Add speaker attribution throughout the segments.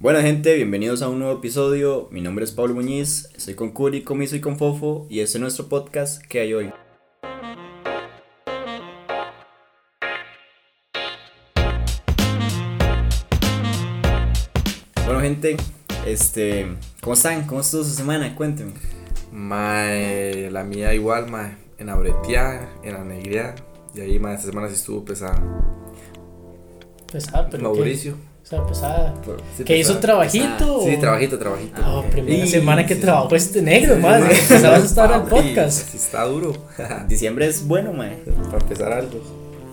Speaker 1: Buena gente, bienvenidos a un nuevo episodio. Mi nombre es Pablo Muñiz, estoy con Curi, con Miso y con Fofo y este es nuestro podcast que hay hoy. Bueno gente, este, ¿cómo están? ¿Cómo estuvo su semana? Cuéntenme.
Speaker 2: Mae, la mía igual, mae. En la breteada, en la negría. Y ahí, mae, esta semana sí estuvo pesada.
Speaker 3: Pesada, pero.
Speaker 2: Mauricio.
Speaker 3: ¿qué? O sea, pesada.
Speaker 2: por- sí,
Speaker 3: ¿Que hizo
Speaker 2: pesada.
Speaker 3: trabajito?
Speaker 2: Sí, trabajito, trabajito.
Speaker 3: Ah, primera
Speaker 2: Y-
Speaker 3: semana que
Speaker 2: sí,
Speaker 3: trabajó este negro,
Speaker 2: sí,
Speaker 3: madre.
Speaker 2: mae.
Speaker 3: Empezabas a estar en el
Speaker 2: Papi,
Speaker 3: podcast.
Speaker 2: Sí, está duro.
Speaker 1: Diciembre es bueno, mae.
Speaker 2: Para empezar algo.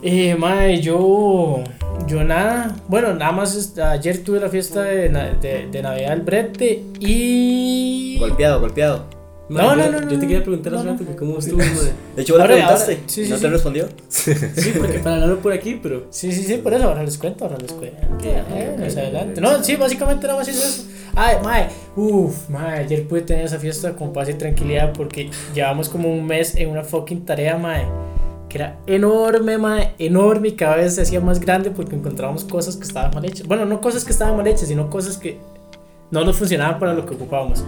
Speaker 3: Eh, mae, yo. Yo nada. Bueno, nada más es- ayer tuve la fiesta de, na- de, de Navidad del Brete y.
Speaker 1: Golpeado, golpeado.
Speaker 3: No,
Speaker 4: Madre,
Speaker 3: no,
Speaker 4: yo-
Speaker 3: no, no,
Speaker 4: Yo te quería
Speaker 3: no,
Speaker 4: preguntar hace
Speaker 3: no, no.
Speaker 4: rato que cómo estuvo, madre.
Speaker 1: De hecho, vos le
Speaker 3: Ahora,
Speaker 1: preguntaste,
Speaker 3: ahora, sí, sí,
Speaker 1: ¿no te
Speaker 3: sí.
Speaker 1: respondió?
Speaker 4: Sí, porque para hablarlo por aquí, pero.
Speaker 3: Sí, sí, sí, por eso, ahora les cuento, ahora les cuento. Eh,
Speaker 2: ok,
Speaker 3: más
Speaker 2: ok,
Speaker 3: adelante.
Speaker 2: ok.
Speaker 3: No, sí, básicamente nada más es eso. Ay, mae, uff, mae, ayer pude tener esa fiesta con paz y tranquilidad porque llevamos como un mes en una fucking tarea, mae, que era enorme, mae, enorme y cada vez se hacía más grande porque encontrábamos cosas que estaban mal hechas. Bueno, no cosas que estaban mal hechas, sino cosas que no nos funcionaban para lo que ocupábamos.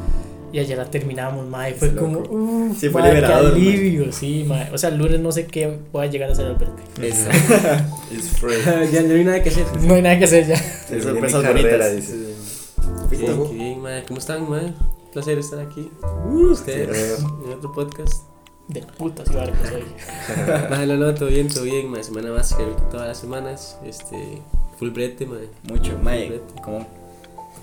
Speaker 3: Y ayer la terminamos, mae, fue
Speaker 1: Es
Speaker 3: como,
Speaker 1: loco.
Speaker 3: uff,
Speaker 1: Sí, fue
Speaker 3: mae, qué
Speaker 1: liberador, mae.
Speaker 3: alivio, sí, mae. O sea, el lunes no sé qué voy a llegar a hacer al verte.
Speaker 1: Eso.
Speaker 2: It's free.
Speaker 4: ya no hay nada que hacer.
Speaker 3: No hay nada que hacer ya.
Speaker 2: Terminé
Speaker 1: sorpresas
Speaker 2: mi carrera,
Speaker 1: bonitas.
Speaker 2: dice.
Speaker 4: Bien,
Speaker 2: Fofo.
Speaker 4: qué bien, madre. ¿Cómo están, madre? Un placer estar aquí. Uh, ustedes.
Speaker 2: Sí,
Speaker 4: en otro podcast.
Speaker 3: De putas y barcos hoy.
Speaker 4: Madre, no, no, todo bien, todo bien, madre. Semana básica, igual que todas las semanas. Este. Full brete, madre.
Speaker 1: Mucho, mae. ¿Cómo?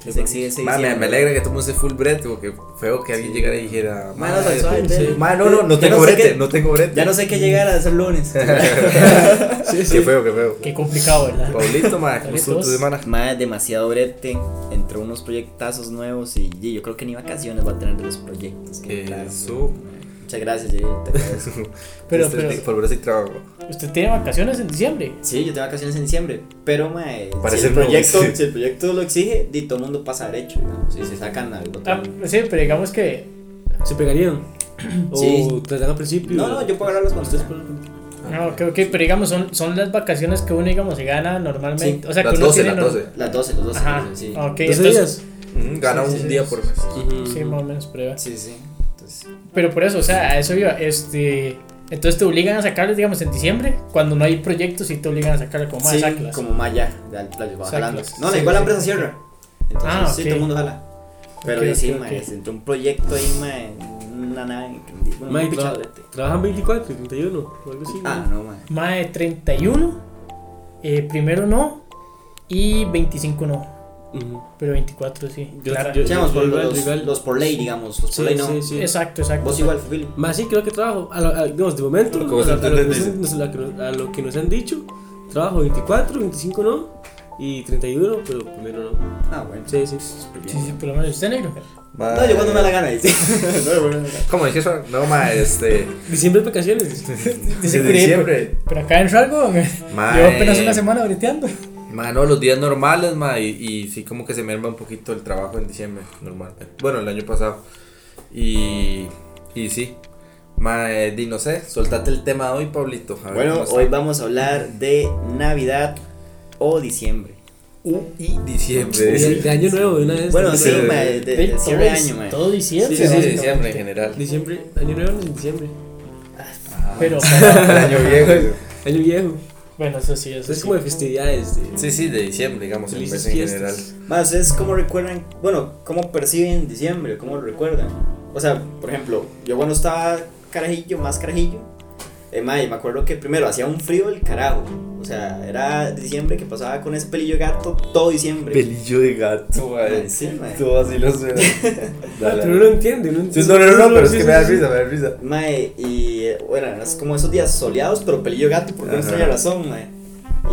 Speaker 4: Sí,
Speaker 1: Sexy ese
Speaker 2: Mae, me,
Speaker 1: diciembre.
Speaker 2: me alegra que todo el mundo esté full brete porque feo que alguien
Speaker 1: Sí.
Speaker 2: llegara y dijera,
Speaker 1: Mae, no,
Speaker 2: mae, este,
Speaker 1: suave,
Speaker 4: sí.
Speaker 1: dele.
Speaker 2: mae, no, no, no
Speaker 1: Ya
Speaker 2: tengo
Speaker 1: sé
Speaker 2: brete,
Speaker 1: qué-
Speaker 2: no tengo brete.
Speaker 1: Ya no sé qué llegar a hacer lunes.
Speaker 4: Sí,
Speaker 2: Qué feo, qué feo.
Speaker 3: Qué complicado, ¿verdad?
Speaker 2: Paulito, mae, ¿cómo estuvo tu
Speaker 3: Paulito.
Speaker 2: semana?
Speaker 1: Más demasiado brete, entre unos proyectazos nuevos y, y yo creo que ni vacaciones va a tener de los proyectos. que entraron.
Speaker 2: Eso.
Speaker 1: Muchas gracias, Yair, te agradezco.
Speaker 3: Pero,
Speaker 2: Este,
Speaker 3: pero,
Speaker 2: Por ver si trabajo.
Speaker 3: ¿usted tiene vacaciones en diciembre?
Speaker 1: Sí, yo tengo vacaciones en diciembre, pero mae, si,
Speaker 2: Parece
Speaker 1: el
Speaker 2: nuevo,
Speaker 1: proyecto,
Speaker 2: sí.
Speaker 1: si el proyecto lo exige, di todo el mundo pasa derecho, digamos, y se sacan algo.
Speaker 3: Ah,
Speaker 1: también.
Speaker 3: sí, pero digamos que.
Speaker 4: ¿Se pegarían? ¿O
Speaker 1: Sí.
Speaker 4: tratan al principio?
Speaker 1: No, no, yo puedo agarrarlos cuando ustedes puedan.
Speaker 3: No, ok, ok, pero digamos, son, son las vacaciones que uno, digamos, se gana normalmente.
Speaker 1: Sí,
Speaker 3: o sea, que
Speaker 2: las
Speaker 3: uno
Speaker 2: 12,
Speaker 3: tiene.
Speaker 2: las
Speaker 3: no-
Speaker 2: 12.
Speaker 1: Las 12, los 12.
Speaker 3: Ajá,
Speaker 1: sí. sí.
Speaker 3: ok,
Speaker 4: ¿Dos
Speaker 3: entonces.
Speaker 4: días?
Speaker 2: Ujú, Gana
Speaker 3: Sí,
Speaker 2: un
Speaker 3: sí,
Speaker 2: día
Speaker 3: sí.
Speaker 2: por mes.
Speaker 4: Ujú.
Speaker 3: Sí, más o menos prueba.
Speaker 1: Sí, sí. Entonces,
Speaker 3: Pero por eso, o sea, a eso iba. Este. Entonces te obligan a sacarles, digamos, en diciembre, cuando no hay proyectos y te obligan a sacarle como más
Speaker 1: sí,
Speaker 3: sácalas.
Speaker 1: como Maya, al playo, va
Speaker 3: Sácalas.
Speaker 1: jalando. No,
Speaker 3: Sí,
Speaker 1: igual la
Speaker 3: sí,
Speaker 1: empresa
Speaker 3: sí.
Speaker 1: cierra. Entonces,
Speaker 3: Ah,
Speaker 1: sí,
Speaker 3: ok.
Speaker 1: todo el mundo jala. Pero
Speaker 3: Ok,
Speaker 1: sí,
Speaker 3: ok,
Speaker 1: mae,
Speaker 3: ok.
Speaker 1: entre un proyecto ahí, mae, una nave. que- Bueno,
Speaker 4: Mae,
Speaker 1: un
Speaker 4: tra-
Speaker 1: pichadete.
Speaker 4: Trabajan 24, 31, o algo así.
Speaker 1: Ah,
Speaker 4: ¿no?
Speaker 1: no, mae.
Speaker 3: Más de 31, eh, primero no, y 25 no,
Speaker 4: Ujú.
Speaker 3: pero 24 sí.
Speaker 4: Yo-
Speaker 3: Clara.
Speaker 4: yo-
Speaker 1: Echamos por
Speaker 4: igual,
Speaker 1: los,
Speaker 4: igual.
Speaker 1: los por ley, digamos. Los por ley no.
Speaker 4: Sí, sí, sí.
Speaker 3: Exacto, exacto.
Speaker 1: Vos igual, Phil.
Speaker 4: Más sí, creo que trabajo. A lo, a- digamos, de momento,
Speaker 2: Lo que vos
Speaker 4: a, lo que
Speaker 2: entendés,
Speaker 4: nos- nos- la que nos- a lo que nos han dicho, trabajo 24, 25 no, y 31, pero primero no.
Speaker 1: Ah, bueno.
Speaker 4: Sí, sí.
Speaker 3: Sí, sí, por lo menos usted negro.
Speaker 1: No, yo cuando me da la gana, dice. No, yo cuando me da la gana.
Speaker 2: ¿Cómo dije eso? No, mae, este.
Speaker 4: Diciembre es vacaciones.
Speaker 3: Dice
Speaker 2: Desde
Speaker 3: Curi,
Speaker 2: diciembre.
Speaker 3: Pero acá entró algo, me-
Speaker 2: Mae.
Speaker 3: llevo apenas una semana breteando.
Speaker 2: Mae, no, los días normales, mae, y, y sí, como que se merma un poquito el trabajo en diciembre, normal. Bueno, el año pasado. Y. Y sí. Mae, di, no sé, soltate el tema de hoy, Pablito. a ver
Speaker 1: Bueno,
Speaker 2: cómo está.
Speaker 1: hoy vamos a hablar de Navidad o diciembre.
Speaker 2: U y diciembre.
Speaker 4: De, de año nuevo, de una vez.
Speaker 1: Bueno,
Speaker 4: de-
Speaker 1: sí,
Speaker 2: sí,
Speaker 1: mae, de, de
Speaker 3: todo,
Speaker 1: cierre de año, mae.
Speaker 3: todo diciembre.
Speaker 2: Sí, sí, sí,
Speaker 3: básicamente.
Speaker 2: diciembre en general.
Speaker 4: Diciembre, año nuevo no es en diciembre.
Speaker 3: Ah. Pero,
Speaker 2: El año viejo.
Speaker 4: Año viejo.
Speaker 3: bueno, eso sí, eso
Speaker 4: Entonces es
Speaker 3: sí.
Speaker 4: como de festividades. De,
Speaker 2: Sí, sí, de diciembre, digamos, en
Speaker 4: Felices
Speaker 2: vez en general.
Speaker 4: fiestas.
Speaker 1: Mae, ¿ustedes cómo recuerdan? Bueno, ¿cómo perciben diciembre? ¿Cómo lo recuerdan? O sea, por ejemplo, yo cuando estaba carajillo, más carajillo, eh, mae, me acuerdo que primero hacía un frío el carajo. O sea, era diciembre que pasaba con ese pelillo de gato todo diciembre.
Speaker 2: Pelillo de gato,
Speaker 1: Mae,
Speaker 2: mae.
Speaker 1: sí, mae.
Speaker 2: Todo así lo suena.
Speaker 4: Pero uno lo entiende. Uno
Speaker 2: Sí, no, no, no, pero es
Speaker 4: sí,
Speaker 2: que
Speaker 4: sí,
Speaker 2: me da
Speaker 4: sí.
Speaker 2: risa, me da risa.
Speaker 1: Mae, y eh, bueno, es como esos días soleados, pero pelillo gato, por una
Speaker 2: Ajá.
Speaker 1: extraña razón, mae.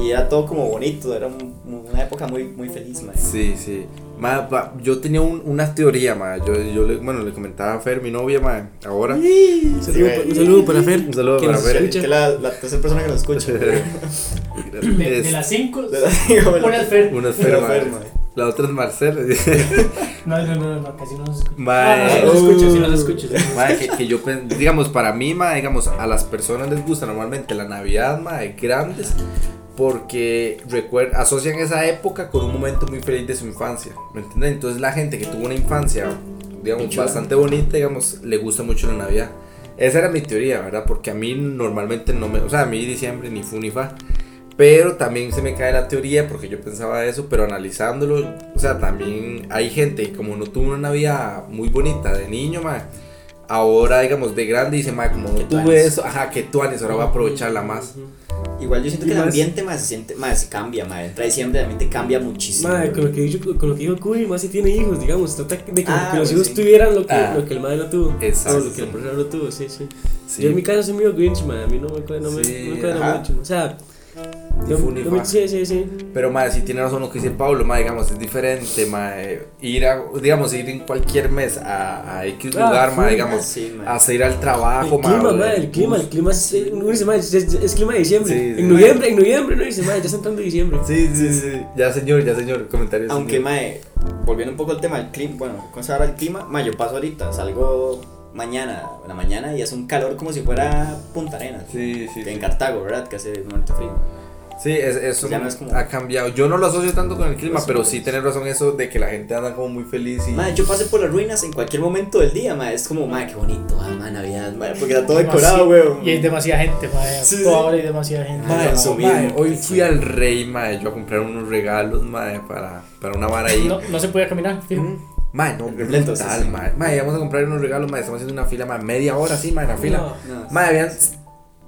Speaker 1: Y era todo como bonito, era un- una época muy, muy feliz, mae.
Speaker 2: Sí, sí. Ma, pa- yo tenía un- una teoría, ma. Yo, yo le, bueno, le comentaba a Fer, mi novia, ma, ahora.
Speaker 4: Un saludo,
Speaker 1: Sí,
Speaker 4: pa- un saludo para Fer.
Speaker 2: Un saludo
Speaker 4: que
Speaker 2: para
Speaker 4: nos
Speaker 2: Fer.
Speaker 1: Que
Speaker 4: escucha.
Speaker 1: la, la tercera persona que nos escucha.
Speaker 3: De, de
Speaker 2: Es-
Speaker 3: las 5,
Speaker 1: Le da- digo,
Speaker 3: una
Speaker 1: la-
Speaker 3: al Fer.
Speaker 2: Una es
Speaker 1: la
Speaker 2: Fer, ma.
Speaker 1: enferma. ¿eh?
Speaker 2: La otra es Marcela.
Speaker 3: No, no, no, no, casi no nos escucha.
Speaker 2: Ma,
Speaker 3: Ah,
Speaker 2: eh,
Speaker 3: no, sí los escucho, sí
Speaker 4: uh.
Speaker 3: los escucho. sí.
Speaker 2: Ma, que, que yo pen- digamos, para mí, ma, digamos, a las personas les gusta normalmente la Navidad, ma, de grandes. porque recuer- asocian esa época con un momento muy feliz de su infancia, ¿me entienden? Entonces la gente que tuvo una infancia, digamos,
Speaker 1: Pichuda.
Speaker 2: bastante bonita, digamos, le gusta mucho la Navidad. Esa era mi teoría, ¿verdad? Porque a mí normalmente no me, o sea, a mí diciembre ni fu ni fa. Pero también se me cae la teoría porque yo pensaba eso, pero analizándolo, o sea, también hay gente que como no tuvo una Navidad muy bonita de niño, mae, ahora digamos de grande dice, mae, como no tuve
Speaker 1: tuanis".
Speaker 2: eso, ajá, que tuanes, ahora voy a aprovecharla más.
Speaker 1: Igual yo siento
Speaker 4: Y
Speaker 1: que el
Speaker 4: más-
Speaker 1: ambiente más se siente, más cambia, más entra diciembre, el ambiente cambia muchísimo.
Speaker 4: Madre,
Speaker 1: güey.
Speaker 4: con lo que dijo, con lo que dijo el Cuy, más si tiene hijos, digamos, trata de que,
Speaker 1: Ah,
Speaker 4: que los
Speaker 1: pues
Speaker 4: hijos
Speaker 1: sí.
Speaker 4: tuvieran lo que,
Speaker 2: Ah.
Speaker 4: lo que el madre no tuvo.
Speaker 2: Exacto.
Speaker 4: O lo que el profesor no tuvo, sí, sí.
Speaker 2: Sí.
Speaker 4: Yo en mi caso soy medio Grinch, madre, a mí no me cuadra, no me,
Speaker 2: Sí,
Speaker 4: no me cuadra
Speaker 2: ajá.
Speaker 4: mucho. O sea,
Speaker 2: Ni
Speaker 4: yo,
Speaker 2: fu ni
Speaker 4: yo me-
Speaker 2: fa.
Speaker 4: sí, sí, sí.
Speaker 2: Pero madre, si tiene razón lo que dice Pablo, madre, digamos, es diferente, madre, ir a, digamos, ir en cualquier mes a, a X
Speaker 4: Ah,
Speaker 2: lugar, madre,
Speaker 4: sí,
Speaker 2: digamos,
Speaker 1: sí, madre.
Speaker 2: hasta ir al trabajo,
Speaker 4: El clima,
Speaker 2: madre,
Speaker 4: madre, el clima, el clima es, uno dice, madre, es, es- es clima de diciembre.
Speaker 2: Sí, sí.
Speaker 4: en noviembre, en noviembre uno dice, madre, ya está entrando diciembre.
Speaker 2: Sí, sí, sí, ya señor, ya señor, comentarios.
Speaker 1: Aunque, mae, volviendo un poco al tema del clima, bueno, ¿cómo se habla el clima? Mae, yo paso ahorita, salgo mañana, en la mañana y hace un calor como si fuera Punta Arenas.
Speaker 2: Sí, sí,
Speaker 1: que
Speaker 2: sí.
Speaker 1: en Cartago, ¿verdad? Que hace un momento frío.
Speaker 2: Sí, es- eso
Speaker 1: Ya no es como-
Speaker 2: ha cambiado. Yo no lo asocio tanto con el clima,
Speaker 1: Pues,
Speaker 2: pero
Speaker 1: pues.
Speaker 2: sí tener razón eso de que la gente anda como muy feliz y...
Speaker 1: Mae, yo pasé por las ruinas en cualquier momento del día, mae. Es como, mae, qué bonito, ah, mae, Navidad, mae, porque está todo decorado,
Speaker 3: Demasi-
Speaker 1: weón.
Speaker 3: Y hay demasiada gente, mae.
Speaker 1: Sí,
Speaker 3: Toda
Speaker 1: sí.
Speaker 3: hora hay demasiada gente.
Speaker 1: Ah,
Speaker 2: Mae,
Speaker 1: eso
Speaker 2: no, mae,
Speaker 1: mismo.
Speaker 2: hoy fui al rey, mae, yo a comprar unos regalos, mae, para, para una vara ahí.
Speaker 3: No, no se podía caminar, fijo.
Speaker 2: Mm, Mae, no,
Speaker 1: Repleto, sí,
Speaker 2: brutal,
Speaker 1: sí.
Speaker 2: mae. Mae, vamos a comprar unos regalos, mae, estamos haciendo una fila, mae, media hora, sí, mae, en la fila.
Speaker 1: No,
Speaker 2: Mae, habían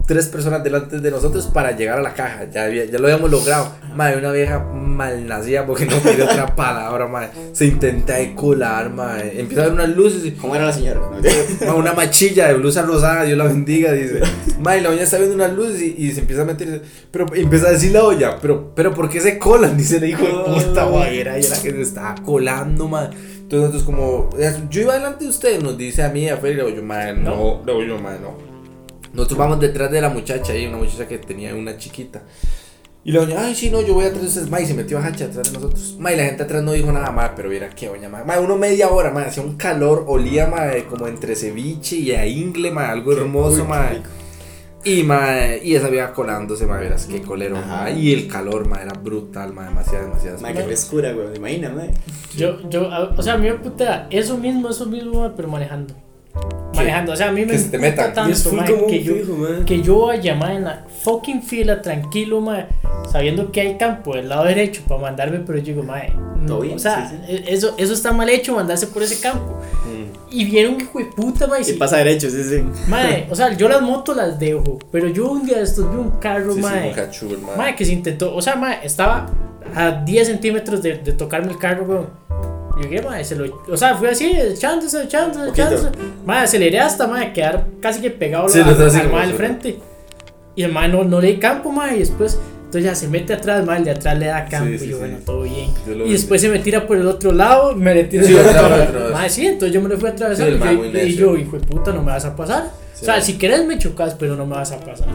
Speaker 2: tres personas delante de nosotros para llegar a la caja. Ya, había- ya lo habíamos logrado. Mae, una vieja malnacida porque no pidió otra palabra, mae. Se intenta de colar, mae. Empieza a ver unas luces y.
Speaker 1: ¿Cómo era la señora? No,
Speaker 2: mae, una machilla de blusa rosada, Dios la bendiga, dice. Mae, la doña está viendo unas luces y, y se empieza a meter. y dice, Pero y empieza a decir la olla, pero, pero ¿por qué se colan? Dice la hijo de puta, mae. Era ella la que se estaba colando, mae. Entonces nosotros como, yo iba delante de ustedes, nos dice a mí, a Fer, y le digo yo, mae, no, le digo yo, mae, no. Nosotros vamos detrás de la muchacha ahí, una muchacha que tenía una chiquita. Y la doña, ay, sí, no, yo voy atrás de ustedes, mae, y se metió a hacha atrás de nosotros. Mae, y la gente atrás no dijo nada, mae, pero mira qué doña, mae. Mae, uno media hora, mae, hacía un calor, olía, mae, como entre ceviche y a ingle, mae, algo hermoso, mae. Y, mae, y esa vieja colándose, mae, verás qué colero,
Speaker 1: Ajá.
Speaker 2: mae. Y el calor, mae, era brutal, mae, demasiado, demasiado.
Speaker 1: Mae, qué frescura, weón. Imagina, mae.
Speaker 3: Yo, yo, a- o sea, a mí me putea eso mismo, eso mismo, mae, pero manejando. Manejando, o sea, a mí me
Speaker 2: Que se te
Speaker 3: emputa
Speaker 2: metan.
Speaker 4: Y es
Speaker 3: tanto,
Speaker 4: full
Speaker 3: mae,
Speaker 4: como un
Speaker 3: que yo,
Speaker 4: fijo, madre.
Speaker 3: que yo vaya, mae, en la fucking fila, tranquilo, mae, sabiendo que hay campo del lado derecho para mandarme, pero yo digo, mae, no,
Speaker 1: Todo bien,
Speaker 3: o sea,
Speaker 1: sí,
Speaker 3: e- Eso, eso está mal hecho, mandarse por ese campo. Y vieron que fue puta, mae,
Speaker 1: Si
Speaker 3: sí.
Speaker 1: pasa derecho, sí, sí.
Speaker 3: Mae, o sea, yo las motos las dejo, pero yo un día de estos vi un carro,
Speaker 2: Sí, sí,
Speaker 3: mae,
Speaker 2: un cachul, mae.
Speaker 3: Mae, que se intentó, o sea, mae, estaba a 10 centímetros de, de tocarme el carro, weón. Llegué, mae, se lo, o sea, fui así, echándose, echándose,
Speaker 1: Poquito.
Speaker 3: echándose. Mae, aceleré hasta, mae, quedar casi que pegado
Speaker 2: Sí,
Speaker 3: al-
Speaker 2: lo estás así
Speaker 3: al
Speaker 2: como
Speaker 3: mae del
Speaker 2: así.
Speaker 3: frente. Y el mae no, no le di campo, mae, y después, entonces ya se mete atrás, mae, el de atrás le da campo,
Speaker 2: Sí, sí,
Speaker 3: y yo,
Speaker 2: sí.
Speaker 3: bueno, todo bien.
Speaker 2: Yo lo
Speaker 3: Y después se me tira por el otro lado, me le tira
Speaker 2: Sí,
Speaker 3: por el
Speaker 2: otra
Speaker 3: otro
Speaker 2: vez,
Speaker 3: lado.
Speaker 2: otra vez.
Speaker 3: Mae, sí, entonces yo me lo fui a atravesar
Speaker 2: Sí, el
Speaker 3: y
Speaker 2: mae
Speaker 3: yo-
Speaker 2: muy
Speaker 3: y
Speaker 2: necio.
Speaker 3: yo, hijo de puta, no me vas a pasar.
Speaker 2: Sí.
Speaker 3: O sea, si querés me chocas, pero no me vas a pasar.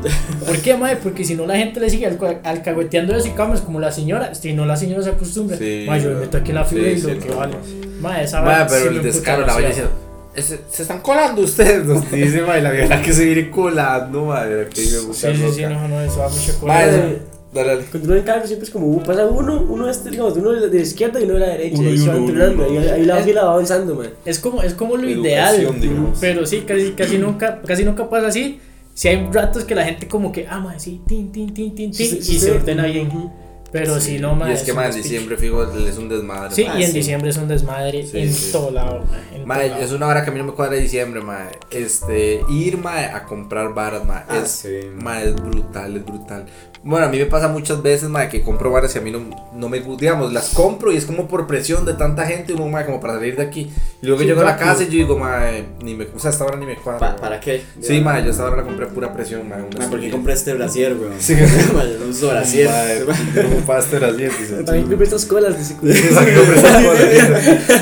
Speaker 3: ¿Por qué, mae? Porque si no la gente le sigue alca- alcahueteando eso y camas como la señora. Si no la señora se acostumbra.
Speaker 2: Sí,
Speaker 3: mae, yo me meto aquí en la fila
Speaker 2: sí,
Speaker 3: y lo
Speaker 2: sí,
Speaker 3: que
Speaker 2: no,
Speaker 3: vale. Mae, esa
Speaker 2: Mae,
Speaker 3: vara sí
Speaker 2: pero
Speaker 3: me
Speaker 2: el
Speaker 3: emputa
Speaker 2: descaro la vaya
Speaker 3: demasiado.
Speaker 2: diciendo. "Ese- Se están colando ustedes, nos dice, mae, la vieja que se viene colando, madre. Que me gusta
Speaker 3: Sí, sí, sí,
Speaker 2: loca.
Speaker 3: no, no, eso da mucho
Speaker 2: Mae,
Speaker 3: coraje.
Speaker 2: dale, dale.
Speaker 4: Cuando uno en carro siempre es como uh, pasa uno, uno este, digamos, uno de la izquierda y uno de la derecha.
Speaker 2: Uno y
Speaker 4: y se va
Speaker 2: uno, uno y
Speaker 4: alternando,
Speaker 2: uno.
Speaker 4: ahí, ahí la fila va avanzando, man.
Speaker 3: Es como, es como lo
Speaker 2: Educación,
Speaker 3: ideal.
Speaker 2: digamos.
Speaker 3: Pero sí, casi, casi nunca, casi nunca pasa así. Si hay ratos que la gente como que, ah, mae, sí, tin, tin, tin, tin, tin, y se ordena bien.
Speaker 4: Ujú.
Speaker 3: Pero si no, mae.
Speaker 2: Y es que,
Speaker 3: un
Speaker 2: mae, en
Speaker 3: despiche.
Speaker 2: diciembre, fijo, es un desmadre.
Speaker 3: Sí,
Speaker 1: Ah,
Speaker 3: y en
Speaker 1: sí.
Speaker 3: diciembre es un desmadre
Speaker 2: Sí,
Speaker 3: en
Speaker 2: sí.
Speaker 3: todo lado. mae, en
Speaker 2: Mae,
Speaker 3: todo
Speaker 2: es
Speaker 3: lado.
Speaker 2: una hora que a mí no me cuadra de diciembre, mae. Este, ir, mae, a comprar varas, mae.
Speaker 1: Ah,
Speaker 2: es,
Speaker 1: sí.
Speaker 2: mae, es brutal, es brutal. Bueno, a mí me pasa muchas veces, mae, que compro varas y a mí no, no me gusta. Digamos, las compro y es como por presión de tanta gente, uno, mae, como para salir de aquí. Y luego
Speaker 3: Sí,
Speaker 2: llego a la
Speaker 3: rápido.
Speaker 2: casa y yo digo, mae, ni me, o sea, esta hora ni me cuadra.
Speaker 1: Pa-
Speaker 2: mae.
Speaker 1: ¿Para qué?
Speaker 2: Sí, mae, yo esta hora la compré a pura presión, mae. una
Speaker 1: Mae, ¿por qué
Speaker 2: estupidez.
Speaker 1: compré este brasier, weón?
Speaker 2: Sí.
Speaker 1: mae, yo no uso brasier.
Speaker 2: Mae, yo compraste las 10, dice.
Speaker 4: Para mí compré estas colas, dice cuidado.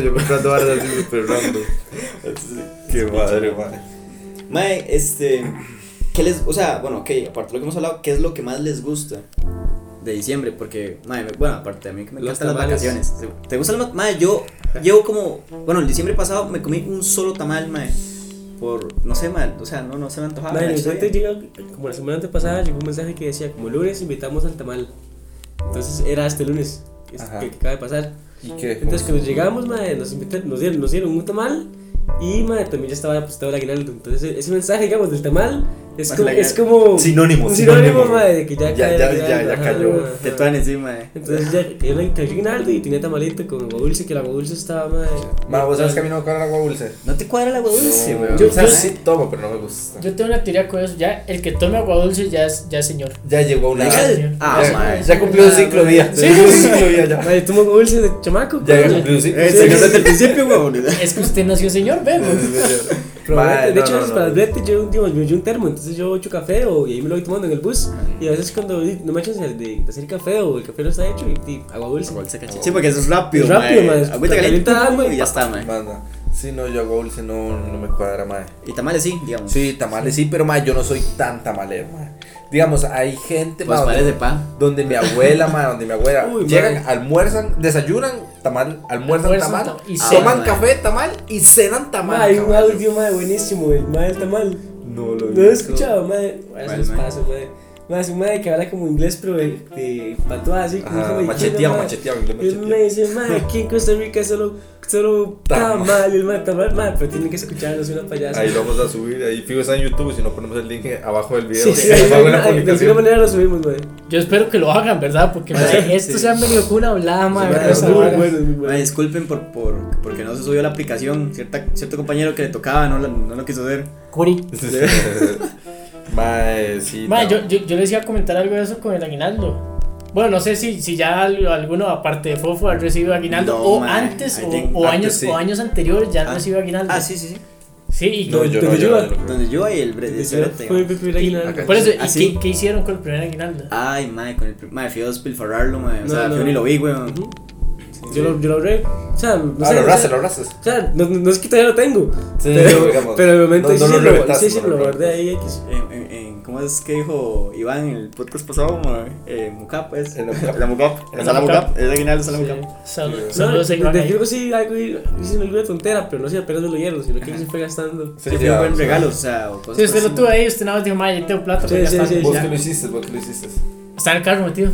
Speaker 2: yo comprando varas, dice. Exacto, yo comprando varas así super random. Qué madre, madre.
Speaker 1: Mae, este. ¿Qué les.? O sea, bueno, ok, aparte de lo que hemos hablado, ¿qué es lo que más les gusta de diciembre? Porque, mae, me- bueno, aparte a mí que me
Speaker 4: Los
Speaker 1: encantan las
Speaker 4: tamales.
Speaker 1: vacaciones. ¿Te gustan las Mae, yo llevo como. Bueno, el diciembre pasado me comí un solo tamal, mae. por, no sé, mal, o sea, no, no se me antojaba.
Speaker 4: Madre,
Speaker 1: la
Speaker 4: entonces
Speaker 1: historia.
Speaker 4: llega, como la semana antepasada, llegó un mensaje que decía, como lunes invitamos al tamal. Entonces era este lunes, es
Speaker 2: Ajá.
Speaker 4: que, que acaba de pasar.
Speaker 2: ¿Y qué?
Speaker 4: Entonces cuando llegamos, madre, nos, invitaron, nos, dieron, nos dieron un tamal y madre, también ya estaba apostado el aguinaldo. Entonces e-, ese- ese mensaje, digamos, del tamal es,
Speaker 1: Más
Speaker 4: como,
Speaker 1: el
Speaker 4: es
Speaker 1: aguinaldo.
Speaker 4: como
Speaker 2: Sinónimo,
Speaker 4: un sinónimo,
Speaker 2: sinónimo.
Speaker 4: madre, de que
Speaker 2: Ya,
Speaker 4: ya, cae
Speaker 2: ya,
Speaker 4: el
Speaker 2: ya,
Speaker 4: aguinaldo,
Speaker 2: ya
Speaker 4: ajá,
Speaker 2: cayó.
Speaker 4: ajá.
Speaker 1: Te toman encima, eh.
Speaker 4: Entonces ya cayó el cayó el aguinaldo y tenía tamalito con agua dulce, que el agua dulce estaba, madre.
Speaker 2: Ma, vos sabes que a mí no me cuadra el agua dulce.
Speaker 1: No te cuadra la agua dulce,
Speaker 2: No,
Speaker 1: weón.
Speaker 2: Yo, o
Speaker 3: Yo-
Speaker 2: sea,
Speaker 3: yo-
Speaker 2: sí tomo, pero no me gusta.
Speaker 3: Yo tengo una teoría con eso. Ya el que tome agua dulce ya es, ya es señor.
Speaker 2: ya llegó una.
Speaker 1: Legal.
Speaker 2: Ya,
Speaker 3: Señor.
Speaker 1: Ah,
Speaker 3: Ya es-
Speaker 1: madre.
Speaker 2: ya cumplió un ciclo de vida.
Speaker 3: Sí,
Speaker 2: Ya cumplió un
Speaker 3: sí, sí.
Speaker 2: ciclo de vida ya.
Speaker 4: Madre, tomo agua dulce de chamaco.
Speaker 2: Ya
Speaker 4: madre.
Speaker 2: cumplió un ciclo.
Speaker 1: Eh, señor desde el principio, weón.
Speaker 3: Es que usted nació señor, vemos.
Speaker 4: Probablemente,
Speaker 2: Madre,
Speaker 4: de
Speaker 2: no,
Speaker 4: hecho,
Speaker 2: no,
Speaker 4: a veces
Speaker 2: no.
Speaker 4: para el brete yo, digo, yo, yo un termo, entonces yo echo café o, y ahí me lo voy tomando en el bus. Y a veces cuando di- no me echan de, de hacer café o el café no está hecho, y, y agua dulce.
Speaker 1: Sí, porque eso es rápido,
Speaker 4: Es rápido,
Speaker 1: mae.
Speaker 4: mae.
Speaker 1: Agüita caliente
Speaker 4: Calienta agua y
Speaker 1: y ya está, mae.
Speaker 2: Manda. Sí, no, yo agua dulce no, no me cuadra, madre.
Speaker 1: Y tamales sí, digamos.
Speaker 2: Sí, tamales sí, pero madre, yo no soy tan tamalero, madre. Digamos, hay gente,
Speaker 1: Los tamales
Speaker 2: madre,
Speaker 1: Pues de
Speaker 2: donde,
Speaker 1: pan.
Speaker 2: donde mi abuela, madre, donde mi abuela,
Speaker 4: Uy,
Speaker 2: llegan,
Speaker 4: madre.
Speaker 2: almuerzan, desayunan, tamal, almuerzan,
Speaker 3: Almuerzan,
Speaker 2: tamal,
Speaker 3: tam- y
Speaker 2: toman
Speaker 1: cenan.
Speaker 2: café, tamal y cenan tamal.
Speaker 4: Madre, hay un
Speaker 2: caballo.
Speaker 4: audio, madre, buenísimo, el madre del tamal.
Speaker 2: No lo he
Speaker 4: No lo he
Speaker 2: visto.
Speaker 4: escuchado, madre. Bueno,
Speaker 1: ¿Cuál,
Speaker 4: eso es
Speaker 1: mae?
Speaker 4: paso, madre. Madre, es un madre que habla como inglés, pero de, de patuá, así. como
Speaker 2: Ajá,
Speaker 4: como
Speaker 2: macheteado,
Speaker 4: mae.
Speaker 2: macheteado, inglés
Speaker 4: Y él me
Speaker 2: macheteado.
Speaker 4: dice, madre, aquí en Costa Rica solo, solo
Speaker 2: Tamal.
Speaker 4: tamal, y el madre tamal, madre, pero tienen que escucharlo, es una payasa.
Speaker 2: Ahí lo vamos a subir, ahí fijo está en YouTube, si no ponemos el link abajo del video.
Speaker 4: Sí, sí,
Speaker 2: abajo de
Speaker 4: ahí,
Speaker 2: la
Speaker 4: madre, de alguna
Speaker 2: publicación.
Speaker 4: manera lo subimos, madre.
Speaker 3: Yo espero que lo hagan, ¿verdad? Porque mae, estos se han venido con una hablada,
Speaker 4: Ah,
Speaker 3: mae,
Speaker 4: madre,
Speaker 3: ¿verdad?
Speaker 4: es
Speaker 3: Esa
Speaker 4: muy
Speaker 3: vara.
Speaker 4: bueno, es muy bueno.
Speaker 1: Mae, disculpen por, por, porque no se subió la aplicación. Cierta, cierto compañero que le tocaba no, la- no lo quiso hacer.
Speaker 3: Curi.
Speaker 2: Mae, sí.
Speaker 3: Mae,
Speaker 2: no.
Speaker 3: yo, yo, yo les iba a comentar algo de eso con el aguinaldo. Bueno, no sé si, si ya al- alguno, aparte de Fofo, ha recibido aguinaldo
Speaker 1: No,
Speaker 3: o
Speaker 1: mae,
Speaker 3: antes
Speaker 1: I
Speaker 3: o,
Speaker 1: think
Speaker 3: o
Speaker 2: antes
Speaker 3: años,
Speaker 2: sí.
Speaker 3: o años anteriores ya han
Speaker 1: Ah.
Speaker 3: recibido aguinaldo.
Speaker 1: Ah, sí, sí, sí.
Speaker 3: Sí, y
Speaker 2: No,
Speaker 3: que-
Speaker 2: yo
Speaker 4: ¿Te
Speaker 2: no, yo
Speaker 4: ayuda?
Speaker 2: no, yo no.
Speaker 1: Donde yo y el bre-
Speaker 4: Yo
Speaker 1: el cerote,
Speaker 4: fui
Speaker 1: mae.
Speaker 4: mi primer aguinaldo.
Speaker 2: Acá.
Speaker 3: por eso, ¿y
Speaker 1: Ah, sí.
Speaker 3: qué, qué hicieron con el primer aguinaldo?
Speaker 1: Ay, mae, con el. pr- Mae, fui a despilfarrarlo, mae. O
Speaker 4: No,
Speaker 1: sea,
Speaker 4: no.
Speaker 1: yo ni lo vi, weón.
Speaker 4: Ujú. Yo lo, yo lo ahorré. O sea, no
Speaker 2: Ah,
Speaker 4: sé,
Speaker 2: lo
Speaker 4: o
Speaker 2: abrazas,
Speaker 4: sea,
Speaker 2: lo abrazas.
Speaker 4: O sea, no, no- no es que todavía lo tengo.
Speaker 2: Sí,
Speaker 4: pero,
Speaker 2: digamos,
Speaker 4: pero en el momento
Speaker 2: no- no
Speaker 4: sí,
Speaker 2: lo
Speaker 4: sí, lo,
Speaker 2: reventaste,
Speaker 4: sí, sí,
Speaker 2: no lo
Speaker 4: lo guardé ahí. X.
Speaker 1: En- en- en- ¿Cómo es que dijo Iván en el podcast pasado? mae? Eh, Mucap es.
Speaker 2: En la Mucap.
Speaker 1: la Mucap.
Speaker 2: En
Speaker 1: En
Speaker 2: la
Speaker 1: la
Speaker 3: Mucap.
Speaker 1: Mucap. Es aguinaldo, es la
Speaker 3: Sí.
Speaker 1: Mucap.
Speaker 3: Sal-
Speaker 4: No,
Speaker 3: Saludos a
Speaker 4: de-
Speaker 3: Iván
Speaker 4: de
Speaker 3: ahí.
Speaker 4: fijo sí, algo hice alguna tontera, pero no sé, apenas lo hierro, sino que se fue gastando.
Speaker 1: Sí, fue un buen regalo, o sea, o cosas
Speaker 3: Si usted lo
Speaker 1: así.
Speaker 3: tuvo ahí, usted nada más dijo, mae, yo tengo plata.
Speaker 4: Sí,
Speaker 3: pues ya
Speaker 4: sí,
Speaker 3: está.
Speaker 4: sí,
Speaker 2: Vos
Speaker 4: Ya.
Speaker 2: que lo hiciste, vos que lo hiciste.
Speaker 3: Está en el carro metido.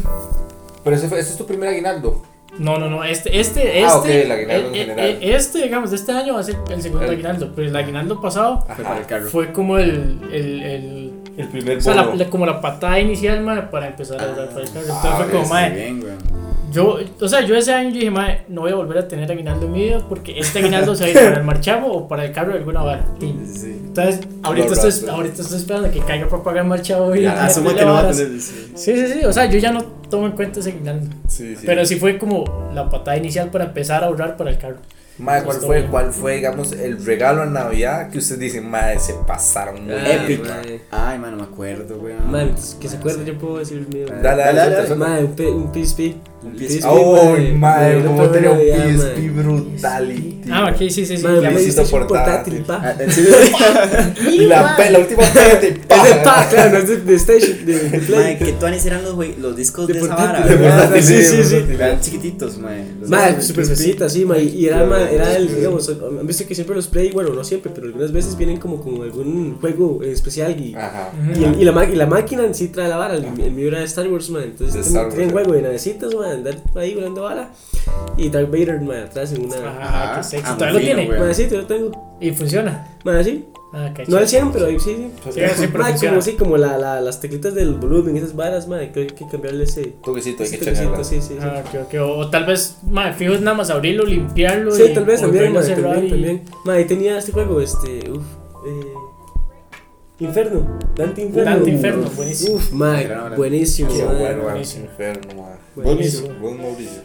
Speaker 2: Pero ese, fue, ese es tu primer aguinaldo.
Speaker 3: No, no, no, este, este, este.
Speaker 2: Ah, ok, el aguinaldo en
Speaker 3: eh, eh,
Speaker 2: general.
Speaker 3: eh, Este, digamos, de este año va a ser el segundo
Speaker 2: El-
Speaker 3: aguinaldo, pero el aguinaldo pasado
Speaker 1: Fue para el carro.
Speaker 3: fue como el, el, el
Speaker 2: El primer
Speaker 3: o sea, la-
Speaker 2: bono.
Speaker 3: la- como la patada inicial, mae, para empezar a ahorrar para el carro. Entonces fue como,
Speaker 2: Ah, ok,
Speaker 1: Muy
Speaker 3: mae,
Speaker 1: Ah, bien, weón.
Speaker 3: yo, o sea, yo ese año yo dije, mae, no voy a volver a tener aguinaldo en mi vida porque este aguinaldo se va a ir para el marchamo o para el carro de alguna vara. Tin.
Speaker 1: Sí.
Speaker 3: Entonces, ahorita
Speaker 2: abrazo.
Speaker 3: estoy, ahorita estoy esperando que caiga para pagar el marchamo. y
Speaker 2: Ya,
Speaker 1: Asuma
Speaker 3: la
Speaker 1: que no va a
Speaker 3: vara.
Speaker 1: tener. sí.
Speaker 3: Sí, sí, sí, o sea, yo ya no tomo en cuenta ese aguinaldo.
Speaker 2: Sí, sí.
Speaker 3: Pero sí fue como la patada inicial para empezar a ahorrar para el carro.
Speaker 2: Mae, ¿cuál fue, cuál fue, digamos, el regalo a Navidad que ustedes dicen, mae, se pasaron muy
Speaker 4: Ay,
Speaker 1: Épico.
Speaker 4: madre.
Speaker 1: Ay, mae, no me acuerdo, weón.
Speaker 4: Madre, entonces, pues, que se acuerde, yo puedo decir el mío.
Speaker 2: Dale, dale,
Speaker 1: Dale, dale,
Speaker 2: suelta, suelta.
Speaker 4: Madre, un, pe- un PSP.
Speaker 1: Un
Speaker 4: PSP,
Speaker 1: PSP,
Speaker 2: Oh,
Speaker 4: madre,
Speaker 2: mae,
Speaker 4: madre,
Speaker 2: como
Speaker 4: la
Speaker 2: tenía un
Speaker 4: primera Navidad,
Speaker 2: PSP brutality.
Speaker 3: Ah, ok, sí, sí, sí.
Speaker 4: Madre,
Speaker 2: le
Speaker 4: madre, me
Speaker 2: hiciste
Speaker 4: hiciste un
Speaker 2: portátil.
Speaker 4: portátil,
Speaker 1: Ah,
Speaker 4: pa.
Speaker 1: eh, sí.
Speaker 2: Y la, pe- la última pega te
Speaker 4: Es de pa, claro, no es de PlayStation, de, de
Speaker 1: Mae,
Speaker 4: Play.
Speaker 1: que tuanes eran los, güey- los discos de,
Speaker 4: De
Speaker 1: esa
Speaker 4: portátil,
Speaker 1: vara.
Speaker 4: de
Speaker 1: ¿verdad?
Speaker 4: portátil, sí, sí, sí.
Speaker 1: Eran chiquititos, mae. Los-
Speaker 4: Madre,
Speaker 1: los-
Speaker 4: super pesita, sí, madre. Y era, ma, era el, digamos, han visto que siempre los Play, bueno, no siempre, pero algunas veces vienen como con algún juego eh, especial y,
Speaker 2: Ajá.
Speaker 4: y, el- y la, ma- y la máquina en sí trae la vara. El, el mío era de Star Wars, madre.
Speaker 2: Ah. De
Speaker 4: Entonces
Speaker 2: Star
Speaker 4: tenía
Speaker 2: Wars,
Speaker 4: tenía un
Speaker 2: ya.
Speaker 4: juego de navecitas, madre, andar ahí volando vara. Y Darth Vader, madre, atrás en una.
Speaker 3: Ajá, qué sexy. Todavía lo tiene.
Speaker 1: güey.
Speaker 4: Madre, Ah, sí, yo lo tengo.
Speaker 3: Y funciona.
Speaker 4: Madre, sí.
Speaker 3: Ah, qué
Speaker 4: No al
Speaker 3: chido.
Speaker 4: 100, pero ahí sí, sí.
Speaker 3: Sí, sí, pero
Speaker 4: Madre,
Speaker 3: funciona.
Speaker 4: como, sí, como la, la, las teclitas del volumen, esas varas, madre, que hay que cambiarle ese.
Speaker 2: Toquecito, hay que
Speaker 4: ese toquecito,
Speaker 2: checarla.
Speaker 4: sí, sí. sí.
Speaker 3: Ah, ok, ok. O, o tal vez, madre, fijo es nada más abrirlo, limpiarlo.
Speaker 4: Sí,
Speaker 3: y
Speaker 4: tal vez también,
Speaker 3: volverlo a
Speaker 4: madre,
Speaker 3: cerrar
Speaker 4: también,
Speaker 3: y-
Speaker 4: también. Madre, tenía este juego, este, uff, eh, Inferno, Dante Inferno.
Speaker 3: Dante Inferno, buenísimo.
Speaker 4: Uf,
Speaker 1: Gran obra.
Speaker 4: madre, buenísimo,
Speaker 2: Qué
Speaker 4: madre.
Speaker 2: bueno, mae,
Speaker 3: buenísimo.
Speaker 2: enfermo, mae.
Speaker 4: Buenísimo.
Speaker 2: Vos, Vos, Mauricio.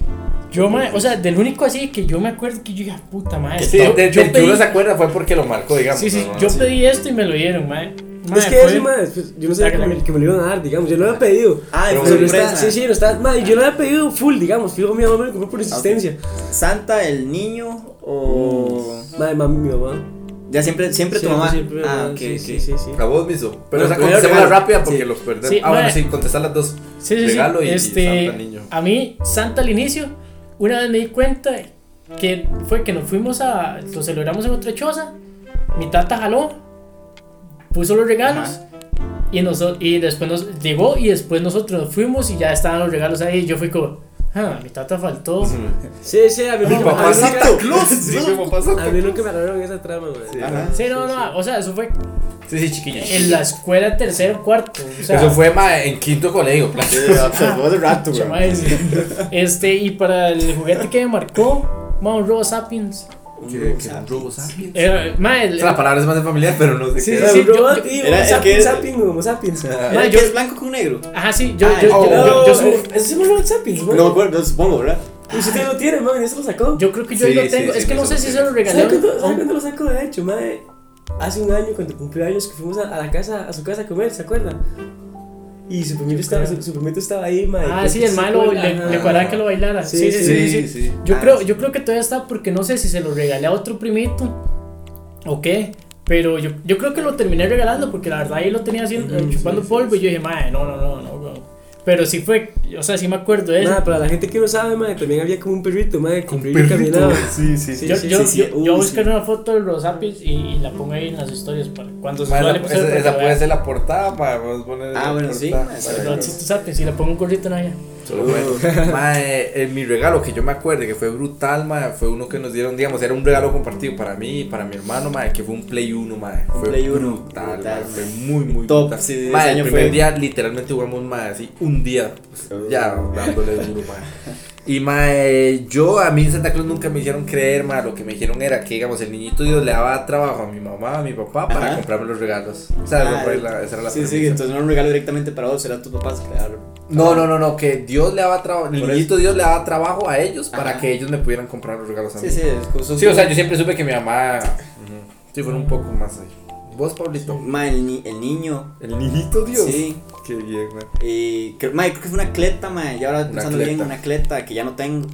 Speaker 3: Yo, madre, o sea, del único así que yo me acuerdo que yo dije, "Ah, puta madre.
Speaker 2: Sí,
Speaker 3: esto-
Speaker 2: de hecho,
Speaker 3: yo
Speaker 2: el que
Speaker 3: pedí-
Speaker 2: uno se acuerda fue porque lo marcó, digamos.
Speaker 3: Sí, sí,
Speaker 2: ¿no?
Speaker 3: yo pedí esto y me lo dieron, madre.
Speaker 4: Es que ese, madre, pues, yo no sabía que
Speaker 3: Sácala.
Speaker 4: me, que me lo iban a dar, digamos, yo lo había pedido.
Speaker 1: Ay,
Speaker 2: Pero
Speaker 1: Ah, fue
Speaker 4: Pero no está-
Speaker 1: sorpresa.
Speaker 4: sí, sí, no está, madre, yo lo había pedido full, digamos, fijo, mi mamá me lo compró por insistencia.
Speaker 1: Santa, el niño o.
Speaker 4: Madre, mami, mi mamá.
Speaker 1: Ya siempre, siempre tu mamá.
Speaker 4: siempre,
Speaker 1: ah,
Speaker 4: madre,
Speaker 1: ok,
Speaker 4: sí,
Speaker 1: ok.
Speaker 4: sí, sí, sí.
Speaker 2: A vos mismo. Pero
Speaker 4: No,
Speaker 2: esa
Speaker 4: primero
Speaker 2: contestémosla
Speaker 4: regalo.
Speaker 2: rápida porque
Speaker 4: Sí.
Speaker 2: los perdemos.
Speaker 3: Sí,
Speaker 2: ah, bueno,
Speaker 3: mae.
Speaker 2: sí, contestar las dos.
Speaker 3: Sí, sí, sí.
Speaker 2: regalo y- y
Speaker 3: este,
Speaker 2: Santa niño.
Speaker 3: A mí, Santa al inicio, una vez me di cuenta que fue que nos fuimos a. Lo celebramos en otra choza. Mi tata jaló puso los regalos.
Speaker 1: Ajá.
Speaker 3: Y, nosotros, y después nos llegó y después nosotros nos fuimos y ya estaban los regalos ahí. Y yo fui como, ah, mi tata faltó.
Speaker 4: Sí, sí, a mí nunca me
Speaker 2: papá
Speaker 4: agarraron-
Speaker 2: Papacito.
Speaker 1: Sí, mi papacito.
Speaker 4: A mí nunca me agarraron esa trama, güey.
Speaker 2: Sí.
Speaker 1: Ajá.
Speaker 3: Sí, no, no, o sea, eso fue
Speaker 2: Sí, sí, chiquilla.
Speaker 3: en la escuela tercero, cuarto. O sea,
Speaker 2: Eso fue ma, en quinto colegio. pla-
Speaker 1: Sí, o sea, fue hace rato, güey.
Speaker 3: chama, sí. Este, y para el juguete que me marcó, Mount Robo Sapiens.
Speaker 2: Que- que-
Speaker 1: Sapiens.
Speaker 2: Robo Sapiens.
Speaker 3: Era, ma, el-
Speaker 2: O sea, La palabra es más de familiar, pero no sé
Speaker 3: Sí,
Speaker 2: qué.
Speaker 4: Era
Speaker 2: era.
Speaker 3: sí.
Speaker 4: un
Speaker 3: yo-
Speaker 4: robot,
Speaker 3: yo-
Speaker 4: y
Speaker 1: Era-
Speaker 4: Homo
Speaker 1: es
Speaker 4: sapiens,
Speaker 1: que-
Speaker 4: sapiens, Homo sapiens.
Speaker 2: Ah,
Speaker 1: Era
Speaker 3: Ma,
Speaker 1: que
Speaker 3: yo-
Speaker 1: es blanco con negro?
Speaker 3: Ajá, sí, yo,
Speaker 1: Ah,
Speaker 3: yo,
Speaker 1: oh,
Speaker 3: yo, yo, yo subo-
Speaker 4: eh, Eso es un robot sapiens,
Speaker 1: No
Speaker 4: güey.
Speaker 1: me acuerdo, supongo, ¿verdad?
Speaker 4: Usted lo tiene, man, eso lo sacó.
Speaker 3: yo creo que yo ahí
Speaker 2: Sí,
Speaker 3: lo
Speaker 2: sí,
Speaker 3: tengo.
Speaker 2: sí,
Speaker 3: es que
Speaker 2: me
Speaker 3: no sé
Speaker 2: suena.
Speaker 3: si se lo regalé.
Speaker 4: ¿Sabes
Speaker 3: a un-
Speaker 4: cuándo,
Speaker 3: a
Speaker 4: sabe
Speaker 3: un-
Speaker 4: cuándo lo sacó? De hecho, madre, hace un año cuando cumplió años que fuimos a, a la casa, a su casa a comer, ¿se acuerda? Y su primito estaba, su, su primito estaba ahí, pues, madre.
Speaker 3: Ah, sí, el malo le, le cuadraba que lo bailara.
Speaker 4: Sí,
Speaker 3: Sí, sí, sí. sí.
Speaker 2: sí.
Speaker 3: Yo,
Speaker 1: Ah,
Speaker 3: creo,
Speaker 1: sí.
Speaker 3: yo creo que todavía está porque no sé si se lo regalé a otro primito o qué. Pero yo, yo creo que lo terminé regalando porque la verdad yo lo tenía haciendo,
Speaker 4: Ujú,
Speaker 3: chupando
Speaker 4: sí,
Speaker 3: polvo y yo dije, madre, no, no, no, no, no". Pero sí fue, o sea, sí me acuerdo de eso.
Speaker 4: Nada, para la gente que no sabe, madre, también había como un perrito, madre, que
Speaker 2: Con
Speaker 4: perrito caminaba.
Speaker 2: perrito. Sí, sí, sí.
Speaker 3: yo,
Speaker 4: sí,
Speaker 3: yo,
Speaker 4: sí,
Speaker 3: yo,
Speaker 4: sí.
Speaker 3: yo
Speaker 4: Uy,
Speaker 1: Uh,
Speaker 3: voy a buscar
Speaker 4: sí.
Speaker 3: una foto de los sapis y, y la pongo ahí en las historias para cuando
Speaker 2: Ma,
Speaker 3: suba el
Speaker 2: esa,
Speaker 3: episodio
Speaker 2: esa-
Speaker 3: para
Speaker 2: esa
Speaker 3: que
Speaker 2: puede
Speaker 3: vean.
Speaker 2: ser la portada para vos poner.
Speaker 1: Ah,
Speaker 2: la
Speaker 1: bueno, sí,
Speaker 2: portada.
Speaker 1: ma, esa
Speaker 2: Para
Speaker 1: es
Speaker 2: que lo-
Speaker 3: Los sapis, sapis, y le pongo un gorrito en allá.
Speaker 2: Solo bueno. Ma, eh, eh, mi regalo que yo me acuerdo que fue brutal, ma, fue uno que nos dieron, digamos, era un regalo compartido para mí y para mi hermano, ma, que fue un Play 1, ma. Fue
Speaker 1: Play uno,
Speaker 2: brutal,
Speaker 1: brutal,
Speaker 2: ma, fue
Speaker 1: ma.
Speaker 2: muy, muy
Speaker 1: Top,
Speaker 2: brutal.
Speaker 1: sí, ese
Speaker 2: Ma, el
Speaker 1: año
Speaker 2: primer
Speaker 1: fue-
Speaker 2: día literalmente jugamos, ma, así un día, pues,
Speaker 1: Oh.
Speaker 2: ya dándole duro, ma. Y ma, eh, yo a mí en Santa Claus nunca me hicieron creer, ma, lo que me dijeron era que, digamos, el niñito Dios le daba trabajo a mi mamá, a mi papá para
Speaker 1: Ajá.
Speaker 2: comprarme los regalos. O sea,
Speaker 1: Ah,
Speaker 2: fue la- esa era la
Speaker 1: Sí, sí,
Speaker 2: premisa.
Speaker 1: entonces no era un regalo directamente para vos, será tus papás, claro.
Speaker 2: No, no, no, no, que Dios le daba trabajo, el
Speaker 1: Por
Speaker 2: niñito Dios le daba trabajo a ellos para
Speaker 1: Ajá.
Speaker 2: que ellos me pudieran comprar los regalos a mí.
Speaker 1: Sí,
Speaker 2: Sí,
Speaker 1: sí, es cosa-
Speaker 2: o sea, yo siempre supe que mi mamá, sí, fuera un poco más ahí. ¿Vos, Pablito?
Speaker 1: Ma, el, ni- el niño.
Speaker 2: El niñito Dios.
Speaker 1: Sí.
Speaker 2: Qué bien, man.
Speaker 1: Y creo, ma, creo que fue una cleta, ma. Y ahora
Speaker 2: Una
Speaker 1: pensando bien,
Speaker 2: cleta.
Speaker 1: una cleta que ya no tengo.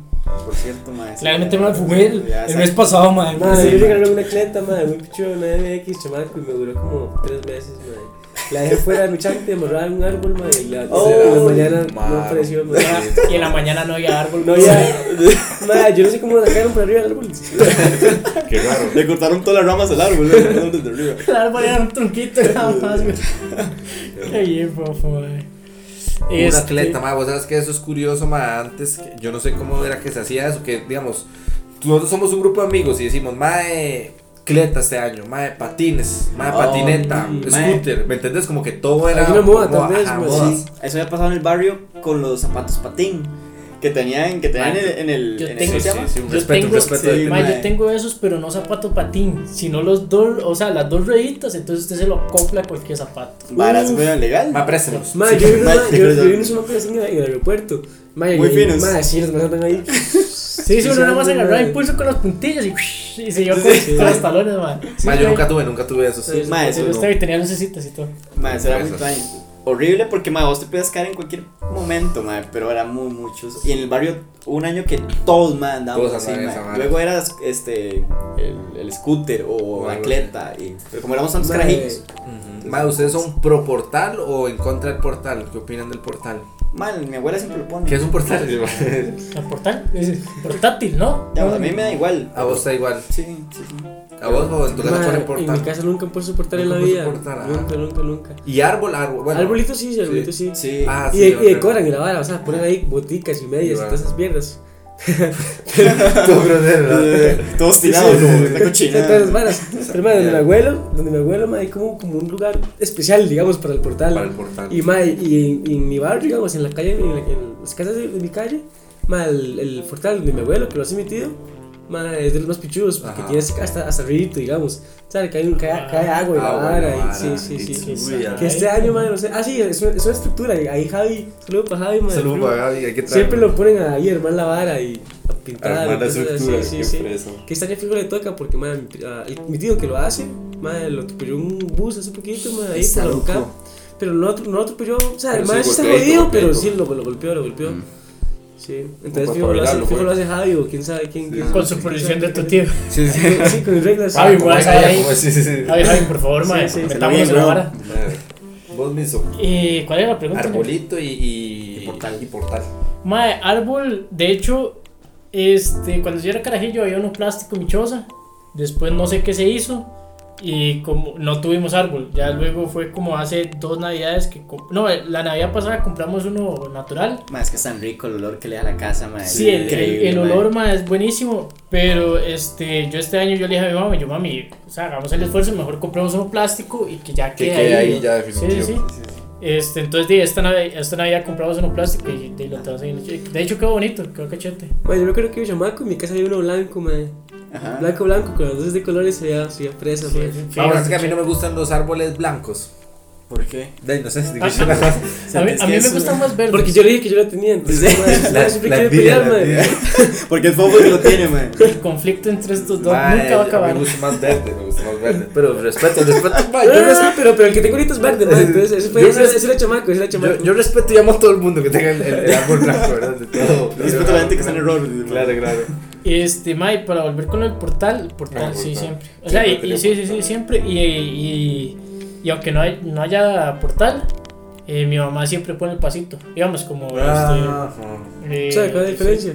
Speaker 1: Por cierto, ma.
Speaker 3: Claramente me
Speaker 1: me
Speaker 3: la fumé el, el mes pasado, madre.
Speaker 4: Madre,
Speaker 1: Sí,
Speaker 4: yo
Speaker 1: ma.
Speaker 4: regalé una cleta, madre, muy pichona, una MX, chamaco, y me duró como tres meses, madre. La dejé fuera de mi chante, amarrada en un árbol, madre, y la,
Speaker 1: Oh,
Speaker 4: en la mañana no
Speaker 2: ma.
Speaker 4: apareció, madre.
Speaker 3: Y en la mañana no había árbol.
Speaker 4: No, ya. madre, yo no sé cómo la sacaron por arriba del árbol.
Speaker 2: Qué raro.
Speaker 1: Le cortaron todas las ramas al árbol, le cortaron desde arriba.
Speaker 3: El árbol era un tronquito nada más, güey. Qué bien, fofo, güey.
Speaker 2: Una
Speaker 3: Este,
Speaker 2: atleta, ma, vos sabes que eso es curioso, ma, antes, que- yo no sé cómo era que se hacía eso, que digamos, nosotros somos un grupo de amigos y decimos, ma, eh, cleta este año, ma, eh, patines, ma, eh,
Speaker 1: Oh,
Speaker 2: patineta,
Speaker 1: mm, ma, eh.
Speaker 2: scooter, ¿me entendés? Como que todo era...
Speaker 4: Hay una moda,
Speaker 2: como,
Speaker 4: tal vez,
Speaker 2: ajá,
Speaker 4: ma,
Speaker 2: modas.
Speaker 4: sí.
Speaker 1: Eso había pasado en el barrio con los zapatos patín. Que tenían, que tenían
Speaker 2: Ma,
Speaker 1: en el. En el
Speaker 3: yo
Speaker 1: en
Speaker 3: tengo-
Speaker 1: el, ¿se
Speaker 2: Sí, sí,
Speaker 1: llama?
Speaker 2: sí, un
Speaker 3: Yo
Speaker 2: respeto, un
Speaker 3: tengo-
Speaker 2: respeto.
Speaker 1: sí,
Speaker 2: de-
Speaker 3: ma, yo
Speaker 1: mae.
Speaker 3: tengo esos, pero no zapato patín, sino los dos, o sea, las dos rueditas, entonces usted se lo acopla a cualquier zapato.
Speaker 1: Varas,
Speaker 4: Uf.
Speaker 1: fueron legal.
Speaker 2: Ma, préstamos.
Speaker 4: Madre,
Speaker 1: Sí,
Speaker 4: yo vi
Speaker 1: madre,
Speaker 4: unos-
Speaker 1: sí,
Speaker 4: yo-
Speaker 1: pero
Speaker 4: yo
Speaker 1: ya-
Speaker 4: vi unos locos así en el en el aeropuerto. Madre,
Speaker 1: Muy
Speaker 4: y-
Speaker 1: finos.
Speaker 4: Madre, sí, los más andan ahí.
Speaker 3: Sí, sí, uno nada más
Speaker 4: sí,
Speaker 3: agarraba
Speaker 4: madre.
Speaker 3: impulso con las puntillas y, y se llevó con,
Speaker 4: Sí.
Speaker 3: con los talones, man.
Speaker 2: Ma, yo nunca tuve, nunca tuve esos.
Speaker 4: Sí,
Speaker 1: Ma, eso
Speaker 3: Yo
Speaker 1: no.
Speaker 3: estaba y tenía lucecitas y todo.
Speaker 1: Ma, eso era muy
Speaker 2: Esas.
Speaker 1: extraño. Horrible porque, ma, vos te podías caer en cualquier momento, ma, pero era muy muchos. Y en el barrio, hubo un año que todos, ma, andábamos
Speaker 2: Todos
Speaker 1: así,
Speaker 2: andaban en
Speaker 1: ma.
Speaker 2: esa vara.
Speaker 1: Luego eras, este, el, el scooter o
Speaker 2: O
Speaker 1: la
Speaker 2: algo
Speaker 1: cleta. Y, pero como éramos tantos
Speaker 4: Madre.
Speaker 1: carajillos,
Speaker 2: Ujú. Ma, ¿ustedes son pro portal o en contra del portal? ¿Qué opinan del portal?
Speaker 1: mal, mi abuela siempre lo pone.
Speaker 2: ¿Qué es un portal?
Speaker 3: ¿El portal? Portátil, ¿no?
Speaker 1: Ya, pues, a mí me da igual.
Speaker 2: A vos está igual.
Speaker 1: Sí, sí, sí.
Speaker 2: A vos o en tu casa
Speaker 4: Madre,
Speaker 2: ponen
Speaker 4: En mi
Speaker 2: portal.
Speaker 4: casa nunca puedo soportar en la
Speaker 2: Nunca puedes
Speaker 4: vida.
Speaker 2: soportar, ajá.
Speaker 4: Nunca, nunca, nunca.
Speaker 2: Y árbol, árbol. Bueno,
Speaker 4: Arbolitos sí, sí, arbolitos sí.
Speaker 1: Sí.
Speaker 2: Ah,
Speaker 4: Y,
Speaker 2: sí,
Speaker 4: y
Speaker 2: yo creo.
Speaker 4: decoran y la vara, o sea, ponen ahí boticas y medias y
Speaker 2: Claro.
Speaker 4: todas esas mierdas.
Speaker 2: Tu brother, ¿no?
Speaker 1: Eh, Todos tirados,
Speaker 2: Sí, sí,
Speaker 1: como
Speaker 2: sí.
Speaker 1: esta
Speaker 4: Son todas las
Speaker 1: cochinada.
Speaker 4: varas. Pero, madre, donde mi abuelo, donde mi abuelo, madre, hay como, como un lugar especial, digamos, para el portal.
Speaker 2: Para el portal.
Speaker 4: Y, madre, y en, y en mi barrio, digamos, en la calle, en, la- en las casas de, de mi calle, madre, el, el portal donde mi abuelo, que lo hace mi tío, madre, es de los más pichudos, porque
Speaker 2: Ajá.
Speaker 4: tienes hasta, hasta arribito, digamos. O sea, cae, un- cae,
Speaker 3: Ah.
Speaker 4: cae agua y la
Speaker 2: Ah, bueno,
Speaker 4: vara, y
Speaker 2: vara,
Speaker 4: sí, sí, sí.
Speaker 2: listo.
Speaker 3: sí.
Speaker 2: Uy, ya.
Speaker 4: Que este año, madre, no sé. Ah, sí, es una, es una estructura. Ahí Javi, saludo para Javi, madre.
Speaker 2: Saludos para Gaby, hay que traer.
Speaker 4: Siempre lo ponen ahí a armar la vara y a pintar.
Speaker 2: Armar la
Speaker 4: y cosas
Speaker 2: estructura,
Speaker 4: así,
Speaker 2: qué
Speaker 4: sí, sí.
Speaker 2: preso.
Speaker 4: Que estaría fijo le toca porque, madre, mi, pri- ah, el- mi tío que lo hace, madre, lo atropelló un bus hace poquito, madre, ahí
Speaker 1: Está
Speaker 4: por la
Speaker 1: loco.
Speaker 4: boca. Pero no, atro- no lo atropelló, o sea,
Speaker 2: Pero
Speaker 4: el
Speaker 2: sí
Speaker 4: madre sí está
Speaker 2: golpeadito,
Speaker 4: jodido, pero
Speaker 2: golpeadito.
Speaker 4: sí lo, lo golpeó, lo golpeó. Sí, entonces
Speaker 2: Mm. Como para
Speaker 4: fijo
Speaker 2: pues.
Speaker 4: lo, hace,
Speaker 2: bailarlo,
Speaker 4: fijo
Speaker 2: güey.
Speaker 4: lo hace Javi o quién sabe quién. quién-
Speaker 3: Con supervisión de tu tío.
Speaker 2: Sí, sí.
Speaker 4: Sí, con reglas.
Speaker 3: Javi,
Speaker 2: Como
Speaker 3: güey,
Speaker 2: es
Speaker 3: ahí.
Speaker 2: ella, como es- sí, sí, sí.
Speaker 3: Javi, Javi, por favor, man,
Speaker 4: sí, sí.
Speaker 3: metámonos en la
Speaker 1: Bien,
Speaker 3: vara.
Speaker 2: Ma, Vos mismo.
Speaker 3: Eh, ¿Cuál era la pregunta?
Speaker 2: Arbolito y, y,
Speaker 1: Y portal.
Speaker 2: Y portal.
Speaker 3: Mae, árbol, de hecho, este, cuando yo era carajillo había uno plástico en mi choza. Después no sé qué se hizo. y como no tuvimos árbol, ya luego fue como hace dos navidades que... co- No, la navidad pasada compramos uno natural
Speaker 1: Más que es tan rico el olor que le da la casa, madre.
Speaker 3: Sí, el, el- el olor, ma, es buenísimo. Pero este, yo este año yo le dije a mi mami, yo mami, o sea, hagamos el esfuerzo, mejor compremos uno plástico y que ya
Speaker 2: Que
Speaker 3: quede,
Speaker 2: quede ahí
Speaker 3: ¿no?
Speaker 2: ya
Speaker 3: Sí, sí,
Speaker 2: definitivo.
Speaker 3: sí. Este, entonces di, esta navidad, esta navidad compramos uno plástico y de, lo tenemos ahí en el cheque. De hecho quedó bonito, quedó cachete.
Speaker 4: Madre, yo me acuerdo que yo chamaco, en mi casa había uno blanco, madre.
Speaker 2: Ah.
Speaker 1: Ajá.
Speaker 4: Blanco, blanco, con las luces de colores, se veía, se veía pues. presa,
Speaker 3: Sí,
Speaker 4: madre.
Speaker 3: sí, sí.
Speaker 2: Vamos, es que a mí no me gustan los árboles blancos.
Speaker 1: ¿Por qué?
Speaker 2: De, no sé, digo,
Speaker 3: Ah,
Speaker 2: yo nada más.
Speaker 3: A mí, a mí me
Speaker 1: Sentís que
Speaker 3: gustan
Speaker 1: es-
Speaker 3: más verdes.
Speaker 4: Porque yo le dije que yo la tenía, entonces, madre,
Speaker 2: La-
Speaker 4: madre, siempre
Speaker 2: la
Speaker 4: quiere
Speaker 2: envidia,
Speaker 4: pelear,
Speaker 2: la
Speaker 4: madre.
Speaker 2: envidia.
Speaker 1: Porque el fofo lo tiene, madre.
Speaker 3: el conflicto entre estos dos
Speaker 2: Ma,
Speaker 3: nunca va a
Speaker 2: A
Speaker 3: acabar.
Speaker 2: mí me gusta más verde, me gusta más verde. Pero respeto, respeto. ma,
Speaker 4: No,
Speaker 2: yo,
Speaker 4: no, no,
Speaker 2: respeto
Speaker 4: pero, pero el que tengo ahorita es verde, madre. Entonces, ese, fue-
Speaker 2: Yo
Speaker 4: ese-
Speaker 2: res-
Speaker 4: ese era chamaco, ese era chamaco.
Speaker 2: yo, yo respeto y amo a todo el mundo que tenga el, el- el árbol blanco, ¿verdad? De todo.
Speaker 1: Respeto a la gente que está en error.
Speaker 2: Claro, claro.
Speaker 3: Este, Mae, para volver con el portal, el
Speaker 2: Ah,
Speaker 3: portal, sí,
Speaker 2: portal.
Speaker 3: siempre. O
Speaker 2: Siempre
Speaker 3: sea, y,
Speaker 2: tenía
Speaker 3: y sí, sí, sí,
Speaker 2: portal.
Speaker 3: siempre. Y, y, y aunque no, hay- no haya portal, eh, mi mamá siempre pone el pasito. Digamos, como.
Speaker 2: Ah, Ajá.
Speaker 3: este, eh,
Speaker 4: O sea, ¿cuál es la
Speaker 3: sí.
Speaker 4: diferencia?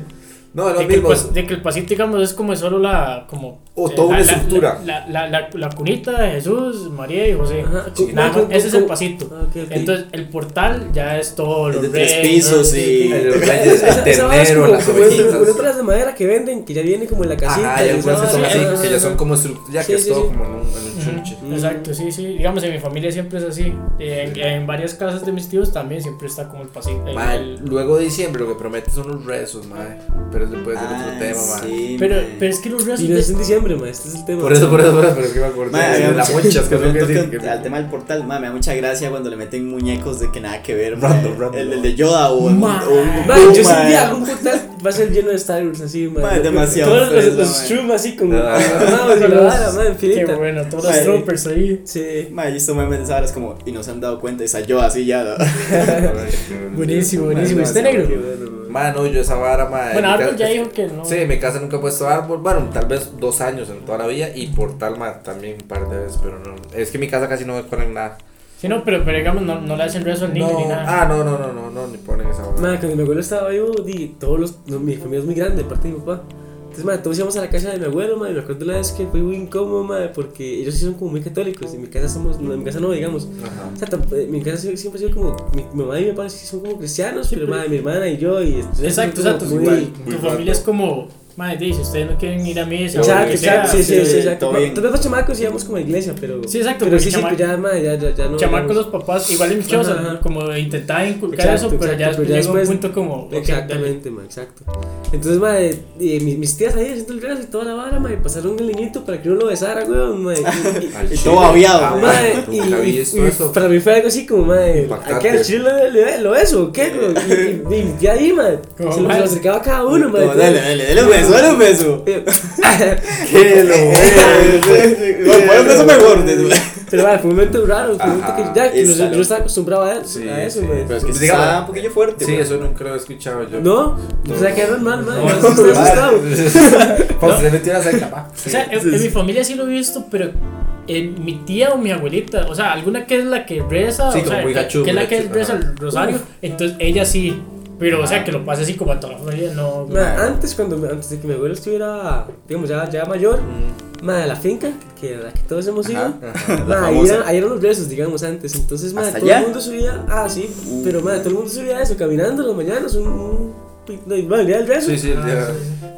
Speaker 2: No,
Speaker 3: De
Speaker 2: los
Speaker 3: que, pues, el,
Speaker 2: mismos.
Speaker 3: pas- de que el pasito, digamos, es como solo la. Como,
Speaker 2: O
Speaker 3: eh,
Speaker 2: toda una
Speaker 3: la- la-
Speaker 2: estructura.
Speaker 3: La, la, la, la cunita de Jesús, María y José.
Speaker 4: Ajá,
Speaker 2: Sí,
Speaker 3: Nada
Speaker 4: ¿cómo-
Speaker 3: más, ese es el
Speaker 4: cómo-
Speaker 3: pasito.
Speaker 4: Ah, ok, ok.
Speaker 3: Entonces, el portal ya es todo.
Speaker 1: Es
Speaker 3: los
Speaker 1: de tres
Speaker 3: reyes,
Speaker 1: pisos y.
Speaker 2: El
Speaker 1: Ajá,
Speaker 2: reyes, el
Speaker 4: Esa vara es
Speaker 2: ternero,
Speaker 4: como-
Speaker 2: las
Speaker 4: como esas-
Speaker 2: ovejitas.
Speaker 4: como otras de madera que venden, que ya viene como en la casita.
Speaker 2: Ajá, y
Speaker 4: y
Speaker 2: algunas
Speaker 4: esa
Speaker 2: que son
Speaker 4: vara,
Speaker 2: así,
Speaker 4: ajá,
Speaker 2: que ya son
Speaker 4: ajá.
Speaker 2: como estructura, ya
Speaker 4: Sí,
Speaker 2: que es
Speaker 4: sí,
Speaker 2: todo
Speaker 4: sí.
Speaker 2: como en un, en un
Speaker 3: Ujú,
Speaker 2: chunche.
Speaker 4: Mm.
Speaker 3: Exacto, sí, sí. Digamos, en mi familia siempre es así. En, en varias casas de mis tíos también siempre está como el pasito. el-
Speaker 2: Ma,
Speaker 3: el-
Speaker 2: luego de diciembre lo que promete son los rezos, madre. Pero eso puede ser otro tema, ma.
Speaker 1: Ah, sí,
Speaker 3: pero,
Speaker 1: mae.
Speaker 3: pero es que los rezos.
Speaker 4: Y no es
Speaker 3: de-
Speaker 4: en diciembre, ma, este es el tema.
Speaker 2: Por eso, por eso, por eso, pero es que me acordé
Speaker 1: Mae,
Speaker 2: de
Speaker 1: había
Speaker 2: la
Speaker 1: mucha-
Speaker 2: mocha, es que es lo que
Speaker 1: Con
Speaker 2: dicen,
Speaker 1: toque
Speaker 2: que-
Speaker 1: Al tema del portal, mae, me da mucha gracia cuando le meten muñecos de que nada que ver. mae.
Speaker 2: Random, random.
Speaker 1: El, el de Yoda o.
Speaker 3: Mae.
Speaker 1: o un
Speaker 4: Ma,
Speaker 1: Goku,
Speaker 4: yo
Speaker 1: mae.
Speaker 4: sin día algún portal va a ser lleno de Star Wars así, ma.
Speaker 1: Ma, es demasiado
Speaker 4: Todos los,
Speaker 1: fresa,
Speaker 4: los
Speaker 1: ma.
Speaker 4: shrooms así como.
Speaker 2: Ah.
Speaker 4: Ah, la vara, ma,
Speaker 3: Qué
Speaker 4: infinita.
Speaker 3: bueno, todos
Speaker 1: Mae.
Speaker 3: los troopers ahí.
Speaker 4: Sí.
Speaker 1: Mae, yo estoy memes de esas horas como. Y nos han dado cuenta. Y salió así ya. ¿no?
Speaker 3: Buenísimo,
Speaker 1: Mae,
Speaker 3: buenísimo.
Speaker 1: no,
Speaker 3: ¿Este
Speaker 1: sí,
Speaker 3: negro?
Speaker 1: qué
Speaker 2: Ma, no, yo esa vara, ma. en
Speaker 3: Bueno,
Speaker 2: mi
Speaker 3: árbol
Speaker 2: casa-
Speaker 3: ya dijo que no.
Speaker 2: Sí, en mi casa nunca he puesto árbol. Bueno, tal vez dos años en toda la vida. Y portal, ma, también un par de veces. Pero no. Es que en mi casa casi no me ponen nada.
Speaker 3: Sí, no, pero, pero digamos, no, no le hacen rezo al niño ni
Speaker 2: No,
Speaker 3: nada.
Speaker 2: ah, no, no, no, no, no, ni ponen esa vara.
Speaker 4: Ma, cuando mi abuelo estaba vivo, di, todos los, no, mi familia es muy grande, de parte de mi papá. Entonces, ma, todos íbamos a la casa de mi abuelo, ma, y me acuerdo la vez que fue muy incómodo, ma, porque ellos sí son como muy católicos, y en mi casa somos, no, en mi casa no, digamos.
Speaker 2: Ajá.
Speaker 4: O sea, tamp- eh, mi casa sie- siempre ha sido como, mi, mi mamá y mi papá sí son como cristianos, pero, ma, mi hermana y yo, y...
Speaker 3: exacto,
Speaker 4: somos
Speaker 3: exacto.
Speaker 4: como muy-
Speaker 3: igual,
Speaker 2: muy
Speaker 3: tu familia
Speaker 2: blanco.
Speaker 3: es como. Madre, dice, ustedes no quieren ir a misa. o lo
Speaker 4: Exacto,
Speaker 3: que
Speaker 4: exacto,
Speaker 3: sea,
Speaker 4: sí, sí,
Speaker 1: sí,
Speaker 4: sí, exacto.
Speaker 1: todo
Speaker 4: Ma,
Speaker 1: bien.
Speaker 4: Tal vez los chamacos íbamos como a iglesia, pero...
Speaker 3: Sí, exacto,
Speaker 4: Pero
Speaker 3: porque
Speaker 4: sí, sí,
Speaker 3: chama-
Speaker 4: pues ya, ma, ya, ya, ya no...
Speaker 3: Chamacos los
Speaker 4: digamos.
Speaker 3: papás, igual en mi
Speaker 4: Ajá,
Speaker 3: chosa,
Speaker 4: ajá.
Speaker 3: como intentar inculcar
Speaker 4: Exacto,
Speaker 3: eso, pero
Speaker 4: exacto,
Speaker 3: ya
Speaker 4: pero
Speaker 3: después
Speaker 4: ya
Speaker 3: llega un
Speaker 4: después-
Speaker 3: punto como. ok, dale.
Speaker 4: Exactamente, ma, exacto. Entonces, ma, eh, eh, mis, mis tías ahí haciendo el brazo y toda la vara, ma, y pasaron el niñito para que uno lo besara, weón, ma. Y, y-
Speaker 2: Al
Speaker 1: Y
Speaker 2: chile.
Speaker 1: todo aviado,
Speaker 2: Ah,
Speaker 1: ma.
Speaker 2: ma,
Speaker 4: Mae, y,
Speaker 2: nunca vi esto,
Speaker 4: y
Speaker 2: eso.
Speaker 4: para mí fue algo así como, madre, ¿a
Speaker 2: Impactante.
Speaker 4: qué al chile lo, lo, lo eso? o ¿Qué? Y, y, y ahí, madre, se
Speaker 3: Como,
Speaker 4: lo se lo
Speaker 3: mae.
Speaker 4: acercaba a cada uno, madre.
Speaker 1: Como, Dale, dale, dale un beso, dale un beso.
Speaker 2: ¡Qué lo
Speaker 1: Bueno, por eso me gordes, mae.
Speaker 4: Pero, madre, fue un momento raro, fue un momento
Speaker 2: Ajá,
Speaker 4: que ya, que
Speaker 1: es
Speaker 4: no- yo,
Speaker 1: algo.
Speaker 4: no estaba acostumbrado a,
Speaker 2: Sí,
Speaker 4: a eso,
Speaker 2: sí.
Speaker 4: mae.
Speaker 1: Pero es que sí
Speaker 2: Dígame.
Speaker 1: está un poquillo fuerte.
Speaker 2: Sí,
Speaker 1: mae.
Speaker 2: eso nunca lo he escuchado yo.
Speaker 4: ¿No?
Speaker 2: No.
Speaker 4: O sea, que normal, madre,
Speaker 2: No.
Speaker 4: no estoy asustado.
Speaker 2: Pues se metió la secta, pa.
Speaker 3: O sea,
Speaker 4: eh,
Speaker 3: en, en mi familia sí lo he visto, pero en mi tía o mi abuelita, o sea, alguna que es la que reza,
Speaker 2: Sí,
Speaker 3: o
Speaker 2: como
Speaker 3: sea,
Speaker 2: muy gachudo,
Speaker 3: que es la que
Speaker 2: gachudo,
Speaker 3: reza
Speaker 2: ajá.
Speaker 3: el rosario, entonces ella sí, pero o sea, que lo pase así como a toda la familia, no.
Speaker 4: Ma, antes, cuando, me- antes de que mi abuelo estuviera, digamos, ya, ya mayor, madre, la finca, que, a la que todos hemos ido,
Speaker 2: Ajá,
Speaker 1: La
Speaker 2: ajá.
Speaker 4: Ma, ahí,
Speaker 1: famosa.
Speaker 4: eran, ahí eran los rezos, digamos, antes. Entonces, ma,
Speaker 1: ¿Hasta
Speaker 4: todo
Speaker 1: allá?
Speaker 4: el mundo subía. Ah, sí,
Speaker 2: Uh.
Speaker 4: pero ma, todo el mundo subía eso, caminando en las mañanas. Un, un, un- ma, el día del rezo.
Speaker 2: Sí, sí, el día-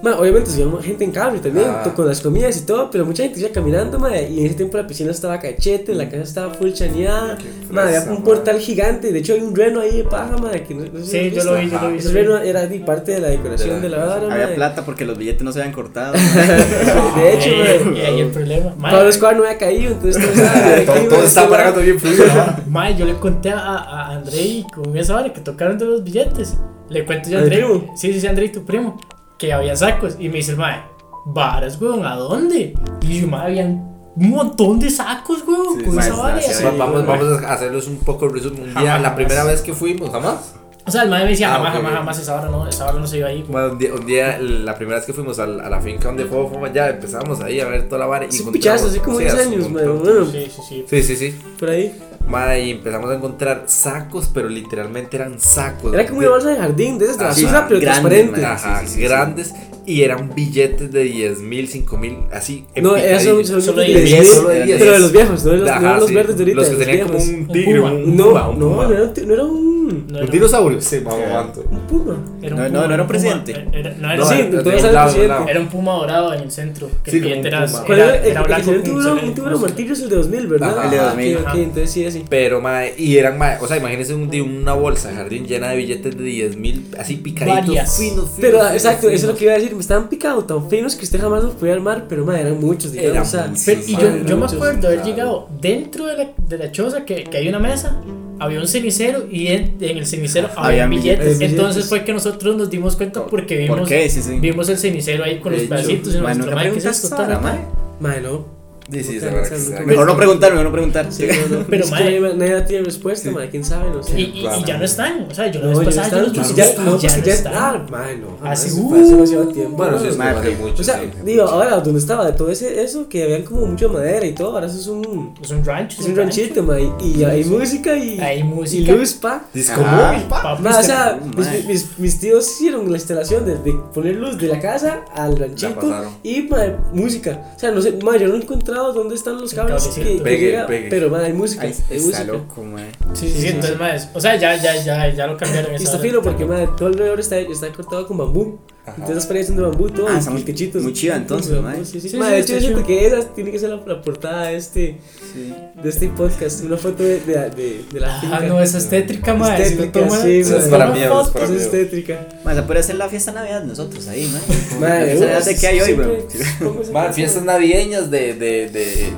Speaker 4: Ma, obviamente subía gente en carro también,
Speaker 2: Ah.
Speaker 4: to- con las comidas y todo, pero mucha gente iba caminando, ma, y en ese tiempo la piscina estaba cachete, la casa estaba full chaneada,
Speaker 2: Qué fresa,
Speaker 4: ma, había un
Speaker 2: ma.
Speaker 4: portal gigante, de hecho hay un reno ahí de paja, ma, que no, no sé si
Speaker 3: Sí,
Speaker 4: has
Speaker 3: yo lo vi,
Speaker 4: visto.
Speaker 3: yo lo vi.
Speaker 4: Ese reno era di, parte de la decoración
Speaker 2: De
Speaker 4: de
Speaker 2: la
Speaker 4: la vara, ma.
Speaker 1: Había plata porque los billetes no se habían cortado.
Speaker 4: De hecho,
Speaker 3: Eh,
Speaker 4: ma,
Speaker 3: y ahí el problema. Ma,
Speaker 4: Pablo Escobar no había caído, entonces todo estaba-
Speaker 2: Todo, todo está
Speaker 4: estaba-
Speaker 2: parando bien fluido. ¿no?
Speaker 3: ma, yo le conté a, a Andrei con esa vara que tocaron de los billetes. Le cuento yo a
Speaker 4: ¿Al
Speaker 3: Andrei.
Speaker 4: primo?
Speaker 3: Sí, sí, sí, Andrei, tu primo, que había sacos. Y me dice, mae, varas, weón, ¿a dónde? Y yo, mae, habían un montón de sacos, weón,
Speaker 1: Sí,
Speaker 3: con
Speaker 1: mae,
Speaker 3: esa
Speaker 1: es
Speaker 3: vara. y
Speaker 1: demasiado.
Speaker 3: así.
Speaker 2: Va- vamos, vamos a hacerles un poco el resumen. Un día,
Speaker 3: Jamás.
Speaker 2: la primera vez que fuimos, jamás.
Speaker 3: O sea, el madre me decía,
Speaker 2: Ah,
Speaker 3: jamás,
Speaker 2: ok,
Speaker 3: jamás,
Speaker 2: ok.
Speaker 3: jamás, esa hora no, esa hora no se iba ahí.
Speaker 2: Bueno, un día, un día, la primera vez que fuimos a la, a la finca donde fue, fue ya empezamos ahí a ver toda la vara. y
Speaker 4: Es un
Speaker 2: encontramos-
Speaker 4: pichazo, así como
Speaker 2: sí,
Speaker 4: 10
Speaker 2: hace un
Speaker 4: años,
Speaker 2: montón.
Speaker 4: man. Bueno,
Speaker 3: Sí, sí, sí.
Speaker 2: Sí, sí, sí.
Speaker 4: por ahí.
Speaker 2: Mae, y empezamos a encontrar sacos, pero literalmente eran sacos.
Speaker 4: Era como
Speaker 2: de-
Speaker 4: una bolsa de jardín, de esas de
Speaker 2: Ah, sí,
Speaker 4: basura, pero
Speaker 1: grande,
Speaker 4: transparente.
Speaker 1: man.
Speaker 2: Ajá,
Speaker 1: Sí, sí, sí, sí.
Speaker 2: grandes. Y eran billetes de 10 mil, 5 mil, así. en
Speaker 4: No, eso
Speaker 2: picadillo.
Speaker 4: son
Speaker 3: Solo
Speaker 4: de
Speaker 3: de
Speaker 4: 10,
Speaker 2: diez, solo de diez.
Speaker 4: Pero de los viejos, no de los, no
Speaker 2: Ajá,
Speaker 4: de los
Speaker 2: sí,
Speaker 4: verdes de ahorita.
Speaker 2: Los
Speaker 4: de
Speaker 2: que
Speaker 4: los
Speaker 2: tenían como
Speaker 4: viejos.
Speaker 2: un tigre,
Speaker 3: puma.
Speaker 2: un
Speaker 4: No,
Speaker 2: puma, un
Speaker 4: no,
Speaker 2: puma.
Speaker 4: no era un, ti- no era un,
Speaker 3: No
Speaker 2: ¿Un
Speaker 3: era-
Speaker 2: dinosaurio? Sí, mamá,
Speaker 1: Sí.
Speaker 2: manto.
Speaker 4: un puma.
Speaker 3: era un
Speaker 1: No, no,
Speaker 3: puma,
Speaker 1: no era un
Speaker 3: puma,
Speaker 1: presidente.
Speaker 3: era- no, era-
Speaker 2: No, era-
Speaker 4: sí,
Speaker 3: sí,
Speaker 4: entonces
Speaker 2: era de
Speaker 4: era
Speaker 2: un lado,
Speaker 4: presidente.
Speaker 2: de un lado.
Speaker 3: era un puma dorado en el centro. Que
Speaker 2: Sí,
Speaker 3: el
Speaker 2: como un
Speaker 3: billete era,
Speaker 2: puma.
Speaker 3: era,
Speaker 4: ¿Cuál era? El-
Speaker 3: era
Speaker 4: el que
Speaker 3: blanco.
Speaker 4: salió un
Speaker 3: con
Speaker 4: tiburón,
Speaker 3: sol-
Speaker 4: un tiburón martillo es el de 2000, ¿verdad?
Speaker 2: Ajá.
Speaker 4: Ah,
Speaker 2: El de
Speaker 1: 2000,
Speaker 4: ok, ok,
Speaker 1: ajá.
Speaker 4: entonces sí, así.
Speaker 2: Pero, mae, y eran, mae, o sea, imagínense un, di- una bolsa de jardín llena de billetes de 10 mil, así picaditos.
Speaker 3: Varias.
Speaker 2: Finos, finos,
Speaker 4: Pero,
Speaker 3: ah,
Speaker 2: finos,
Speaker 4: exacto,
Speaker 2: finos.
Speaker 4: eso es lo que iba a decir. Me estaban picados tan finos que usted jamás los podía armar, pero madre, eran muchos, digamos.
Speaker 2: Eran
Speaker 4: o sea,
Speaker 2: muchos.
Speaker 3: Pero- y yo, yo me
Speaker 4: muchos,
Speaker 3: acuerdo haber
Speaker 2: claro.
Speaker 3: llegado dentro de la, de la choza que, que hay una mesa, había un cenicero y en, en el cenicero había
Speaker 1: Habían
Speaker 3: billetes.
Speaker 4: billetes.
Speaker 3: Entonces fue que nosotros nos dimos cuenta porque vimos,
Speaker 1: ¿Por qué? Sí, sí.
Speaker 3: vimos el cenicero ahí con los
Speaker 1: De hecho,
Speaker 3: pedacitos y
Speaker 1: mae,
Speaker 3: nuestra
Speaker 1: nunca
Speaker 3: madre, ¿qué es
Speaker 1: preguntaste
Speaker 3: esto?
Speaker 1: a la
Speaker 3: Tal, tal.
Speaker 1: mae.
Speaker 4: Mae, no.
Speaker 2: Sí, sí,
Speaker 4: Ok,
Speaker 2: es la verdad
Speaker 4: o sea,
Speaker 2: que sí,
Speaker 4: no
Speaker 2: la
Speaker 4: comí.
Speaker 1: Mejor no preguntar, mejor no preguntar.
Speaker 4: Sí, no, no,
Speaker 3: Pero,
Speaker 4: es que
Speaker 3: mae.
Speaker 4: nadie- nadie tiene respuesta, madre, quién sabe, no sé.
Speaker 3: Y, y- y
Speaker 2: Claro.
Speaker 3: ya no están, o sea, yo la vez
Speaker 4: No, ya
Speaker 3: pasada
Speaker 4: está,
Speaker 3: yo los
Speaker 4: ya,
Speaker 3: busqué
Speaker 4: ya, no,
Speaker 3: y ya
Speaker 4: pues
Speaker 3: no
Speaker 4: ya
Speaker 3: están.
Speaker 4: está, mae, no, jamás,
Speaker 3: Así,
Speaker 4: eso fue hace
Speaker 3: uh.
Speaker 4: demasiado tiempo.
Speaker 2: Bueno, sí, es
Speaker 1: Mae,
Speaker 2: hace
Speaker 1: pero-
Speaker 2: mucho.
Speaker 4: O sea,
Speaker 2: sí.
Speaker 4: digo, ahora donde estaba de todo ese, eso, que habían como mucha madera y todo, ahora eso es un,
Speaker 3: Es un rancho.
Speaker 4: es un ranchito, mae, y hay música y,
Speaker 3: Hay
Speaker 4: y
Speaker 3: música. pues
Speaker 4: luz, pa.
Speaker 2: Disco
Speaker 1: Ajá.
Speaker 2: móvil, pa.
Speaker 3: Papi,
Speaker 4: Mae, o
Speaker 3: es que-
Speaker 4: sea,
Speaker 1: Mae.
Speaker 4: mis, mis- mis tíos hicieron la instalación de, de poner luz de la casa al ranchito
Speaker 2: pasaron.
Speaker 4: y mae, música. O sea, no sé, mae, yo no he encontrado dónde están los cables que,
Speaker 3: cablecito.
Speaker 4: que
Speaker 2: Pegue,
Speaker 4: llega,
Speaker 2: pegue.
Speaker 4: pero mae, hay música,
Speaker 1: Ay,
Speaker 4: hay
Speaker 1: está
Speaker 4: música.
Speaker 1: loco, mae.
Speaker 3: sí, sí, sí, entonces, mae, o sea, ya, ya, ya, ya lo cambiaron.
Speaker 4: Y
Speaker 3: esa
Speaker 4: está
Speaker 3: hora.
Speaker 4: fino porque mae, todo alrededor está, está cortado con bambú.
Speaker 2: Ajá.
Speaker 4: Entonces las paredes son de bambú y todo.
Speaker 1: Ah,
Speaker 4: y
Speaker 1: está muy-
Speaker 4: piquichitos.
Speaker 1: muy chiva entonces,
Speaker 4: Sí,
Speaker 1: mae.
Speaker 4: Sí, sí,
Speaker 3: Sí,
Speaker 4: mae,
Speaker 3: sí,
Speaker 4: de
Speaker 3: está
Speaker 4: hecho, yo siento
Speaker 3: chiva.
Speaker 4: que esa tiene que ser la, la portada de este,
Speaker 1: Sí.
Speaker 4: de este podcast. Una foto de, de, de, de la finca.
Speaker 3: Ah, no, esa es tétrica, mae. si lo
Speaker 4: Estética,
Speaker 3: toman-
Speaker 4: sí,
Speaker 2: Eso es
Speaker 4: mae.
Speaker 2: para
Speaker 3: Una
Speaker 2: mí, eso es
Speaker 3: foto.
Speaker 2: para
Speaker 4: Esa
Speaker 2: mí.
Speaker 4: es tétrica.
Speaker 1: Mae, se puede hacer la fiesta de Navidad nosotros ahí, mae. Como La
Speaker 4: Mae, uh,
Speaker 1: fiesta de Navidad de que hay hoy, bro.
Speaker 2: Mae, fiestas navideñas de, de, de,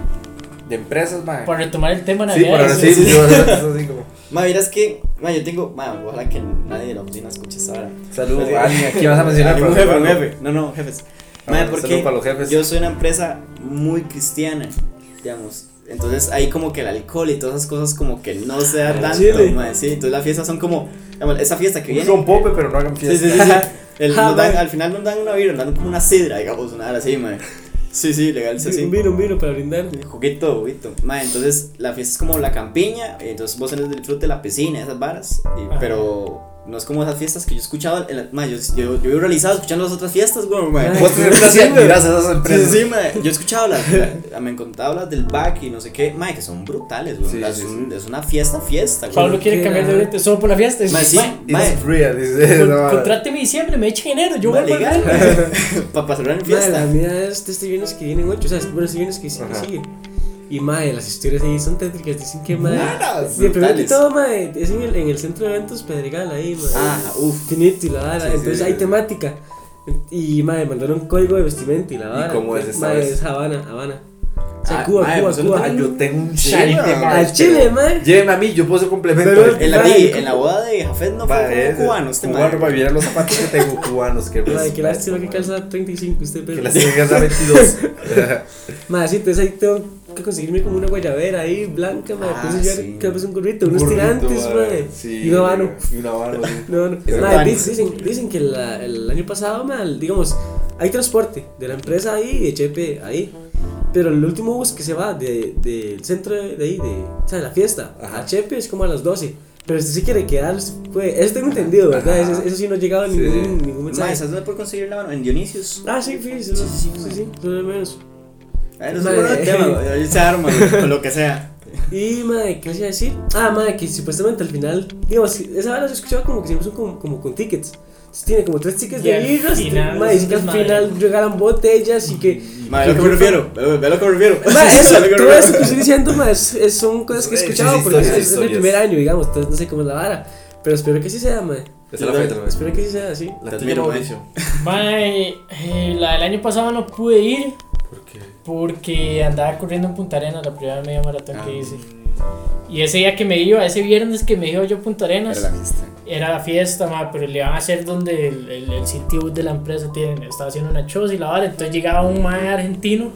Speaker 2: de empresas, mae.
Speaker 3: Para retomar el tema,
Speaker 2: Sí,
Speaker 3: navideño,
Speaker 2: para
Speaker 3: sí,
Speaker 2: sí, sí, yo- eso así como.
Speaker 1: Mae, verás que, mae, yo tengo, mae, ojalá que nadie de la oficina escuche esa hora.
Speaker 2: Saludos, alguien aquí vas a mencionar.
Speaker 1: Ánimo,
Speaker 2: pero-
Speaker 1: jefe, un jefe. No, no, jefes.
Speaker 2: Ah,
Speaker 1: Mae,
Speaker 2: bueno,
Speaker 1: porque
Speaker 2: saludo para los jefes.
Speaker 1: yo soy una empresa muy cristiana, digamos. Entonces ahí como que el alcohol y todas esas cosas como que no se da
Speaker 4: Ah,
Speaker 1: tanto,
Speaker 4: chile.
Speaker 1: mae, sí. Entonces las fiestas son como, digamos, esa fiesta que viene.
Speaker 2: Son pope, pero no hagan
Speaker 1: Sí,
Speaker 2: fiesta.
Speaker 1: sí, sí. sí. El-
Speaker 4: Ah,
Speaker 1: nos dan-
Speaker 4: mae.
Speaker 1: al final nos dan una birra, nos dan como una sidra, digamos, una hora así, mae. Sí, sí, legal, sí, sí.
Speaker 4: Un vino, un vino para brindar.
Speaker 1: Juguito, juguito. Mae, entonces la fiesta es como la campiña, eh, entonces vos tenés el disfrute de la piscina, esas varas, y-
Speaker 3: Ajá.
Speaker 1: pero no es como esas fiestas que yo he escuchado, en la- mae, yo, yo, yo he realizado escuchando las otras fiestas, güey, mae.
Speaker 4: Ay,
Speaker 2: Vos tenés
Speaker 1: Sí,
Speaker 2: gracia,
Speaker 1: güey.
Speaker 2: mirás a esas
Speaker 1: Sí, sí,
Speaker 2: empresas.
Speaker 1: sí, mae, yo he escuchado las, la- me han contado las del back y no sé qué, mae, que son brutales, güey,
Speaker 2: Sí,
Speaker 1: las-
Speaker 2: sí,
Speaker 1: un- es una fiesta, fiesta, güey.
Speaker 3: Pablo quiere cambiar de brete solo por la fiesta.
Speaker 1: Mae, sí,
Speaker 3: Mae,
Speaker 1: mae,
Speaker 2: It's real, dice.
Speaker 3: con-
Speaker 2: no, mae.
Speaker 3: contráteme diciembre, me eche enero. Yo
Speaker 1: mae,
Speaker 3: vuelvo a
Speaker 1: legal,
Speaker 3: enero.
Speaker 1: para pasar en
Speaker 4: Mae, la
Speaker 1: fiesta.
Speaker 4: mía es de este viernes que vienen ocho, o sea, es- bueno, este viernes que, que
Speaker 2: Ajá.
Speaker 4: sigue. Y mae, las historias ahí son tétricas, dicen que mae.
Speaker 1: Buenas,
Speaker 4: Y el primero que
Speaker 1: brutales.
Speaker 4: todo, mae, es en el, en el centro de eventos Pedregal ahí, mae.
Speaker 1: Ah, uff.
Speaker 4: finito y la vara,
Speaker 2: Sí, sí,
Speaker 4: entonces
Speaker 2: sí,
Speaker 4: hay
Speaker 2: sí.
Speaker 4: temática. Y madre, mandaron un código de vestimenta y la vara.
Speaker 2: cómo es esta
Speaker 4: Madre,
Speaker 2: vez?
Speaker 4: es Habana, Habana. O sea,
Speaker 1: Ah,
Speaker 4: Cuba,
Speaker 1: madre,
Speaker 4: Cuba,
Speaker 1: pues,
Speaker 4: Cuba.
Speaker 2: Ay, yo tengo un
Speaker 1: Sí,
Speaker 2: shine
Speaker 1: mae.
Speaker 2: de mae,
Speaker 4: Al Chile,
Speaker 2: pero-
Speaker 4: mae.
Speaker 2: Lléveme a mí, yo puedo ser complemento.
Speaker 4: Pero-
Speaker 2: eh.
Speaker 1: En la,
Speaker 4: Mae,
Speaker 1: di-
Speaker 4: ¿cómo?
Speaker 1: en la boda de Jafet no
Speaker 2: Mae,
Speaker 1: fue
Speaker 2: es-
Speaker 1: como cubano este
Speaker 2: Cubano,
Speaker 1: mae.
Speaker 2: para mirar los zapatos que tengo cubanos. Que pues,
Speaker 4: Madre, qué lástima que calza 35 usted,
Speaker 2: Que
Speaker 4: pero.
Speaker 2: las tengas a 22.
Speaker 4: Madre, sí, entonces ahí tengo que conseguirme como una guayabera ahí, blanca, madre.
Speaker 1: Ah,
Speaker 4: Entonces
Speaker 1: sí.
Speaker 4: yo cada vez un gorrito, unos
Speaker 2: Burrito,
Speaker 4: tirantes, madre.
Speaker 2: Sí,
Speaker 4: Y un habano.
Speaker 2: Y un habano. sí.
Speaker 4: No, no.
Speaker 2: Es
Speaker 4: Madre,
Speaker 1: urbano.
Speaker 4: di- dicen, dicen que la- el año pasado, mal, digamos, hay transporte de la empresa ahí y de Chepe ahí. Pero el último bus que se va de- del centro de, de ahí, de, o sea, de la fiesta,
Speaker 2: Ajá.
Speaker 4: a Chepe es como a las 12. Pero si se quiere quedar, pues, eso tengo entendido, ¿verdad?
Speaker 2: Ajá.
Speaker 4: Eso, eso sí no ha llegado a
Speaker 2: Sí.
Speaker 4: ningún, ningún
Speaker 1: Mae,
Speaker 4: mensaje.
Speaker 1: ¿sabes dónde puedo conseguir la mano? En Dionisios.
Speaker 4: Ah, sí, sí, sí, sí, sí, sí, solo de menos.
Speaker 1: Ay, no sé
Speaker 4: Mae.
Speaker 1: por dónde tema, güey, ahí se arma, güey, con lo que sea.
Speaker 4: Y, madre, ¿qué les iba a decir? Ah, madre, que supuestamente al final, digamos, esa vara se escuchaba como que siempre son como, como con tickets. Entonces, tiene como tres tickets
Speaker 3: Y
Speaker 4: de
Speaker 3: al
Speaker 4: birras, y,
Speaker 3: final
Speaker 4: madre,
Speaker 3: es
Speaker 4: y
Speaker 3: un
Speaker 4: que al
Speaker 3: desmadre.
Speaker 4: final regalan botellas y que.
Speaker 1: Mae, ve lo que me refiero, ve ve lo que me refiero.
Speaker 4: Ma, eso,
Speaker 1: Ve lo que me
Speaker 4: todo
Speaker 1: refiero.
Speaker 4: eso que estoy diciendo, ma, es, es- son cosas que he
Speaker 2: Sí, sí,
Speaker 4: escuchado
Speaker 2: sí,
Speaker 4: porque es,
Speaker 2: historias,
Speaker 4: es el
Speaker 2: historias.
Speaker 4: primer año, digamos, entonces no sé cómo es la vara. Pero espero que sí sea, ma.
Speaker 2: Esa es la fecha, mae.
Speaker 4: Espero que sí sea así.
Speaker 2: La tuya,
Speaker 1: Termino, mae.
Speaker 2: Mauricio.
Speaker 3: Mae, eh, la del año pasado no pude ir
Speaker 2: ¿Por qué?
Speaker 3: porque andaba corriendo en Punta Arenas la primera media maratón
Speaker 2: Ah.
Speaker 3: que hice. Y ese día que me iba, ese viernes que me iba yo a Punta Arenas,
Speaker 1: Era la fiesta.
Speaker 3: era la fiesta, ma, pero le iban a hacer donde el, el, el sitio de la empresa tiene, estaba haciendo una choza y la vara, entonces llegaba un mae argentino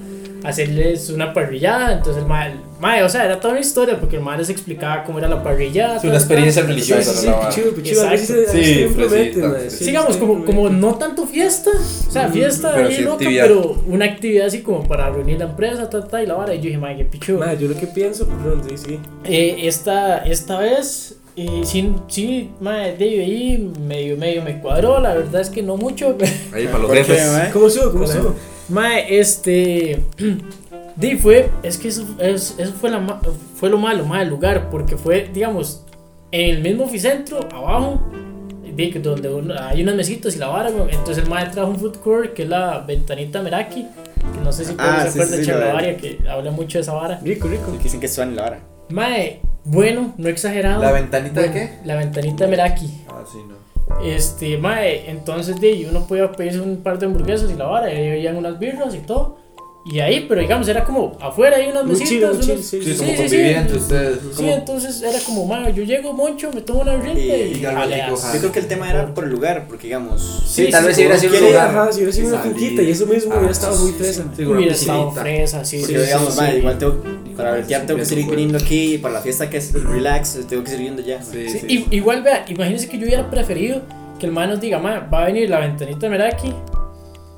Speaker 3: hacerles una parrillada. Entonces el mae, el mae, o sea, era toda una historia porque el mae les explicaba cómo era la parrillada.
Speaker 2: Es una
Speaker 3: tal,
Speaker 2: experiencia
Speaker 3: tal.
Speaker 4: Sí, sí,
Speaker 2: religiosa,
Speaker 4: sí,
Speaker 2: la vara.
Speaker 4: pichudo, pichudo. a ver si se- a ver
Speaker 2: Sí,
Speaker 4: si se compromete,
Speaker 2: fresita,
Speaker 4: mae,
Speaker 2: sí.
Speaker 4: sí,
Speaker 3: Sigamos,
Speaker 4: se
Speaker 3: como,
Speaker 4: compromete.
Speaker 3: como no tanto fiesta, o sea, fiesta
Speaker 2: Mm, pero
Speaker 3: ahí
Speaker 2: sí
Speaker 3: loca,
Speaker 2: actividad.
Speaker 3: pero una actividad así como para reunir la empresa, ta, ta, y la vara. Y yo dije, mae, qué pichudo.
Speaker 4: Mae, yo lo que pienso, perdón, sí, sí.
Speaker 3: Eh, esta, esta vez, eh, sí, sí, mae, de ahí medio, medio me cuadró, la verdad es que no mucho.
Speaker 2: Ahí para los
Speaker 1: ¿Por qué,
Speaker 2: jefes.
Speaker 1: mae?
Speaker 4: ¿Cómo subo? ¿Cómo
Speaker 3: ¿Eh? Hola.
Speaker 4: subo?
Speaker 3: Mae, este. Di, fue. Es que eso, es- eso fue, la, ma- fue lo malo, mae, el lugar. Porque fue, digamos, en el mismo oficentro, abajo. Di, que donde uno- hay unas mesitas y la vara, weón. Entonces el mae trajo un food court que es la ventanita Meraki. Que no sé si
Speaker 1: Ah, sí,
Speaker 3: se acuerdan
Speaker 1: sí,
Speaker 3: de
Speaker 1: sí, la
Speaker 3: Charlavaria, que habla mucho de esa vara.
Speaker 4: Rico, rico.
Speaker 1: Que dicen que suena la vara.
Speaker 3: Mae, bueno, no exagerado.
Speaker 2: ¿La ventanita de
Speaker 3: Bueno,
Speaker 2: qué?
Speaker 3: La ventanita Meraki.
Speaker 2: Ah, sí, no.
Speaker 3: Este, mae, entonces de ahí uno podía pedirse un par de hamburguesas y la vara, y ahí habían unas birras y todo. Y ahí, pero digamos, era como afuera hay unas
Speaker 4: Muy
Speaker 3: mesitas.
Speaker 4: chido, muy chido,
Speaker 3: unos-
Speaker 4: sí,
Speaker 2: Sí,
Speaker 3: sí,
Speaker 2: como
Speaker 3: sí,
Speaker 2: convivían entre
Speaker 3: sí.
Speaker 2: ustedes.
Speaker 3: Sí, entonces era como, mae, yo llego moncho, me tomo una birrita
Speaker 1: Y-
Speaker 3: y,
Speaker 2: y algo
Speaker 3: ale,
Speaker 2: rico,
Speaker 3: así.
Speaker 2: ajá.
Speaker 1: Yo creo que el tema era por el lugar, porque digamos.
Speaker 3: Sí, tal vez
Speaker 2: si hubiera sido un
Speaker 1: quiere-
Speaker 2: lugar.
Speaker 4: Ajá, si hubiera sido una
Speaker 2: Salir.
Speaker 4: finquita y eso mismo
Speaker 2: Ah,
Speaker 4: hubiera estado
Speaker 2: sí,
Speaker 4: muy
Speaker 2: sí,
Speaker 4: fresa.
Speaker 2: sí.
Speaker 4: Sí,
Speaker 3: Hubiera estado
Speaker 2: piscinita.
Speaker 3: fresa, sí,
Speaker 1: Porque
Speaker 3: sí, sí,
Speaker 1: digamos,
Speaker 3: sí,
Speaker 1: mae,
Speaker 3: sí.
Speaker 1: igual tengo. Para vertear tengo que
Speaker 2: sí,
Speaker 1: seguir
Speaker 2: bueno.
Speaker 1: viniendo aquí. y Para la fiesta que es el relax, tengo que seguir viniendo ya.
Speaker 2: Sí,
Speaker 3: Sí,
Speaker 2: sí.
Speaker 3: i- Igual, vea, imagínense que yo hubiera preferido que el mae nos diga, mae, va a venir la ventanita Meraki,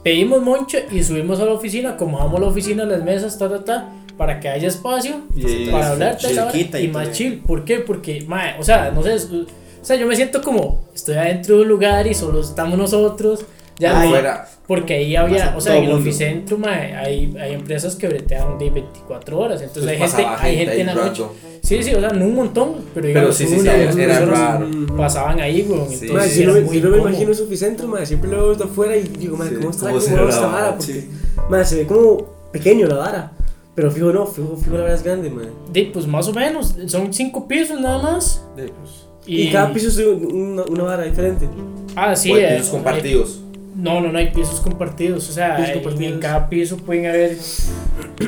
Speaker 3: pedimos moncho y subimos a la oficina, acomodamos la oficina, las mesas, ta, ta, ta, para que haya espacio.
Speaker 2: Y-
Speaker 3: para hablar tal
Speaker 1: chill.
Speaker 3: hora,
Speaker 1: Quita y
Speaker 3: y, más
Speaker 1: todo.
Speaker 3: chill. ¿Por qué? Porque, mae, o sea, no sé, es- o sea, yo me siento como estoy adentro de un lugar y solo estamos nosotros. Ya
Speaker 1: Ay,
Speaker 3: no-
Speaker 2: Fuera.
Speaker 3: porque ahí había,
Speaker 1: pasa
Speaker 3: o sea,
Speaker 1: todo
Speaker 3: en el
Speaker 1: mundo.
Speaker 3: oficentro, mae, hay, hay empresas que bretean de 24 horas. Entonces, hay gente,
Speaker 2: pasaba
Speaker 3: hay gente
Speaker 2: ahí
Speaker 3: en la
Speaker 2: rato.
Speaker 3: noche. Sí, sí, o sea, no un montón, pero
Speaker 2: Pero
Speaker 3: digamos,
Speaker 2: sí, sí, sí,
Speaker 3: una o dos
Speaker 2: era era
Speaker 3: personas
Speaker 2: raro.
Speaker 3: pasaban ahí, weón.
Speaker 2: Sí.
Speaker 4: Mae,
Speaker 3: Entonces,
Speaker 4: yo no
Speaker 3: era
Speaker 4: me,
Speaker 3: muy
Speaker 4: yo no me
Speaker 3: incómodo.
Speaker 4: imagino su epicentro, mae. Siempre lo veo de afuera y digo, mae,
Speaker 2: Sí,
Speaker 4: ¿cómo está?
Speaker 2: ¿cómo
Speaker 4: ¿Cómo
Speaker 2: será
Speaker 4: va esta
Speaker 2: la
Speaker 4: vara?
Speaker 2: vara?
Speaker 4: Porque,
Speaker 2: Sí.
Speaker 4: mae, se ve como pequeño la vara. Pero fijo, no, fijo, fijo la vara es grande, mae.
Speaker 3: De, pues más o menos, son cinco pisos nada más.
Speaker 2: De- pues,
Speaker 4: Y, cada piso es una, una vara diferente.
Speaker 3: Ah, sí,
Speaker 2: pues,
Speaker 3: eh,
Speaker 2: pisos compartidos.
Speaker 3: No, no, no hay pisos compartidos. O sea,
Speaker 4: Pisos
Speaker 3: en-
Speaker 4: compartidos.
Speaker 3: en cada piso pueden haber,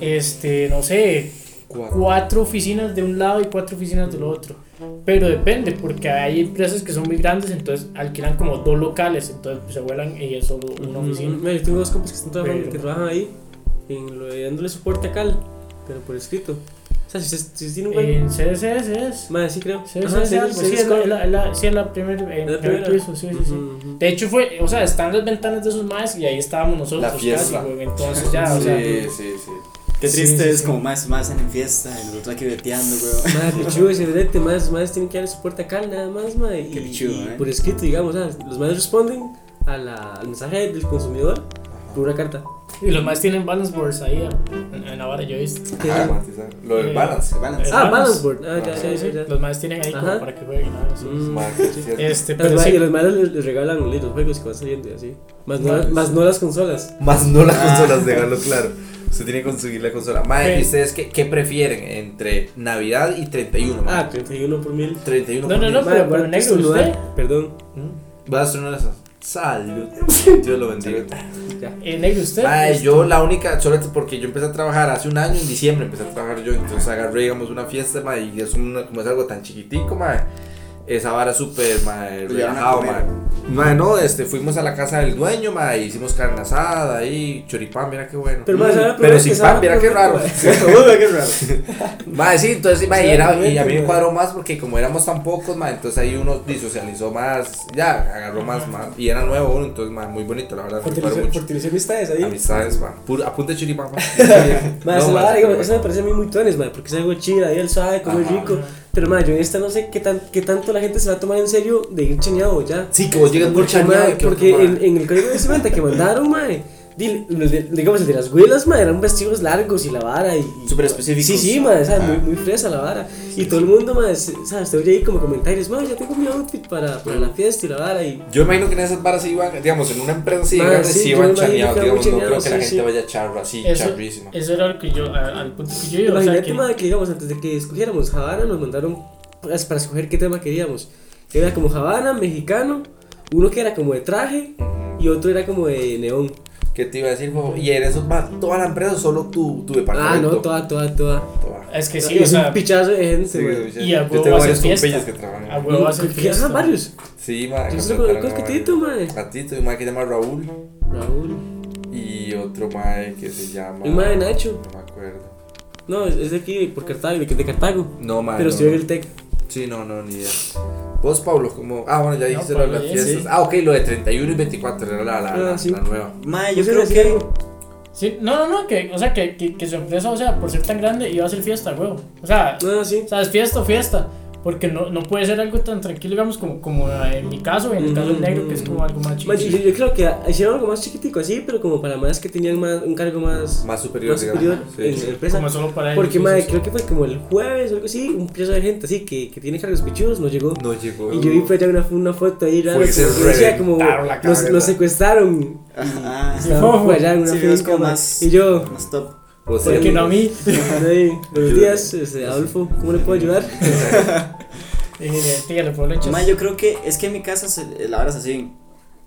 Speaker 3: este, no sé, cuatro oficinas de un lado y cuatro oficinas del otro. Pero depende, porque hay empresas que son muy grandes, entonces alquilan como dos locales, entonces pues, se vuelan y es solo una oficina.
Speaker 4: Mae, yo tengo dos compas que están trabajando,
Speaker 3: Pero-
Speaker 4: que trabajan ahí, en lo de dándole soporte a Cal, pero por escrito. O sea, si ustedes si
Speaker 2: Mm,
Speaker 4: tienen un buen.
Speaker 3: En CSS es.
Speaker 4: Mae, sí creo.
Speaker 3: Sí,
Speaker 4: Ajá,
Speaker 3: sí, sí,
Speaker 4: sí,
Speaker 3: algo,
Speaker 4: sí,
Speaker 3: sí,
Speaker 4: es
Speaker 3: es la,
Speaker 4: como-
Speaker 3: la- la- sí, es la primer- eh, en
Speaker 4: la
Speaker 3: primer
Speaker 4: primera.
Speaker 3: piso, sí, sí, sí.
Speaker 4: Ujú, ujú.
Speaker 3: De hecho fue, o sea, están las ventanas de esos maes y ahí estábamos nosotros pues,
Speaker 2: La fiesta.
Speaker 3: casi, güey, entonces pues, ya, o sea,
Speaker 2: Sí, sí, sí.
Speaker 1: Qué
Speaker 3: Sí,
Speaker 1: triste
Speaker 3: sí,
Speaker 1: es
Speaker 3: sí.
Speaker 1: como más, más en fiesta. El otro aquí veteando, weón.
Speaker 4: Madre, pichudo ese brete, más, más tienen que darle soporte a Cal, nada más, madre. Y,
Speaker 1: Qué pichudo,
Speaker 4: y
Speaker 1: eh.
Speaker 4: por escrito, digamos, ah, los madres responden a la- al mensaje del consumidor por una carta.
Speaker 3: y los maes tienen balance boards ahí en, en la vara, yo he visto.
Speaker 4: ¿Qué?
Speaker 2: Ah, matizar. Lo del
Speaker 3: Eh,
Speaker 2: balance.
Speaker 1: Balance.
Speaker 4: ah,
Speaker 3: balance.
Speaker 4: balance board. Ah, ya,
Speaker 2: Ah,
Speaker 4: ya, ya, ya.
Speaker 3: Los maes tienen ahí como
Speaker 4: Ajá.
Speaker 3: para que jueguen, ¿no? Sí, sí.
Speaker 4: Mm.
Speaker 2: Mae, qué cierto.
Speaker 3: Este,
Speaker 4: Las
Speaker 3: pero
Speaker 4: madres-
Speaker 3: sí,
Speaker 4: y los madres les, les regalan los juegos que van saliendo y así. Más no,
Speaker 2: Madres.
Speaker 4: más no las consolas.
Speaker 2: Más no las
Speaker 1: Ah.
Speaker 2: consolas, déjalo claro. Usted tiene que conseguir la consola. Mae,
Speaker 3: Sí.
Speaker 2: ¿y ustedes qué, qué prefieren entre Navidad y 31? mae?
Speaker 4: Ah, 31 por mil.
Speaker 2: 31.
Speaker 3: No, no, no.
Speaker 2: conmigo.
Speaker 4: Madre,
Speaker 3: pero- pero
Speaker 4: voy a
Speaker 3: negro,
Speaker 4: estornudar.
Speaker 3: ¿usted?
Speaker 4: Perdón.
Speaker 2: ¿Mm? Vas a hacer una de esas. Salud. Dios lo bendiga.
Speaker 4: Ya.
Speaker 3: eh, negro usted.
Speaker 2: Mae,
Speaker 3: este,
Speaker 2: yo la única, solo es porque yo empecé a trabajar hace un año, en diciembre empecé a trabajar yo, entonces agarré, digamos, una fiesta, mae, y es, una- como es algo tan chiquitico, mae, esa vara es súper, mae,
Speaker 1: Lo llevaron a
Speaker 2: relajado,
Speaker 1: comer.
Speaker 2: mae. Mae, no, este, fuimos a la casa del dueño, mae, hicimos carne asada y choripán, mira qué bueno. Mm,
Speaker 4: Pero, madre, ¿sabe la
Speaker 2: Pero
Speaker 4: primera
Speaker 2: sin
Speaker 4: que sabe
Speaker 2: pan,
Speaker 4: la
Speaker 2: mira qué
Speaker 4: primera?
Speaker 2: raro.
Speaker 1: Uy, qué raro.
Speaker 2: Mae, sí, entonces, sí, mae, y, era- y a mí me
Speaker 4: Mae.
Speaker 2: cuadró más porque como éramos tan pocos, mae, entonces ahí uno disocializó más, ya, agarró más, más, y era nuevo uno, entonces, mae, muy bonito, la verdad, me cuadró
Speaker 4: Fortalecer
Speaker 2: mucho.
Speaker 4: fortalecer amistades ahí.
Speaker 2: Amistades, man. Puro, apunte chiripán, man.
Speaker 4: Más
Speaker 2: No,
Speaker 4: la
Speaker 2: man,
Speaker 4: vara, digamos,
Speaker 2: pero
Speaker 4: eso me parece a mí muy tuanes, madre, porque es algo chido, ahí él sabe, come
Speaker 2: Ajá.
Speaker 4: rico. Pero, madre, yo en esta no sé qué, tan, qué tanto la gente se va a tomar en serio de ir chañado ya.
Speaker 2: Sí, que vos llegas por
Speaker 4: Porque,
Speaker 2: chaneado
Speaker 4: mae,
Speaker 2: y que
Speaker 4: porque
Speaker 2: otro,
Speaker 4: en,
Speaker 2: mae.
Speaker 4: en el código de vestimenta que mandaron, mae, di- el de- digamos el de las huelas, mae, eran vestidos largos y la vara y. y-
Speaker 1: Súper específicos.
Speaker 4: Sí, sí, mae, o sea,
Speaker 1: Ajá.
Speaker 4: muy, muy fresa la vara. y todo el mundo, mae, se- o sea, usted oye ahí como comentarios, mae, ya tengo mi outfit para, para la fiesta y la vara y.
Speaker 2: Yo imagino que en esas barras iban, digamos, en una empresa sí,
Speaker 4: Mae,
Speaker 2: grande,
Speaker 4: sí,
Speaker 2: sí
Speaker 4: yo
Speaker 2: iban
Speaker 4: me imagino
Speaker 2: chaneados,
Speaker 4: que
Speaker 2: digamos,
Speaker 4: iban
Speaker 2: no creo que la
Speaker 4: chaneados, sí,
Speaker 2: gente vaya charro así,
Speaker 3: eso,
Speaker 2: charrísima.
Speaker 3: eso era lo que yo, a- al punto que yo iba, o sea,
Speaker 4: Imagínate,
Speaker 3: que
Speaker 4: madre, que digamos, antes de que escogiéramos Habana, nos mandaron pues, para escoger qué tema queríamos. Era como Habana, mexicano, uno que era como de traje y otro era como de neón.
Speaker 2: ¿Qué te iba a decir, bobo? Y en esos va toda la empresa o solo tu, tu
Speaker 4: Ah,
Speaker 2: departamento.
Speaker 4: no, toda, toda, toda.
Speaker 2: Toda.
Speaker 3: es que
Speaker 4: Y
Speaker 3: sí, o
Speaker 4: es
Speaker 3: sea,
Speaker 4: un pichazo de gente,
Speaker 2: Sí,
Speaker 4: güey.
Speaker 2: yo-
Speaker 3: y a
Speaker 2: yo
Speaker 3: huevo
Speaker 2: tengo
Speaker 3: hacen
Speaker 2: varios
Speaker 3: fiesta.
Speaker 2: compillas que trabajan.
Speaker 3: a
Speaker 2: ahí.
Speaker 3: huevo hacen
Speaker 4: Que- Ah,
Speaker 3: fiesta.
Speaker 4: varios.
Speaker 2: Sí, mae.
Speaker 4: Yo
Speaker 2: que
Speaker 4: solo conozco
Speaker 2: contrataron
Speaker 4: a
Speaker 2: a
Speaker 4: Cosquetito,
Speaker 2: varios.
Speaker 4: mae.
Speaker 2: A Tito y un mae que se llama Raúl.
Speaker 4: Raúl.
Speaker 2: Y otro mae que se llama.
Speaker 4: El mae de Nacho.
Speaker 2: No me acuerdo.
Speaker 4: No, es, es de aquí, por Cartago, de, de Cartago.
Speaker 2: No, mae.
Speaker 4: Pero
Speaker 2: no,
Speaker 4: estudió en
Speaker 2: no.
Speaker 4: el TEC.
Speaker 2: Sí, no, no, ni idea. Vos, Pablo, como. Ah, bueno, ya
Speaker 3: No,
Speaker 2: dijiste lo
Speaker 3: Pablo,
Speaker 2: de las
Speaker 3: ya,
Speaker 2: fiestas.
Speaker 1: sí.
Speaker 2: Ah, ok, lo de 31 y 24, era la, la,
Speaker 4: Ah,
Speaker 2: la-
Speaker 4: sí.
Speaker 2: la nueva.
Speaker 1: Mae, yo
Speaker 4: ¿Vos
Speaker 1: creo
Speaker 4: ibas a
Speaker 1: que.
Speaker 4: decir algo?
Speaker 3: Pues Sí, no, no, no, que, o sea, que, que, que su empresa, o sea, por ser tan grande, iba a ser fiesta, huevo. O sea,
Speaker 4: No, no, sí.
Speaker 3: o sea, es fiesta o fiesta. Porque no, no puede ser algo tan tranquilo, digamos, como, como en mi caso, en el caso del negro, que es como algo más chido.
Speaker 4: Mae, yo, yo- yo creo que hicieron algo más chiquitico así, pero como para más que tenían más, un cargo más,
Speaker 2: Más superior,
Speaker 4: más
Speaker 2: digamos.
Speaker 4: superior
Speaker 2: Sí,
Speaker 4: en
Speaker 2: sí.
Speaker 4: la empresa.
Speaker 3: Como solo para
Speaker 4: Porque,
Speaker 3: ellos,
Speaker 4: mae,
Speaker 3: sí, sí.
Speaker 4: creo que fue como el jueves o algo así, un plazo de gente así que, que tiene cargos pechudos, no llegó.
Speaker 2: No llegó.
Speaker 4: Y yo vi pues ya una, una foto ahí rara,
Speaker 2: Fue
Speaker 4: como
Speaker 2: que se
Speaker 4: que decía como
Speaker 2: reventaron la
Speaker 4: los,
Speaker 2: cabeza.
Speaker 4: los secuestraron.
Speaker 1: Ajá.
Speaker 4: Y
Speaker 1: Sí,
Speaker 4: estaban por allá en una
Speaker 1: Sí, es
Speaker 4: finca,
Speaker 1: como
Speaker 4: mae.
Speaker 1: más.
Speaker 4: Y yo,
Speaker 1: Más top.
Speaker 2: Vos
Speaker 3: Porque
Speaker 2: sí.
Speaker 3: no a mí.
Speaker 4: ahí, buenos días, este, Adolfo, ¿cómo le puedo ayudar?
Speaker 3: Eh, tía, le puedo lechar.
Speaker 1: Ma, yo creo que es que en mi casa se- eh, la hora es así.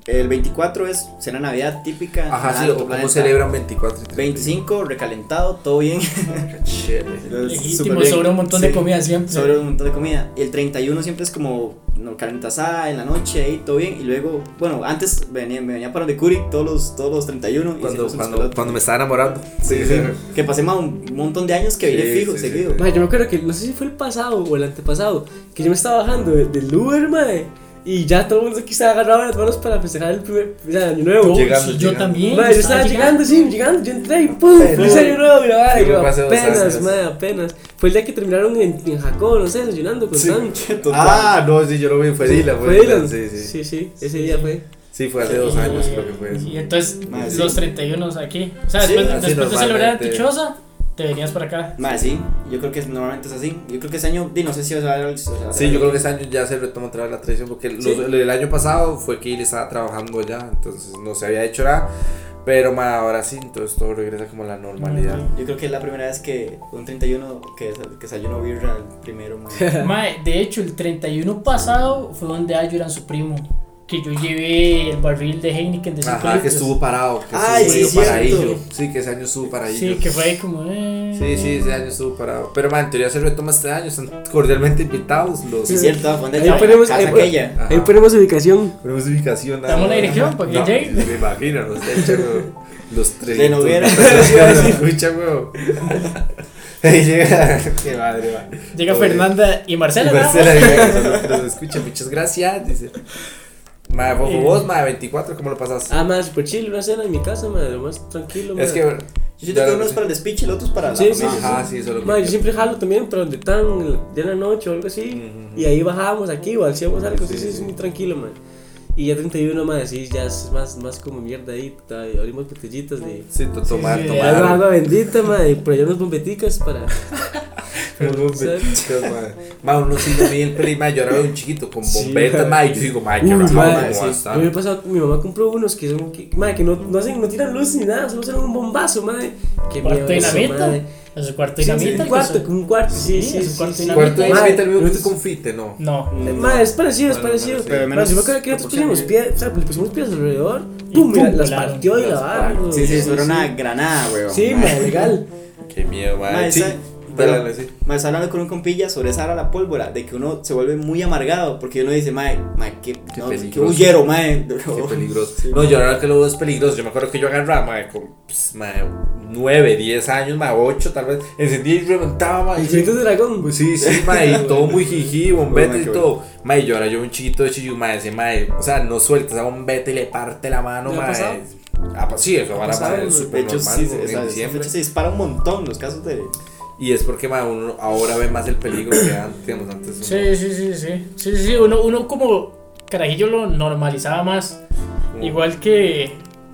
Speaker 1: El 24 es cena navidad típica.
Speaker 2: Ajá,
Speaker 1: nada
Speaker 2: sí,
Speaker 1: de
Speaker 2: o
Speaker 1: tu
Speaker 2: cómo
Speaker 1: planeta.
Speaker 2: celebran 24 y 31.
Speaker 1: 25, recalentado, todo bien.
Speaker 2: Shit.
Speaker 3: Legítimo, sobre un montón de comida siempre.
Speaker 1: Sobre un montón de comida. El 31 siempre es como no, carnita asada en la noche, ahí todo bien. Y luego, bueno, antes venía, me venía para donde Curi todos los, todos los 31. y
Speaker 2: Cuando,
Speaker 1: hicimos unas
Speaker 2: cuando,
Speaker 1: pelotas.
Speaker 2: cuando me estaba enamorando.
Speaker 1: Sí, sí. Que pasé más un montón de años que
Speaker 2: Sí,
Speaker 1: vine fijo,
Speaker 2: sí, sí,
Speaker 1: seguido.
Speaker 2: sí.
Speaker 4: Mae, yo me acuerdo que no sé si fue el pasado o el antepasado, que yo me estaba bajando de- del Uber, mae, y ya todo el mundo aquí estaba agarrado de las manos para festejar el primer o sea, año nuevo.
Speaker 3: Yo-
Speaker 2: Llegando,
Speaker 3: yo
Speaker 2: llegando.
Speaker 3: también.
Speaker 4: Mae, yo estaba llegando, sí, llegando, yo entré y ¡pum!
Speaker 2: Pero-
Speaker 4: Feliz año nuevo, mira, madre,
Speaker 2: Sí, fue
Speaker 4: yo
Speaker 2: hace dos
Speaker 4: apenas,
Speaker 2: años.
Speaker 4: madre, apenas. Fue el día que terminaron en, en Jacobo, no sé, desayunando con Sam.
Speaker 2: Ah, no, sí, yo lo vi, fue Dylan, fue Dylan, sí, sí.
Speaker 4: sí,
Speaker 2: Sí,
Speaker 4: sí, ese
Speaker 3: Sí,
Speaker 4: día
Speaker 3: sí.
Speaker 4: fue.
Speaker 2: fue hace dos
Speaker 3: Y-
Speaker 2: años creo que fue eso.
Speaker 3: Y entonces,
Speaker 1: Mae, sí.
Speaker 3: los 31 aquí. O sea,
Speaker 1: Sí,
Speaker 3: después,
Speaker 2: así
Speaker 3: después de celebrar tu
Speaker 2: normalmente.
Speaker 3: choza, te venías para acá.
Speaker 1: Ma, sí, yo creo que normalmente es así. Yo creo que ese año, di, no sé si va a ser. si va a ser-
Speaker 2: Sí, yo creo que este año ya se retoma otra vez la tradición porque los- el año pasado fue que él estaba trabajando ya, entonces no se había hecho nada, pero ma, ahora sí, entonces todo regresa como a la normalidad.
Speaker 1: Yo creo que es la primera vez que un 31 que, que desayuno birra el primero, man.
Speaker 3: Mae, de hecho, el 31 pasado fue donde Ayo era su primo. Que yo llevé el barril de Heineken de 5
Speaker 2: Ajá, que estuvo parado, que
Speaker 1: Ay,
Speaker 2: estuvo
Speaker 1: sí,
Speaker 2: medio
Speaker 1: cierto.
Speaker 2: paradillo. Sí, que ese año estuvo paradillo.
Speaker 3: Sí, que fue ahí como. Eh,
Speaker 2: Sí, sí, ese año estuvo parado. Pero ma, en teoría se retoma este año, están cordialmente invitados los...
Speaker 1: Sí, es cierto, fue
Speaker 4: Ahí
Speaker 1: donde la
Speaker 4: ponemos-
Speaker 1: casa
Speaker 4: ahí pon-
Speaker 1: aquella.
Speaker 2: Ajá.
Speaker 4: Ahí ponemos ubicación.
Speaker 2: Pero es ubicación.
Speaker 3: Damos la dirección para que
Speaker 2: no,
Speaker 3: llegue.
Speaker 2: Me imagino, los de hecho, weón, los tres.
Speaker 1: De Noguera.
Speaker 2: Escucha, weón. Ahí llega. Qué madre, va.
Speaker 3: Llega
Speaker 2: Oye.
Speaker 3: Fernanda y Marcela.
Speaker 2: Y
Speaker 3: nada más.
Speaker 2: Marcela llega, nos- nos escucha, muchas gracias. Dice. Madre, fue
Speaker 3: Eh.
Speaker 2: vos, madre, 24, ¿cómo lo pasaste?
Speaker 4: Ah, madre, super chill, una cena en mi casa, madre, lo más tranquilo,
Speaker 2: es que.
Speaker 4: madre.
Speaker 1: Yo siento que
Speaker 2: ya,
Speaker 1: uno es
Speaker 2: sí.
Speaker 1: para el speech y el otro es para la
Speaker 4: Sí, sí,
Speaker 1: familia.
Speaker 2: Ajá, sí, eso es lo que.
Speaker 4: Madre, yo siempre jalo también, pero donde están, en la- ya en la noche o algo así,
Speaker 2: Ujú.
Speaker 4: y ahí bajábamos aquí o hacíamos algo, sí,
Speaker 2: Sí,
Speaker 4: sí,
Speaker 2: sí.
Speaker 4: es muy tranquilo, madre. Y ya 31, madre, sí, ya es más, más como mierda ahí, ta- abrimos botellitas de...
Speaker 2: Sí, to- tomar,
Speaker 3: sí,
Speaker 2: tomar.
Speaker 4: Agua, agua bendita, madre, y por allá unas bombeticas para...
Speaker 2: Perdón,
Speaker 4: ¿sabes?
Speaker 2: chicos, madre. Madre, uno sí lo vi el peli, madre, yo era un chiquito con
Speaker 4: Sí,
Speaker 2: bombetas,
Speaker 4: madre.
Speaker 2: madre. y Yo digo, madre,
Speaker 4: Uy,
Speaker 2: qué rajado,
Speaker 4: madre,
Speaker 1: sí.
Speaker 2: madre, ¿cómo va a
Speaker 4: A
Speaker 2: estar?
Speaker 4: mí me pasa, mi mamá compró unos que son, que, madre, que no, no, hacen, no tiran luz ni nada, solo son un bombazo, madre. Qué
Speaker 3: Cuarto
Speaker 4: miedo eso,
Speaker 3: dinamita.
Speaker 4: madre.
Speaker 3: En su cuarto
Speaker 4: Sí, sí,
Speaker 3: dinamita. pues,
Speaker 4: un
Speaker 3: que
Speaker 4: cuarto,
Speaker 3: son-
Speaker 4: como un cuarto,
Speaker 3: Sí,
Speaker 4: sí, sí,
Speaker 3: es un
Speaker 4: sí,
Speaker 3: cuarto
Speaker 4: sí.
Speaker 3: dinamita.
Speaker 2: Cuarto de
Speaker 4: Madre,
Speaker 2: Smith, el
Speaker 4: nosotros-
Speaker 2: minuto confite, no.
Speaker 3: No.
Speaker 4: Eh, Madre, es parecido, es
Speaker 2: Bueno,
Speaker 4: parecido.
Speaker 2: bueno, sí.
Speaker 1: Pero
Speaker 4: Madre,
Speaker 1: menos
Speaker 4: yo me acuerdo que nosotros pusimos
Speaker 1: proporcional.
Speaker 4: piedras, o sea, le pusimos piedras alrededor,
Speaker 3: Y
Speaker 4: pum, y
Speaker 3: pum,
Speaker 4: la- las
Speaker 3: volaron.
Speaker 4: partió y la
Speaker 2: Las
Speaker 4: barra.
Speaker 2: partió.
Speaker 1: Sí, sí, eso era una granada, weón.
Speaker 4: Sí, madre, legal.
Speaker 2: Qué miedo,
Speaker 1: Madre,
Speaker 2: madre. Sí,
Speaker 1: esa-
Speaker 2: dale,
Speaker 1: perdón.
Speaker 2: dale, sí.
Speaker 1: Más hablando con un compilla sobre esa hora la pólvora, de que uno se vuelve muy amargado porque uno dice, mae, mae, qué, no, qué
Speaker 2: peligroso.
Speaker 1: huyero, mae.
Speaker 2: Qué peligroso. no, yo ahora que lo veo es peligroso. Yo me acuerdo que yo agarraba, madre, con pues, madre, 9, 10 años, madre, 8 tal vez. Encendía y reventaba, madre.
Speaker 4: El chiquito de dragón.
Speaker 2: Pues sí, sí, mae, y todo muy jiji, bombete
Speaker 1: Bueno,
Speaker 2: y
Speaker 1: qué
Speaker 2: todo. Mae, yo ahora yo un chiquito de chillú, mae, decía, mae, o sea, no suelta esa bombeta y le parte la mano,
Speaker 4: ¿Le ha
Speaker 2: mae.
Speaker 4: pasado?
Speaker 2: Ah, pues sí, eso ahora
Speaker 4: pasado,
Speaker 2: mae,
Speaker 4: güey.
Speaker 2: es
Speaker 1: De
Speaker 2: súper
Speaker 1: hecho,
Speaker 2: normal
Speaker 1: sí,
Speaker 2: como
Speaker 1: se-
Speaker 2: en
Speaker 1: esa- esa
Speaker 2: diciembre.
Speaker 1: fecha se dispara un montón los casos de.
Speaker 2: Y es porque, mae, uno ahora ve más el peligro que antes, digamos, antes. uno-
Speaker 3: Sí, sí, sí, sí. Sí, sí, sí, Uno, uno como carajillo lo normalizaba más.
Speaker 2: uno-
Speaker 3: Igual que,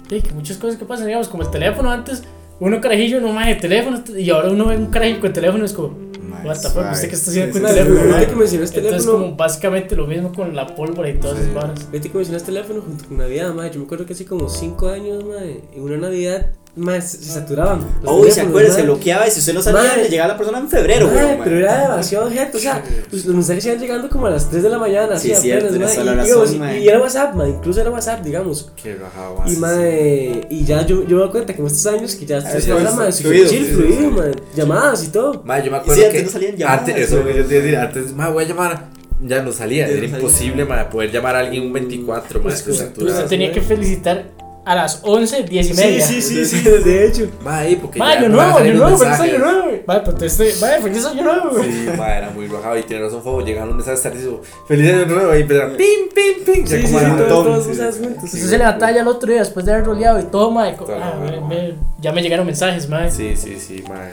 Speaker 3: sí, que muchas cosas que pasan, digamos, como el teléfono antes. Uno carajillo no más de teléfono y ahora uno ve un carajillo con teléfono y es como,
Speaker 1: Mae,
Speaker 3: what the fuck,
Speaker 1: suave.
Speaker 3: ¿usted qué está haciendo
Speaker 1: Sí,
Speaker 3: con
Speaker 1: sí,
Speaker 4: Madre,
Speaker 3: teléfono?
Speaker 4: ahorita
Speaker 3: mae?
Speaker 4: que mencionaste
Speaker 3: Entonces,
Speaker 4: teléfono,
Speaker 3: como básicamente lo mismo con la pólvora y todas
Speaker 2: Sí.
Speaker 3: esas varas.
Speaker 4: ahorita que mencionaste teléfono junto con Navidad, madre, yo me acuerdo que hace como 5 años, madre, en una Navidad, madre, se se saturaban. los
Speaker 1: Oh, se
Speaker 4: teléfonos,
Speaker 1: acuerda, se
Speaker 4: madre.
Speaker 1: bloqueaba y si usted no sabía,
Speaker 4: Mae.
Speaker 1: le llegaba la persona en febrero,
Speaker 4: Madre,
Speaker 1: weón. mae.
Speaker 4: pero era demasiado gente, o sea, pues, los mensajes iban llegando como a las 3 de la mañana,
Speaker 1: Sí,
Speaker 4: así
Speaker 1: cierto,
Speaker 4: apenas,
Speaker 1: tienes
Speaker 4: madre,
Speaker 1: toda la
Speaker 4: y,
Speaker 1: razón,
Speaker 4: digamos,
Speaker 1: madre.
Speaker 4: y era WhatsApp, madre, incluso era WhatsApp, digamos.
Speaker 2: Qué
Speaker 1: Ah,
Speaker 2: rajado, mae.
Speaker 4: Y, madre, y ya yo, yo me doy cuenta como estos años que ya
Speaker 2: Ah,
Speaker 4: es
Speaker 2: ya
Speaker 4: ahora,
Speaker 2: es
Speaker 4: madre, súper
Speaker 1: fluido,
Speaker 4: chill,
Speaker 1: sí,
Speaker 4: fluido,
Speaker 2: sí.
Speaker 4: madre, llamadas y todo.
Speaker 2: Mae, yo me
Speaker 1: Sí,
Speaker 2: acuerdo
Speaker 1: antes
Speaker 2: que
Speaker 1: no salían llamadas,
Speaker 2: antes, eso
Speaker 1: güey.
Speaker 2: que yo te iba a decir, antes, mae, voy a llamar, ya no salía,
Speaker 1: Sí,
Speaker 2: era
Speaker 1: no salía.
Speaker 2: imposible, mae, poder llamar a alguien un 24, mae,
Speaker 4: Pues,
Speaker 2: se
Speaker 4: pues,
Speaker 2: saturaba.
Speaker 4: Durazo,
Speaker 3: Usted tenía
Speaker 4: eh.
Speaker 3: que felicitar a las 11, 10 y
Speaker 4: Sí,
Speaker 3: media.
Speaker 4: sí, sí, sí, de hecho.
Speaker 2: Va ahí porque.
Speaker 3: Mae,
Speaker 2: ya
Speaker 3: yo
Speaker 2: no van a
Speaker 3: nuevo,
Speaker 2: salir
Speaker 3: yo
Speaker 2: los
Speaker 3: nuevo, feliz
Speaker 2: mensajes.
Speaker 3: año nuevo. Mae, pero te estoy, mae, este, feliz año nuevo.
Speaker 2: Sí, mae, era muy rajado y tiene razón, Fabo. Llegaron un mensaje tardísimo. Feliz año nuevo. Y empezaron. Pim, pim, pim.
Speaker 4: Sí, sí,
Speaker 2: como
Speaker 4: sí,
Speaker 2: era
Speaker 4: todos,
Speaker 2: montón,
Speaker 4: todos
Speaker 2: sí,
Speaker 4: usados
Speaker 2: sí.
Speaker 4: juntos.
Speaker 3: Entonces se levantaba ya el otro día después de haber roleado y todo, mae. co-
Speaker 2: Todo,
Speaker 3: ah,
Speaker 2: mae.
Speaker 3: me- me- ya me llegaron mensajes, mae.
Speaker 2: Sí, sí, sí, mae.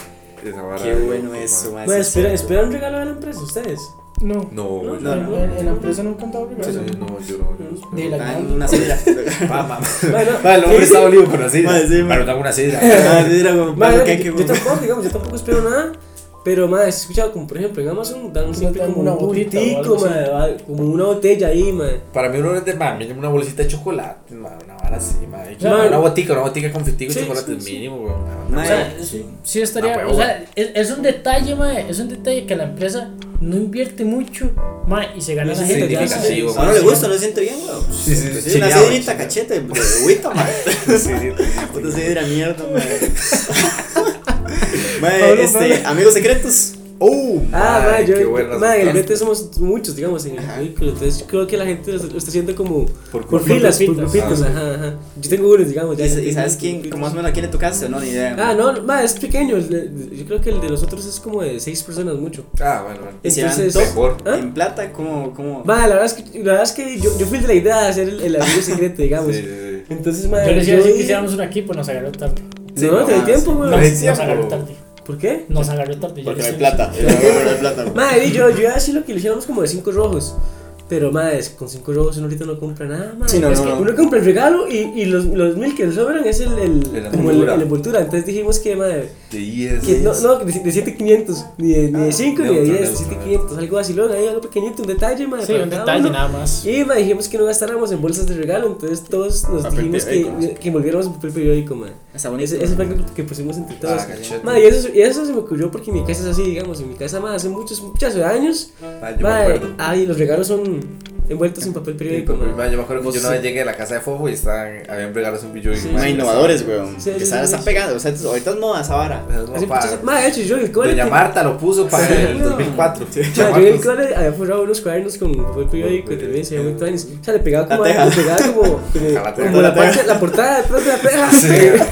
Speaker 2: Esa vara
Speaker 1: Qué
Speaker 2: era
Speaker 1: bueno
Speaker 2: loco,
Speaker 1: eso,
Speaker 2: mae.
Speaker 1: mae.
Speaker 4: Bueno,
Speaker 1: sí,
Speaker 4: espera,
Speaker 1: sí.
Speaker 4: espera un regalo de la empresa, ustedes.
Speaker 3: No.
Speaker 2: No,
Speaker 4: No,
Speaker 2: yo
Speaker 1: no,
Speaker 2: no.
Speaker 1: no.
Speaker 3: En, en la empresa nunca han dado regalos.
Speaker 2: Sí, sí, No, yo no. yo no.
Speaker 3: De la
Speaker 1: Ah,
Speaker 3: calle.
Speaker 1: una sidra. Pa, pa, pa.
Speaker 4: Bueno,
Speaker 2: Mae, el hombre está dolido con la sidra.
Speaker 1: Mae, sí, mae.
Speaker 2: Pero tengo una sidra.
Speaker 1: Ah, sidra, weón.
Speaker 4: Mae,
Speaker 1: Bueno,
Speaker 4: yo-
Speaker 1: ¿qué, qué,
Speaker 4: yo,
Speaker 1: weón?
Speaker 4: tampoco, digamos, yo tampoco espero nada. Pero, madre, he escuchado como, por ejemplo, en Amazon dan siempre
Speaker 3: dan
Speaker 4: como
Speaker 3: una
Speaker 4: un
Speaker 3: botita o
Speaker 4: bultico,
Speaker 3: algo así.
Speaker 4: mae, va- como una botella ahí, madre.
Speaker 2: Para mí uno es de mami, una bolsita de chocolate, ma, una vara así, ma. Y
Speaker 4: Claro.
Speaker 2: Una botica, una botica con fitico y
Speaker 4: Sí,
Speaker 2: chocolate
Speaker 4: sí,
Speaker 2: es
Speaker 4: sí.
Speaker 2: mínimo, weón.
Speaker 1: Mae,
Speaker 3: O sea,
Speaker 1: sí.
Speaker 3: Sí, estaría.
Speaker 2: Ah, huevo,
Speaker 3: o sea, es, es un detalle, mae. Es un detalle que la empresa no invierte mucho, mae, y se gana
Speaker 4: No
Speaker 3: la
Speaker 4: es
Speaker 3: gente. ya
Speaker 4: significativo,
Speaker 3: se-
Speaker 1: A uno le gusta, no siente bien, weón.
Speaker 2: Sí, sí,
Speaker 1: Pues
Speaker 2: sí,
Speaker 1: sí, una
Speaker 2: chileado,
Speaker 1: sidrita
Speaker 2: chileado.
Speaker 1: cachete, de agüita, mae.
Speaker 2: Sí, sí,
Speaker 1: Puta sidra mierda, mae. Mae,
Speaker 3: Pablo,
Speaker 1: este,
Speaker 3: Pablo.
Speaker 1: amigos secretos.
Speaker 2: ¡Oh!
Speaker 4: Ah,
Speaker 2: ma,
Speaker 4: madre, yo.
Speaker 2: qué buenas
Speaker 4: mae, en el
Speaker 2: otras.
Speaker 4: BT somos muchos, digamos, en el vehículo. Entonces, yo creo que la gente lo lo está haciendo como.
Speaker 2: Por Ah, cu-
Speaker 4: Por filas, por
Speaker 3: grupitos.
Speaker 4: grupitos, ajá, ajá. Yo tengo uno, digamos.
Speaker 1: Ah, ¿Y,
Speaker 4: ya
Speaker 1: y
Speaker 4: tengo
Speaker 1: sabes
Speaker 4: unos
Speaker 1: quién,
Speaker 4: grupitos.
Speaker 1: como más o menos a quién le tocaste o no? Ni idea.
Speaker 4: Ah, no, ma, es pequeño. el de- Yo creo que el de los otros es como de seis personas, mucho.
Speaker 2: Ah, bueno, bueno.
Speaker 1: Y si eran
Speaker 4: Entonces-
Speaker 1: top,
Speaker 2: Mejor.
Speaker 4: ¿Ah?
Speaker 1: en plata, como, como.
Speaker 4: Ma, la verdad es que, la verdad es que yo, yo fui el de la idea de hacer el, el amigo secreto, digamos.
Speaker 2: Sí, sí, sí.
Speaker 4: Entonces, ma,
Speaker 3: Yo les iba a decir que
Speaker 4: dije-
Speaker 3: hiciéramos una aquí, pero nos agarró tarde.
Speaker 1: Sí,
Speaker 4: no,
Speaker 1: no,
Speaker 4: no te doy
Speaker 1: ah,
Speaker 4: tiempo,
Speaker 1: sí.
Speaker 4: güey.
Speaker 2: No hay
Speaker 3: Nos
Speaker 2: tiempo.
Speaker 3: agarró tarde.
Speaker 4: ¿Por qué?
Speaker 3: Nos agarró tarde. yo
Speaker 1: Porque
Speaker 3: les
Speaker 1: no hay
Speaker 3: estoy
Speaker 1: plata.
Speaker 3: diciendo.
Speaker 1: Porque no hay plata. weón.
Speaker 4: Madre, yo, yo iba a decir lo que le hiciéramos como de cinco rojos. Pero, madre, es que con cinco rojos uno ahorita no compra nada, madre.
Speaker 1: Sí, no,
Speaker 4: es
Speaker 1: no,
Speaker 4: que
Speaker 1: no.
Speaker 4: uno compra el regalo y, y los, los mil que sobran es el, el,
Speaker 2: De la
Speaker 4: como el,
Speaker 2: envoltura.
Speaker 4: la envoltura. Entonces dijimos que, madre,
Speaker 2: De 10.
Speaker 4: que no, no, de, de 7500, ni de, ni de 5 ni de
Speaker 2: neutro,
Speaker 4: 10,
Speaker 2: neutro,
Speaker 4: 7500, algo así, luego ahí algo pequeñito, un detalle, madre.
Speaker 3: Sí,
Speaker 4: para
Speaker 3: un
Speaker 4: cada
Speaker 3: detalle
Speaker 4: uno.
Speaker 3: nada más.
Speaker 4: Y ma, dijimos que no gastáramos en bolsas de regalo, entonces todos nos
Speaker 1: Papel
Speaker 4: dijimos que,
Speaker 1: periódico.
Speaker 4: que envolviéramos en papel periódico, ma.
Speaker 1: Está bonito.
Speaker 4: Ese, ese fue algo que pusimos entre todos.
Speaker 2: Ah, cachete.
Speaker 4: Ma, y, eso, y eso se me ocurrió porque mi casa es así, digamos, en mi casa ma, hace muchos, muchos años.
Speaker 2: Ma, Ah, yo
Speaker 4: ma,
Speaker 2: me acuerdo.
Speaker 4: ay, los regalos son envueltos en papel periódico. ma.
Speaker 2: Ma, yo me acuerdo que yo una
Speaker 4: Sí.
Speaker 2: vez llegué a la casa de Fofo y estaban, habían regalos un billo y
Speaker 4: Sí,
Speaker 2: ma,
Speaker 1: Mae,
Speaker 4: sí,
Speaker 1: innovadores, weón.
Speaker 4: Sí, sí,
Speaker 1: que están
Speaker 4: sí.
Speaker 1: están pegando. O sea, ahorita es moda esa vara.
Speaker 2: esas
Speaker 4: Hace
Speaker 2: guapas.
Speaker 4: muchos- ma, de hecho, yo en el cole.
Speaker 2: Doña
Speaker 4: te-
Speaker 2: Marta lo puso para
Speaker 4: Sí.
Speaker 2: el 2004.
Speaker 4: ma, yo en el
Speaker 2: chamacos.
Speaker 4: cole había forrado unos cuadernos con papel periódico
Speaker 2: Papel
Speaker 4: también, se veía
Speaker 2: periódico.
Speaker 4: muy tuanis. O sea, le pegaba
Speaker 1: La
Speaker 4: como, le
Speaker 1: teja.
Speaker 4: pegaba como, eh,
Speaker 2: la
Speaker 4: como,
Speaker 2: teja.
Speaker 4: la,
Speaker 1: La teja.
Speaker 4: parte- la portada detrás de la teja.
Speaker 2: Sí.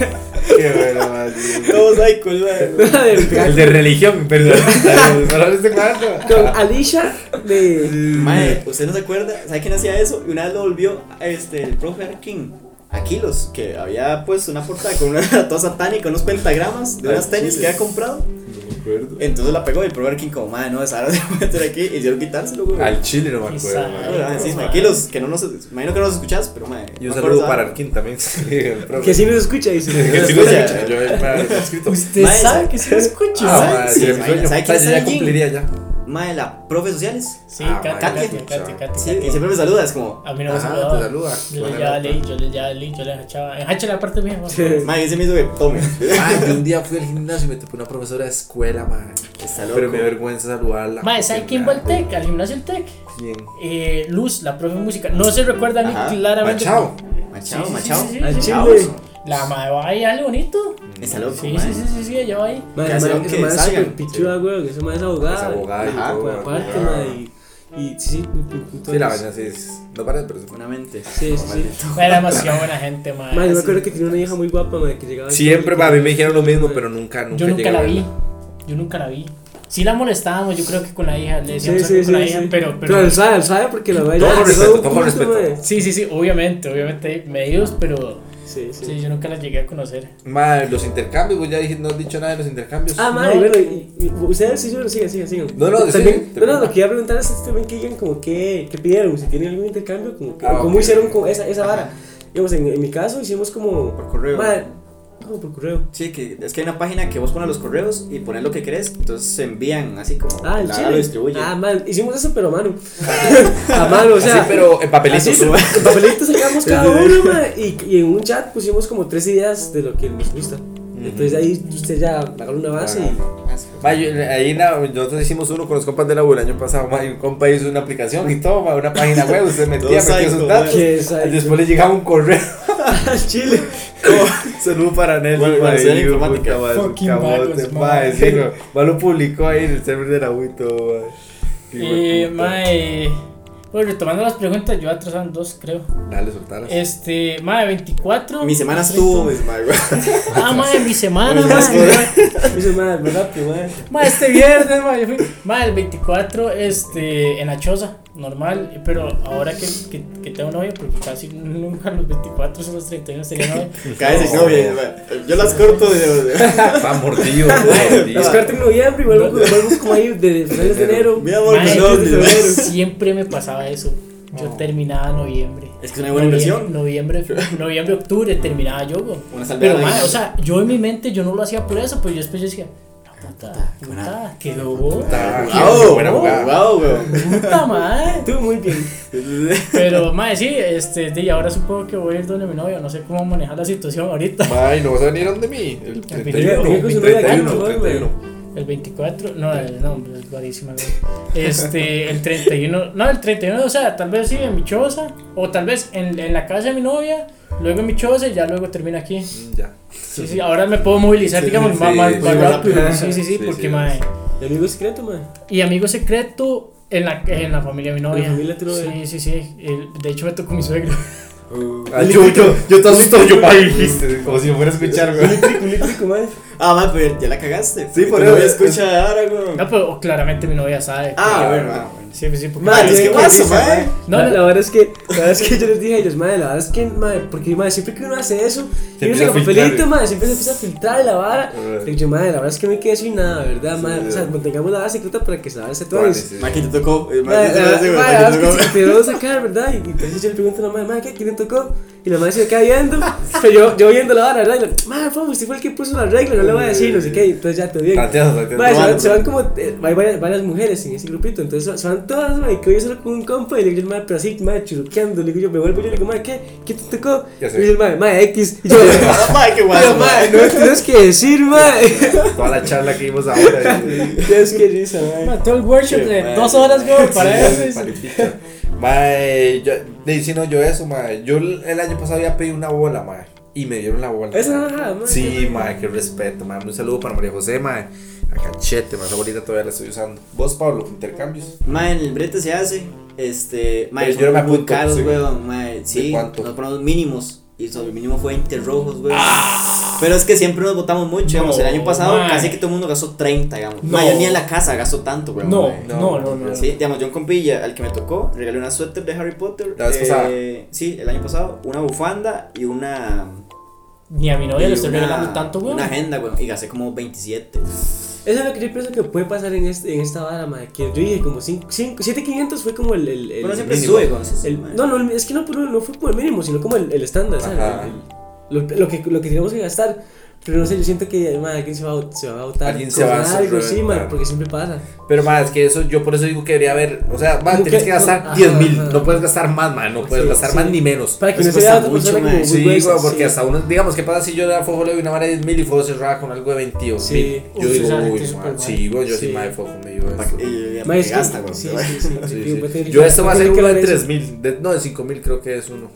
Speaker 2: Qué bueno, ma, sí.
Speaker 1: Todos hay weón.
Speaker 4: Ma, le pegaba
Speaker 2: El de religión, perdón. este ¿No lo viste cuándo?
Speaker 4: Con Alicia de.
Speaker 1: Mae, ¿usted no se acuerda? ¿Sabe quién hacía eso? Y una vez lo volvió este, el profe King. Aquilos, que había puesto una portada con una toda satánica, unos pentagramas de
Speaker 2: Ay,
Speaker 1: unas tenis
Speaker 2: sí.
Speaker 1: que había comprado.
Speaker 2: No me acuerdo.
Speaker 1: Entonces la pegó y el profe King, como, madre, no, esa ahora se va a meter aquí. Y hicieron quitárselo, güey.
Speaker 2: Al chile no me
Speaker 3: Quizá.
Speaker 2: acuerdo. ma.
Speaker 1: Ah, sí, Aquilos, que no nos. me Imagino que no nos escuchás, pero, madre.
Speaker 2: Y un saludo para Arquín también. el profe.
Speaker 4: Que si nos escucha, dice.
Speaker 2: Que sí lo escucha. Yo eh, me he escrito.
Speaker 3: Usted
Speaker 1: Mae,
Speaker 3: sabe
Speaker 1: sa-
Speaker 3: que sí lo escucho.
Speaker 2: Ah,
Speaker 1: ¿sabe?
Speaker 2: ma,
Speaker 1: Sí,
Speaker 2: sería mi
Speaker 1: ma,
Speaker 2: sueño.
Speaker 1: ¿sabe quién
Speaker 2: Puta, Yo
Speaker 1: está
Speaker 2: ya
Speaker 1: allí?
Speaker 2: cumpliría ya.
Speaker 1: Mae, la profe sociales.
Speaker 3: Sí,
Speaker 2: Ah,
Speaker 3: Katy,
Speaker 1: mae,
Speaker 3: Katy,
Speaker 1: ya
Speaker 3: Katy, Katy,
Speaker 1: Sí, y
Speaker 3: Katy.
Speaker 1: siempre me saluda, es como.
Speaker 3: A mí no me
Speaker 2: Ajá,
Speaker 3: saludaba.
Speaker 2: Ah, te saluda.
Speaker 3: Yo le
Speaker 2: Buena
Speaker 3: llevaba
Speaker 2: nota.
Speaker 3: ley, yo le llevaba ley, yo le hachaba. Enhache la parte mía, güey.
Speaker 4: Sí.
Speaker 1: Mae, ese mismo que tome.
Speaker 2: Ma, yo un día fui al gimnasio y me topé una profesora de escuela, ma.
Speaker 1: Está loco.
Speaker 2: Pero me avergüenza saludarla.
Speaker 3: Mae, ¿sabe
Speaker 2: porque,
Speaker 3: quién
Speaker 2: ma,
Speaker 3: va al TEC? Al gimnasio del TEC.
Speaker 2: ¿Quién?
Speaker 3: Eh, Luz, la profe de música. No se recuerda a mí
Speaker 1: Ajá.
Speaker 3: claramente.
Speaker 2: Machao.
Speaker 1: Machao,
Speaker 3: Sí, sí,
Speaker 1: machao.
Speaker 3: sí, sí,
Speaker 4: Al
Speaker 3: sí.
Speaker 4: chile.
Speaker 1: Chavos.
Speaker 3: La mae va ahí, dale bonito.
Speaker 1: Está loco,
Speaker 3: Sí,
Speaker 1: mae.
Speaker 3: sí, sí, sí, sí, ella va ahí.
Speaker 4: Madre,
Speaker 1: Que
Speaker 4: madre,
Speaker 1: hacen
Speaker 4: que
Speaker 1: que
Speaker 4: se madre es
Speaker 1: salgan.
Speaker 4: súper pichuda, güey. Que esa madre es
Speaker 3: Ah,
Speaker 4: abogada.
Speaker 2: Es abogada
Speaker 3: pues,
Speaker 2: y
Speaker 1: Ajá,
Speaker 2: todo.
Speaker 1: por
Speaker 4: Aparte,
Speaker 2: Ah.
Speaker 4: madre. Y, y sí, sí.
Speaker 2: Sí, la vaina sí es. No parece, pero es
Speaker 1: Una mente.
Speaker 4: Sí, sí, sí.
Speaker 3: Era demasiado buena gente, mae.
Speaker 4: Madre, yo me acuerdo que tenía una hija muy guapa, madre, que llegaba.
Speaker 2: Siempre, ma, a mí me dijeron lo mismo, pero nunca, nunca
Speaker 3: Yo nunca
Speaker 2: llegué a
Speaker 3: la
Speaker 2: verla.
Speaker 3: vi. Yo nunca la vi. Sí la molestábamos, yo creo que con la hija. Le
Speaker 4: Sí,
Speaker 3: decíamos
Speaker 4: sí,
Speaker 3: algo
Speaker 4: sí.
Speaker 3: con la
Speaker 4: sí.
Speaker 3: hija, pero. pero
Speaker 4: Pero él sabe, él sabe porque la madre.
Speaker 2: Todo
Speaker 4: ya
Speaker 2: con
Speaker 4: le
Speaker 2: respeto,
Speaker 4: hizo
Speaker 2: todo
Speaker 4: un
Speaker 2: con
Speaker 4: punto,
Speaker 2: respeto.
Speaker 4: madre.
Speaker 3: Sí, sí, sí, obviamente, obviamente medios, pero
Speaker 4: Sí, sí.
Speaker 3: sí, yo nunca la llegué a conocer.
Speaker 2: Ma, los intercambios, vos ya dije, no has dicho nada de los intercambios.
Speaker 4: Ah, madre,
Speaker 3: No.
Speaker 4: bueno, y, y- ustedes sí, yo, sigan, sigan, sigan.
Speaker 2: No, no,
Speaker 4: también,
Speaker 2: sí, sí,
Speaker 4: no, no,
Speaker 2: termina.
Speaker 4: lo que iba a preguntar es también que digan como qué, qué pidieron, si tienen algún intercambio, como que,
Speaker 2: Ah,
Speaker 4: cómo
Speaker 2: ok.
Speaker 4: hicieron con esa, esa vara.
Speaker 1: Ajá.
Speaker 4: Digamos, en, en mi caso hicimos como...
Speaker 1: Por correo.
Speaker 4: Madre, como por correo.
Speaker 1: Sí, que es que hay una página que vos pones los correos y pones lo que querés, entonces se envían así como
Speaker 4: Ah, el
Speaker 1: la
Speaker 4: chile.
Speaker 1: lo distribuye.
Speaker 4: Ah, mal, hicimos eso pero a mano. a mano, o
Speaker 2: Así,
Speaker 4: sea,
Speaker 2: pero en papelitos.
Speaker 4: así,
Speaker 2: ¿no?
Speaker 4: en papelitos sacamos cada uno, ma, y, y en un chat pusimos como tres ideas de lo que nos gusta. Entonces ahí usted ya agarró una base y...
Speaker 2: Ma, yo- ahí na- nosotros hicimos uno con los compas de la U el año pasado. Ma, y un compa hizo una aplicación y todo, ma, una página web. Usted metía,
Speaker 1: Todo
Speaker 2: metía sus
Speaker 1: psycho,
Speaker 2: datos.
Speaker 4: Qué psycho.
Speaker 2: Después le llegaba un correo.
Speaker 4: Al chile.
Speaker 2: Saludo para Nelly.
Speaker 1: Bueno,
Speaker 2: ma,
Speaker 1: bueno, sí,
Speaker 2: y digo,
Speaker 1: informática.
Speaker 2: puta, ma, es un
Speaker 3: Fucking
Speaker 2: camote,
Speaker 3: vagos,
Speaker 2: ma,
Speaker 3: ma.
Speaker 2: es digo, ma, lo publicó ahí en el server de la U y todo, ma. Qué
Speaker 3: Eh,
Speaker 2: hijueputa.
Speaker 3: mae, Bueno, retomando las preguntas, yo atrasan dos, creo.
Speaker 2: Dale, soltaras.
Speaker 3: Este, madre, 24.
Speaker 1: Mi semana estuvo, es madre.
Speaker 3: Ah, madre, mi semana,
Speaker 1: Bueno,
Speaker 3: madre.
Speaker 1: más poder.
Speaker 4: Eso, madre, ¿verdad? Que, madre.
Speaker 3: Ma, este viernes, ma, yo fui- ma, el 24, este, en la choza, normal, eh, pero ahora que, que, que tengo novia, porque casi nunca los 24 son los 31, sería novia.
Speaker 1: Cada vez no, bien, madre. Yo las corto de.
Speaker 2: Va mordido, mordido.
Speaker 4: Los corto en noviembre, igual vuelvo vuelvo como ahí de finales de enero.
Speaker 1: Mi amor,
Speaker 3: Ma,
Speaker 1: que
Speaker 3: es-
Speaker 1: no, ni-
Speaker 3: siempre me pasaba eso, yo terminaba noviembre.
Speaker 1: Es que es una buena inversión.
Speaker 3: Noviembre, noviembre, octubre terminaba yo, güey.
Speaker 1: Una salvedad
Speaker 3: Pero, ma,
Speaker 1: ahí.
Speaker 3: o sea, yo en mi mente yo no lo hacía por eso, pero yo después yo decía, la puta, puta, qué puta,
Speaker 2: Está-
Speaker 1: Wow,
Speaker 2: buena jugada.
Speaker 1: wow, weón.
Speaker 3: puta, madre.
Speaker 4: Tú muy bien.
Speaker 3: Pero, mae, sí, este, de, y ahora supongo que voy a ir donde mi novio, no sé cómo manejar la situación ahorita.
Speaker 2: Ay, no vas a venir donde mí. El
Speaker 3: Venga,
Speaker 2: 31,
Speaker 4: venga con
Speaker 2: 31,
Speaker 4: su novia aquí, por favor,
Speaker 2: 31.
Speaker 3: El 24, no, el, no, hombre, es clarísima, güey. Este, el 31, no, el 31, o sea, tal vez sí en mi choza, o tal vez en, en la casa de mi novia, luego en mi choza y ya luego termina aquí.
Speaker 2: Mm, Ya.
Speaker 3: Sí, sí, ahora me puedo movilizar,
Speaker 1: Sí,
Speaker 3: digamos,
Speaker 2: sí,
Speaker 3: más, más,
Speaker 2: sí,
Speaker 3: más
Speaker 1: más
Speaker 3: rápido.
Speaker 2: rápido.
Speaker 3: Sí, sí, sí,
Speaker 2: Sí,
Speaker 3: porque,
Speaker 2: sí,
Speaker 3: mae.
Speaker 4: El amigo secreto, madre.
Speaker 3: Y amigo secreto en la, en la familia de mi novia.
Speaker 4: la familia de tu novia.
Speaker 3: Sí, sí, sí. el- de hecho, me tocó mi suegro.
Speaker 2: Ah, yo, yo, yo te asusto, yo pa' dijiste, como si me fuera a escuchar,
Speaker 4: Un
Speaker 2: güey.
Speaker 4: litrico, un litrico, madre.
Speaker 1: Ah, ma, pero ya la cagaste.
Speaker 2: Sí, por
Speaker 1: Tu novia
Speaker 2: eso.
Speaker 1: escucha ahora, weón.
Speaker 3: No, pero claramente mi novia sabe.
Speaker 1: Ah,
Speaker 3: porque-
Speaker 1: bueno, ah, bueno.
Speaker 3: Sí, sí, porque. pues
Speaker 1: Madre,
Speaker 4: Madre,
Speaker 1: es que
Speaker 4: ¿qué
Speaker 1: pasa,
Speaker 4: dice,
Speaker 1: madre?
Speaker 3: No,
Speaker 4: la,
Speaker 3: no.
Speaker 4: la verdad es que, la verdad es que yo les dije a ellos, madre, la verdad es que, madre, porque madre, siempre que uno hace eso,
Speaker 2: Se
Speaker 4: y uno
Speaker 2: empieza
Speaker 4: saca
Speaker 2: a filtrar,
Speaker 4: papelito,
Speaker 2: eh.
Speaker 4: madre, siempre se empieza a filtrar la vara.
Speaker 2: Ajá.
Speaker 4: Le digo, madre, la verdad es que no me quedé sin nada, ¿verdad,
Speaker 2: Sí,
Speaker 4: madre? O sea,
Speaker 2: sí.
Speaker 4: mantengamos la vara secreta para que se avance todo
Speaker 2: Vale,
Speaker 4: eso.
Speaker 2: sí.
Speaker 1: Ma, que te tocó. eh, ma,
Speaker 4: Madre,
Speaker 1: que te
Speaker 4: la-
Speaker 1: tocó, ma, que
Speaker 4: madre, la
Speaker 1: te
Speaker 4: verdad es que
Speaker 1: tocó.
Speaker 4: se te a sacar, ¿verdad? Y entonces yo le pregunto a la madre, madre, ¿qué? ¿Quién le tocó? Y la madre se me queda viendo. Pero yo, yo viendo la vara, ¿verdad? Y la, madre, fue usted fue el que puso la regla, no le voy a decir, no sé qué. Y Entonces ya todo bien.
Speaker 2: Tateado, tateado.
Speaker 4: Madre, se van-
Speaker 1: Tomando.
Speaker 4: se van como. eh, hay varias, varias mujeres en ese grupito, entonces se- se van todas, madre. Que voy yo solo con un compa y le digo, madre, pero así, madre, churuqueando. Le digo, yo me vuelvo y le digo, madre, ¿qué? ¿Qué te tocó? Y
Speaker 2: Ya sé.
Speaker 4: me dice, madre, madre, X. Y yo, madre,
Speaker 1: Ah, ma, qué guapo, ma.
Speaker 4: no me tienes que decir, madre.
Speaker 2: Toda la charla que vimos ahora. eh,
Speaker 4: Tienes que risa, madre.
Speaker 3: Mató el workshop
Speaker 1: Sí,
Speaker 3: de
Speaker 1: madre.
Speaker 3: dos horas, güey, para
Speaker 2: sí,
Speaker 3: eso.
Speaker 2: para el picha. Mae, yo, de- sí, no, yo eso, mae. Yo el el año pasado había pedido una bola, mae. Y me dieron la bola.
Speaker 4: Esa
Speaker 2: mae.
Speaker 4: es la madre.
Speaker 2: Sí, mae, qué respeto, mae. Un saludo para María José, mae. A cachete, mae. Esa bolita todavía la estoy usando. Vos, Pablo, intercambios.
Speaker 1: Ma, en el brete se hace. Este, ma,
Speaker 2: Pero
Speaker 1: son
Speaker 2: yo no me
Speaker 1: muy
Speaker 2: apunto,
Speaker 1: caros,
Speaker 2: sí.
Speaker 1: weón. Ma, sí,
Speaker 2: cuánto?
Speaker 1: nos ponemos mínimos. Y sobre el mínimo fue 20 rojos, weón.
Speaker 2: Ah.
Speaker 1: Pero es que siempre nos votamos mucho, digamos. El año pasado
Speaker 3: ma.
Speaker 1: casi que todo el mundo gastó 30, digamos.
Speaker 3: No.
Speaker 1: Ma, yo ni en la casa gastó tanto, weón.
Speaker 3: No,
Speaker 1: ma.
Speaker 2: No,
Speaker 3: no, no, no.
Speaker 1: Sí, digamos, yo a un compilla al que me tocó, regalé una suéter de Harry Potter.
Speaker 2: La vez
Speaker 1: eh, Sí, el año pasado, una bufanda y una.
Speaker 3: Ni a mi
Speaker 1: y
Speaker 3: novia le estoy
Speaker 1: una-
Speaker 3: regalando tanto, güey.
Speaker 1: Una agenda, güey. Y gasté como 27.
Speaker 4: Eso es lo que yo pienso que puede pasar en, este, en esta vara, madre. Que yo dije como 7500 fue como el. el, el
Speaker 1: Pero siempre
Speaker 2: mínimo.
Speaker 1: sube, entonces.
Speaker 4: el- no, no, el- es que no, pero no fue como el mínimo, sino como el, el estándar, ¿sabes?
Speaker 2: Ajá.
Speaker 4: El- el- lo, lo que, lo que tenemos que gastar. Pero no sé, yo siento que madre, alguien se va, a- se va a votar.
Speaker 2: Alguien se va a
Speaker 4: algo, sí, madre,
Speaker 2: reventar.
Speaker 4: porque siempre pasa.
Speaker 2: Pero más, es que eso, yo por eso digo que debería haber, o sea, man,
Speaker 4: Nunca-
Speaker 2: tienes que gastar
Speaker 4: no,
Speaker 2: 10 mil,
Speaker 4: ajá, ajá.
Speaker 2: no puedes gastar más, man, no puedes
Speaker 4: Sí,
Speaker 2: gastar
Speaker 4: sí.
Speaker 2: más ni menos.
Speaker 4: Para que
Speaker 1: Eso
Speaker 4: no se vea
Speaker 1: cuesta
Speaker 4: otra persona
Speaker 1: mucho,
Speaker 4: como
Speaker 1: madre.
Speaker 4: muy
Speaker 2: Sí,
Speaker 4: gruesa,
Speaker 2: güey, porque
Speaker 4: sí.
Speaker 2: hasta uno, digamos, ¿qué pasa si yo era fojo de una vara de 10 mil y fuego cerrada con algo de 22
Speaker 4: Sí.
Speaker 2: mil? Yo
Speaker 3: Uf, esa
Speaker 2: digo,
Speaker 3: gente
Speaker 2: uy,
Speaker 3: es
Speaker 2: man,
Speaker 3: súper
Speaker 2: sí, güey, yo sí,
Speaker 4: Sí.
Speaker 2: madre, fojo me llevo
Speaker 1: Pa-
Speaker 2: esto.
Speaker 1: y- y- y-
Speaker 4: Madre, es
Speaker 1: que
Speaker 4: que-
Speaker 1: gasta, güey.
Speaker 4: Sí, sí, sí. pues,
Speaker 2: Sí,
Speaker 4: sí,
Speaker 2: sí.
Speaker 4: voy a tener que-
Speaker 2: Yo esto va a
Speaker 4: voy
Speaker 2: ser
Speaker 4: tener que
Speaker 2: uno de
Speaker 4: ver eso.
Speaker 2: 3 mil, de- no, de 5 mil creo que es uno.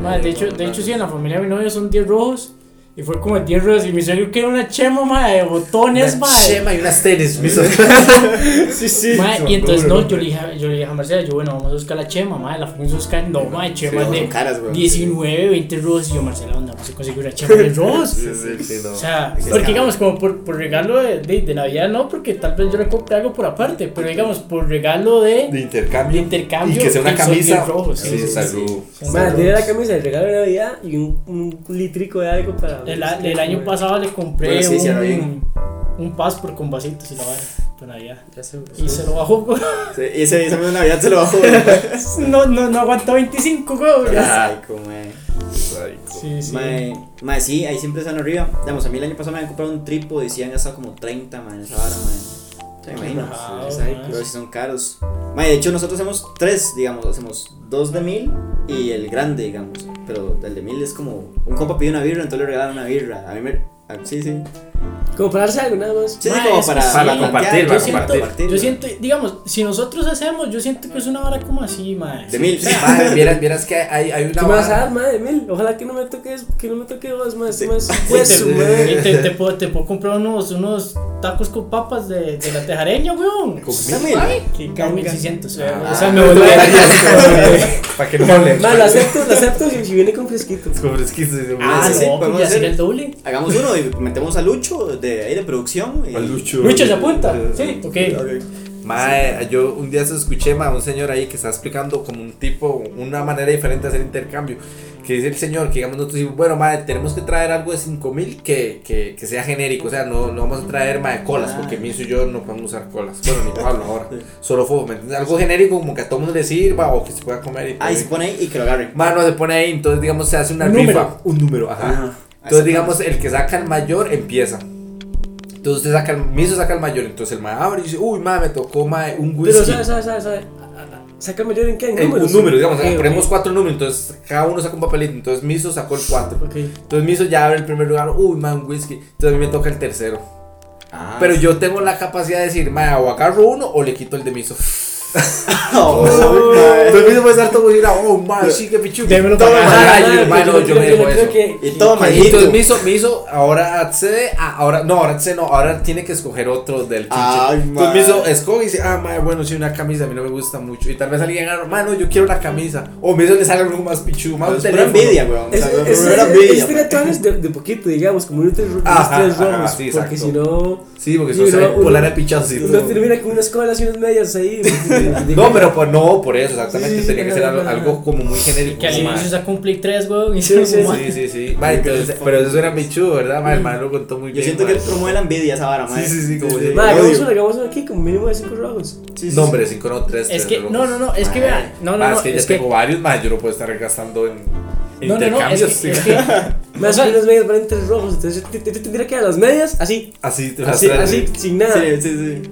Speaker 3: Ma, de hecho, de hecho, sí, en la familia de mi novia son 10 rojos. Y fue como 10 rojos. Y mi suegro que era una chema, ma, de botones, ma.
Speaker 2: Una chema y unas tenis, mis Sí, sí.
Speaker 3: Ma, y entonces, no, yo le dije, a- yo le dije a Marcela, yo, bueno, vamos a buscar la chema, ma. La fuimos a buscar, no, ma, de chema
Speaker 1: Sí,
Speaker 3: de
Speaker 1: son caras, güey.
Speaker 3: 19, 20 rojos. Y yo, Marcela, ¿dónde vamos a conseguir una chema de rojos?
Speaker 2: Sí, sí, sí, no.
Speaker 3: O sea, porque digamos, como por, por regalo de, de, de Navidad, no, porque tal vez yo le compré algo por aparte, pero digamos, por regalo
Speaker 2: de
Speaker 3: de.
Speaker 2: intercambio.
Speaker 3: de intercambio,
Speaker 2: Y que sea una
Speaker 3: que son bien
Speaker 2: camisa.
Speaker 3: rojos, sí,
Speaker 2: Sí,
Speaker 3: sí, sí.
Speaker 2: salud.
Speaker 4: Madre, tiene la camisa, el regalo de Navidad y un, un litrico de algo para.
Speaker 3: El, a- el año pasado le compré
Speaker 1: Bueno, sí, sí, ahora bien.
Speaker 3: un, un passport con vasitos y la vara para Navidad.
Speaker 4: Ya pues, se-
Speaker 3: Y se lo bajó, güey.
Speaker 1: Sí, y ese, esa misma Navidad se lo bajó. güey.
Speaker 3: No, no, no aguantó 25, güey.
Speaker 1: Ay, como, eh.
Speaker 2: pues,
Speaker 3: Sí, sí.
Speaker 1: Mae, mae, sí, ahí siempre están arriba. Digamos, a mí el año pasado me habían comprado un tripo y sí han gastado como 30, mae, en esa vara, mae. Se me imagino.
Speaker 3: Ajá,
Speaker 4: sí,
Speaker 3: mae.
Speaker 1: Pero sí son caros. Mae, de hecho, nosotros hacemos tres, digamos. Hacemos dos de mil y el grande, digamos. Pero el de mil es como. Un compa pidió una birra, entonces le regalaron una birra. A mí me. a- ah, sí, sí.
Speaker 4: Comprarse algo nada más.
Speaker 1: Sí, sí,
Speaker 3: Ma,
Speaker 1: como
Speaker 3: es que
Speaker 1: para,
Speaker 3: sí.
Speaker 1: para
Speaker 5: Para compartir,
Speaker 1: plantear,
Speaker 5: para
Speaker 1: yo siento-
Speaker 5: compartir.
Speaker 3: Yo siento, digamos, si nosotros hacemos, yo siento que es una hora como así, mae.
Speaker 1: De mil.
Speaker 2: Madre, vieras, vieras que hay, hay
Speaker 4: ¿Qué
Speaker 2: una
Speaker 4: me vas a
Speaker 2: vara-
Speaker 4: dar, madre? Mil. Ojalá que no me toques, que no me toque vos, madre. Este
Speaker 1: Sí.
Speaker 4: madre es un
Speaker 1: Sí,
Speaker 4: hueso,
Speaker 2: te-
Speaker 4: madre.
Speaker 3: Y te, te puedo, te puedo comprar unos, unos tacos con papas de, de la tejareña, weón.
Speaker 1: Con mil.
Speaker 3: Ay, que caen
Speaker 4: Canga.
Speaker 3: 1600.
Speaker 2: Ah,
Speaker 3: o sea, me
Speaker 2: no,
Speaker 3: vuelvo
Speaker 2: tú
Speaker 3: a
Speaker 2: harías- Para que no le.
Speaker 4: Madre, lo acepto, lo acepto si, si viene con fresquito.
Speaker 2: Como fresquito, sí, sí,
Speaker 1: Ah,
Speaker 3: Ah,
Speaker 1: sí, sí,
Speaker 3: no, pues
Speaker 1: podemos
Speaker 3: ya
Speaker 1: hacer.
Speaker 3: sería el doble.
Speaker 1: Hagamos uno y metemos a Lucho de ahí de producción. Y...
Speaker 2: sí.
Speaker 3: Lucho se apunta. Sí, ok.
Speaker 2: Mae, yo un día se escuché a un señor ahí que está explicando como un tipo, una manera diferente de hacer intercambio. Que dice el señor, que digamos nosotros decimos, bueno, mae, tenemos que traer algo de 5000 que, que, que sea genérico. O sea, no, no vamos a traer mae colas,
Speaker 1: Ah.
Speaker 2: porque Miso y yo no podemos usar colas. Bueno, ni Pablo ahora. Solo fuego, ¿me entiendes? Algo genérico como que a todo mundo le sirva o que se pueda comer y todo.
Speaker 1: Ahí se pone ahí Ah, y que lo agarren.
Speaker 2: Mae, no se pone ahí, entonces digamos se hace una
Speaker 3: Un
Speaker 2: rifa.
Speaker 3: número.
Speaker 2: Un número, ajá.
Speaker 1: Ajá.
Speaker 2: Entonces, digamos, el que saca el mayor empieza. Entonces usted saca el, Miso saca el mayor, entonces el mae abre y dice, uy, mae, me tocó mae, un whisky.
Speaker 4: Pero, ¿sabes, sabes, sabes? sabes Saca mayor en qué? En
Speaker 2: Eh,
Speaker 4: números.
Speaker 2: un número, digamos,
Speaker 4: Ok, ok.
Speaker 2: ponemos cuatro números, entonces cada uno saca un papelito, entonces Miso sacó el cuatro.
Speaker 4: Ok.
Speaker 2: Entonces Miso ya abre el primer lugar, uy, mae, un whisky. Entonces a mí me toca el tercero.
Speaker 1: Ah,
Speaker 2: Pero yo tengo la capacidad de decir, mae, o agarro uno o le quito el de Miso. Oh,
Speaker 1: No,
Speaker 2: entonces Miso puede estar todo y decir, oh, mae, sí, que pichu.
Speaker 3: Démelo
Speaker 2: Todo
Speaker 3: para
Speaker 2: mal,
Speaker 4: Ah,
Speaker 2: ay,
Speaker 4: madre,
Speaker 2: hermano, yo me
Speaker 4: creo-
Speaker 2: dejo
Speaker 4: creo
Speaker 2: eso.
Speaker 4: que-
Speaker 1: Y toma,
Speaker 4: que-
Speaker 1: Majito.
Speaker 2: Entonces Miso, Miso ahora accede a, ahora, no, ahora accede no, ahora tiene que escoger otro del quinche.
Speaker 1: Ay,
Speaker 2: Entonces
Speaker 1: mae.
Speaker 2: Miso escoge y dice, ah, mae, bueno, sí, una camisa, a mí no me gusta mucho. Y tal vez alguien haga, mano, yo quiero una camisa. O Miso le sale algo más pichu, más un
Speaker 1: Es Pues pura
Speaker 2: teléfono.
Speaker 1: envidia, weón. O
Speaker 4: Es,
Speaker 1: sea,
Speaker 4: es,
Speaker 1: pura
Speaker 4: es, este
Speaker 1: envidia, pues.
Speaker 4: es tener planes de, de poquito, digamos, como unos tres, unos
Speaker 2: Ajá,
Speaker 4: tres
Speaker 2: ajá,
Speaker 4: rojos,
Speaker 2: sí,
Speaker 4: porque
Speaker 2: exacto.
Speaker 4: si no,
Speaker 2: Sí, porque si
Speaker 4: Sí,
Speaker 2: no se
Speaker 4: no,
Speaker 2: ve
Speaker 4: uno-
Speaker 2: polar de pichazo. sí,
Speaker 4: no
Speaker 2: no.
Speaker 4: termina con unas colas y unas medias ahí.
Speaker 2: No, pero pues no, por eso, exactamente.
Speaker 4: Sí, sí,
Speaker 2: tenía que
Speaker 4: sí,
Speaker 2: ser
Speaker 4: ajá,
Speaker 2: algo,
Speaker 4: ajá.
Speaker 2: algo como muy genérico.
Speaker 3: Que al
Speaker 2: como, mae.
Speaker 3: inicio sacó un Play 3, weón. Y
Speaker 4: Sí,
Speaker 3: se
Speaker 4: sí,
Speaker 3: fumó.
Speaker 2: Sí, sí, sí. Mae, entonces- pero eso era pichu, ¿verdad? Mae, el mae lo contó muy
Speaker 1: Yo
Speaker 2: bien.
Speaker 1: siento que
Speaker 2: mae.
Speaker 1: él promueve la envidia esa vara, madre.
Speaker 2: Sí, sí, sí, como
Speaker 1: Sí,
Speaker 2: de-
Speaker 1: sí.
Speaker 4: Ma, hagamos
Speaker 1: Odio.
Speaker 4: uno, hagamos uno aquí, como mínimo de cinco rojos.
Speaker 1: Sí, sí,
Speaker 2: No,
Speaker 1: sí.
Speaker 2: hombre, 5 no, 3.
Speaker 3: Es que, no, no, no, es que vea, no, no,
Speaker 2: Más
Speaker 3: no,
Speaker 2: que
Speaker 3: es
Speaker 2: ya
Speaker 3: que-
Speaker 2: tengo varios, más yo no puedo estar gastando en
Speaker 3: No, no, no, es
Speaker 2: intercambios.
Speaker 3: que,
Speaker 2: sí.
Speaker 3: es que-
Speaker 4: Más
Speaker 3: o sea,
Speaker 4: que unas medias valen tres rojos, entonces yo, te- te- te tendría que dar las medias así,
Speaker 2: Así, te vas
Speaker 4: así,
Speaker 2: a-
Speaker 4: así, sin nada.
Speaker 1: Sí, sí, sí.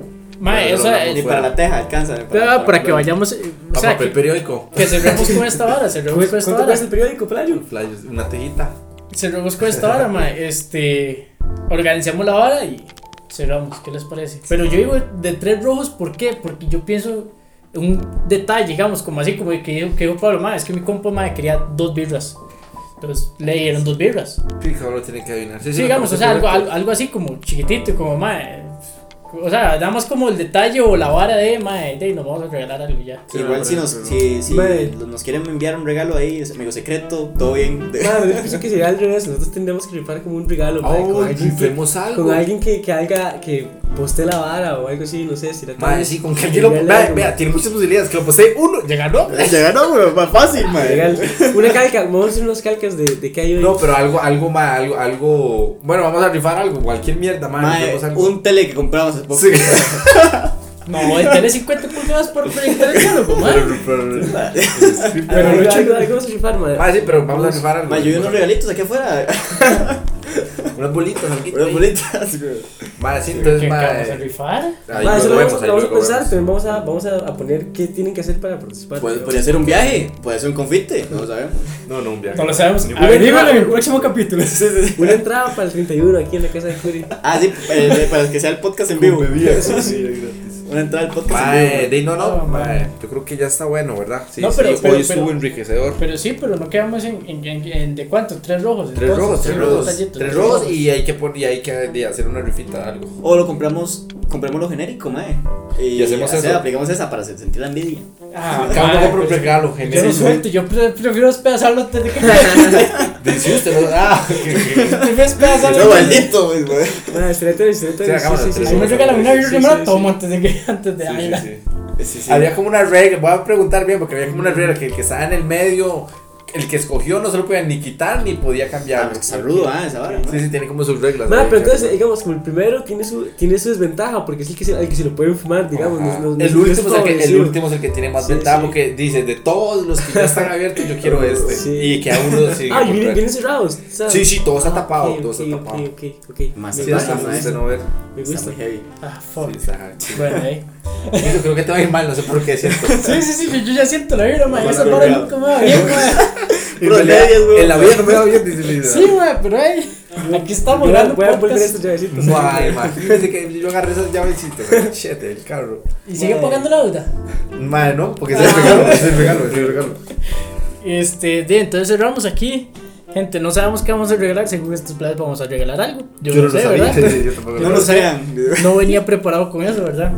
Speaker 3: mae,
Speaker 2: No,
Speaker 3: o
Speaker 2: no,
Speaker 3: sea,
Speaker 2: no,
Speaker 1: Ni
Speaker 3: eh,
Speaker 2: no,
Speaker 1: para la teja alcanza. ni
Speaker 3: vea, para que
Speaker 1: verlo.
Speaker 3: vayamos, eh, o
Speaker 2: Pa-
Speaker 3: sea,
Speaker 2: papel
Speaker 3: que,
Speaker 2: periódico.
Speaker 3: que cerremos con esta hora, cerremos con esta
Speaker 4: ¿Cuánto
Speaker 3: hora,
Speaker 4: cuesta el periódico, pues, Playo?
Speaker 2: Flyers, Una tejita.
Speaker 3: cerremos con esta hora, mae, este, organizamos la hora y cerramos, ¿qué les parece? Pero yo digo de tres rojos, ¿por qué? Porque yo pienso un detalle, digamos, como así, como que dijo, que dijo Pablo, mae, es que mi compa, mae, quería dos birras, entonces le dieron dos birras,
Speaker 2: Fijo, lo tienen que adivinar.
Speaker 3: Sí, digamos, o sea, algo, algo, algo así como chiquitito, como mae. O sea, nada más como el detalle o la vara de mae, de nos vamos a regalar algo ya.
Speaker 2: Sí,
Speaker 1: Igual
Speaker 2: no,
Speaker 1: si
Speaker 2: pero-
Speaker 1: nos, si, si
Speaker 4: Mae.
Speaker 1: nos quieren enviar un regalo ahí, es amigo secreto, todo bien. De-
Speaker 4: Madre, yo pienso que sería al revés, nosotros tendríamos que rifar como un regalo, ma,
Speaker 2: Oh,
Speaker 4: con alguien que-
Speaker 2: rifemos algo.
Speaker 4: con alguien que, que haga, que poste la vara o algo así, no sé, si la
Speaker 2: Mae, sí, con que alguien lo.
Speaker 4: Regale
Speaker 2: Vea,
Speaker 4: algo.
Speaker 2: vea, tiene muchas posibilidades. Que lo posee uno, ya ganó.
Speaker 1: Ya ganó, weón, más fácil,
Speaker 4: Legal. Una calca, vamos a hacer unas calcas de, de que hay hoy.
Speaker 2: No, pero algo, algo, más, algo, algo. Bueno, vamos a rifar algo, cualquier mierda, mae.
Speaker 1: Mae,
Speaker 2: rifemos algo.
Speaker 1: un tele que compramos hace poco.
Speaker 2: Sí.
Speaker 3: No, el tele 50 pulgadas por proyectar el diálogo, mae.
Speaker 2: Pero, pero,
Speaker 4: pero
Speaker 3: pero
Speaker 4: algo,
Speaker 3: Lucho-
Speaker 4: algo, algo vamos a rifar, madre.
Speaker 2: Mae, sí, pero vamos a rifar algo.
Speaker 1: Mae, yo vi unos regalitos aquí afuera.
Speaker 2: Unas bolitas, algo.
Speaker 1: Unas bolitas, weón.
Speaker 2: Mae, sí,
Speaker 3: ¿Qué
Speaker 2: entonces,
Speaker 3: vamos a
Speaker 2: mae.
Speaker 3: rifar?
Speaker 2: Ahí
Speaker 4: Ma, eso
Speaker 2: lo
Speaker 4: lo
Speaker 2: vemos,
Speaker 4: vamos,
Speaker 2: ahí
Speaker 4: lo vamos
Speaker 2: luego
Speaker 4: a pensar,
Speaker 2: vemos. Pues,
Speaker 4: pero vamos a, vamos a, a poner qué tienen que hacer para participar.
Speaker 1: Pod-
Speaker 4: digamos.
Speaker 1: Podría ser un viaje, podría ser un confite, no lo sabemos.
Speaker 2: No, no, un viaje.
Speaker 3: No lo sabemos.
Speaker 2: Ni-
Speaker 3: Averígalo en el próximo capítulo.
Speaker 4: Una entrada para el 31 aquí en la casa de Curi.
Speaker 1: Ah, sí, para, para que sea el podcast en vivo.
Speaker 2: Sí, sí,
Speaker 1: Una entrada al podcast
Speaker 2: Mae,
Speaker 1: en vivo.
Speaker 2: de- no, no,
Speaker 3: No,
Speaker 2: mae. Yo creo que ya está bueno, ¿verdad? Sí,
Speaker 3: No,
Speaker 2: sí,
Speaker 3: pero-
Speaker 2: hoy
Speaker 3: pero-
Speaker 2: estuvo
Speaker 3: pero-
Speaker 2: enriquecedor.
Speaker 3: Pero sí, pero no quedamos en, en, en- en- de cuánto, tres rojos.
Speaker 2: Tres
Speaker 3: entonces,
Speaker 2: robos, tres
Speaker 3: sí,
Speaker 2: robos.
Speaker 3: detallitos,
Speaker 2: Tres robos y hay que poner, y hay que de, hacer una rifita algo.
Speaker 1: O lo compramos, compramos lo genérico, mae. Y,
Speaker 2: Y hacemos
Speaker 1: o sea,
Speaker 2: eso.
Speaker 1: aplicamos esa para se- sentir la envidia.
Speaker 3: Ah,
Speaker 2: Cada uno
Speaker 3: mae,
Speaker 2: compra un
Speaker 3: pues,
Speaker 2: regalo,
Speaker 3: Yo no
Speaker 2: genérico.
Speaker 3: suelto, yo pre- prefiero despedazarlo antes de que me.
Speaker 2: Dice usted, ¿no? Ah, que- que-
Speaker 3: Prefiero despedazarlo.
Speaker 1: No,
Speaker 3: antes de-
Speaker 1: maldito, güey, mae.
Speaker 4: Ah, excelente, excelente.
Speaker 2: Sí, hagámoslo,
Speaker 4: Sí, sí,
Speaker 3: Si
Speaker 4: sí.
Speaker 3: me
Speaker 2: Vamos a
Speaker 3: regalan
Speaker 2: ver,
Speaker 3: una birra,
Speaker 4: sí,
Speaker 3: yo me la
Speaker 4: sí,
Speaker 3: tomo antes de que. Antes de
Speaker 2: Sí,
Speaker 3: ay,
Speaker 2: sí,
Speaker 3: la-
Speaker 2: sí.
Speaker 1: Sí, sí.
Speaker 2: Había como una regla, voy a preguntar bien porque había como una regla que el que estaba en el medio, el que escogió no se lo podía ni quitar ni podía
Speaker 1: Ah,
Speaker 2: cambiar.
Speaker 1: pues, saludo, ah, esa vara. mae.
Speaker 2: Sí, sí, tiene como sus reglas.
Speaker 4: Ma,
Speaker 2: ahí,
Speaker 4: pero entonces,
Speaker 2: claro.
Speaker 4: digamos, como el primero tiene su, tiene su desventaja porque es el que se, el que se lo pueden fumar, digamos.
Speaker 2: Ajá.
Speaker 4: no- no- no-
Speaker 2: el,
Speaker 4: no es
Speaker 2: último es el, que, el
Speaker 4: favorecido.
Speaker 2: último es el que tiene más
Speaker 4: Sí,
Speaker 2: ventaja
Speaker 4: sí.
Speaker 2: porque dice, de todos los que ya están abiertos, yo quiero este.
Speaker 4: Sí.
Speaker 2: Y que a uno siga
Speaker 4: Ah,
Speaker 2: por
Speaker 4: y vienen,
Speaker 2: tres.
Speaker 4: vienen cerrados. ¿sabes?
Speaker 2: Sí, sí, todo está
Speaker 4: Ah,
Speaker 2: tapado,
Speaker 4: ok,
Speaker 2: todo está
Speaker 4: ok,
Speaker 2: tapado.
Speaker 4: Ok, ok, ok.
Speaker 1: Más
Speaker 4: Me
Speaker 2: Sí,
Speaker 1: cerrado.
Speaker 4: gusta,
Speaker 2: hasta
Speaker 1: Vale,
Speaker 2: usted no ver.
Speaker 4: me
Speaker 1: Está
Speaker 4: gusta.
Speaker 1: muy heavy.
Speaker 3: Ah, fuck.
Speaker 2: Sí, está chido.
Speaker 3: Bueno, ahí.
Speaker 2: Yo creo que te va a ir mal, no sé por qué es cierto.
Speaker 3: Sí, sí, sí, yo, yo ya siento la vibra, ma.
Speaker 1: Bueno,
Speaker 3: Esa para
Speaker 1: cuidado.
Speaker 3: nunca me va bien, ma.
Speaker 1: Puras medias, güey.
Speaker 2: En la vida no me va bien, dice Lina.
Speaker 3: Sí, mae, pero hey, aquí estamos grabando
Speaker 4: Voy a volver
Speaker 2: este
Speaker 3: podcast
Speaker 4: estos llavecitos.
Speaker 2: Guay, imagínese que yo agarré esas llavecitas. Shit, el carro.
Speaker 3: y sigue pagando la deuda.
Speaker 2: Madre, no, porque ese es el regalo, ese es el regalo, ese es el regalo.
Speaker 3: Este, de, entonces cerramos aquí. Gente, no sabemos qué vamos a regalar, según estos planes vamos a regalar algo. Yo, no, sé, ¿verdad?
Speaker 2: sí, sí, yo tampoco
Speaker 1: No lo sean.
Speaker 3: No venía preparado con eso, ¿verdad?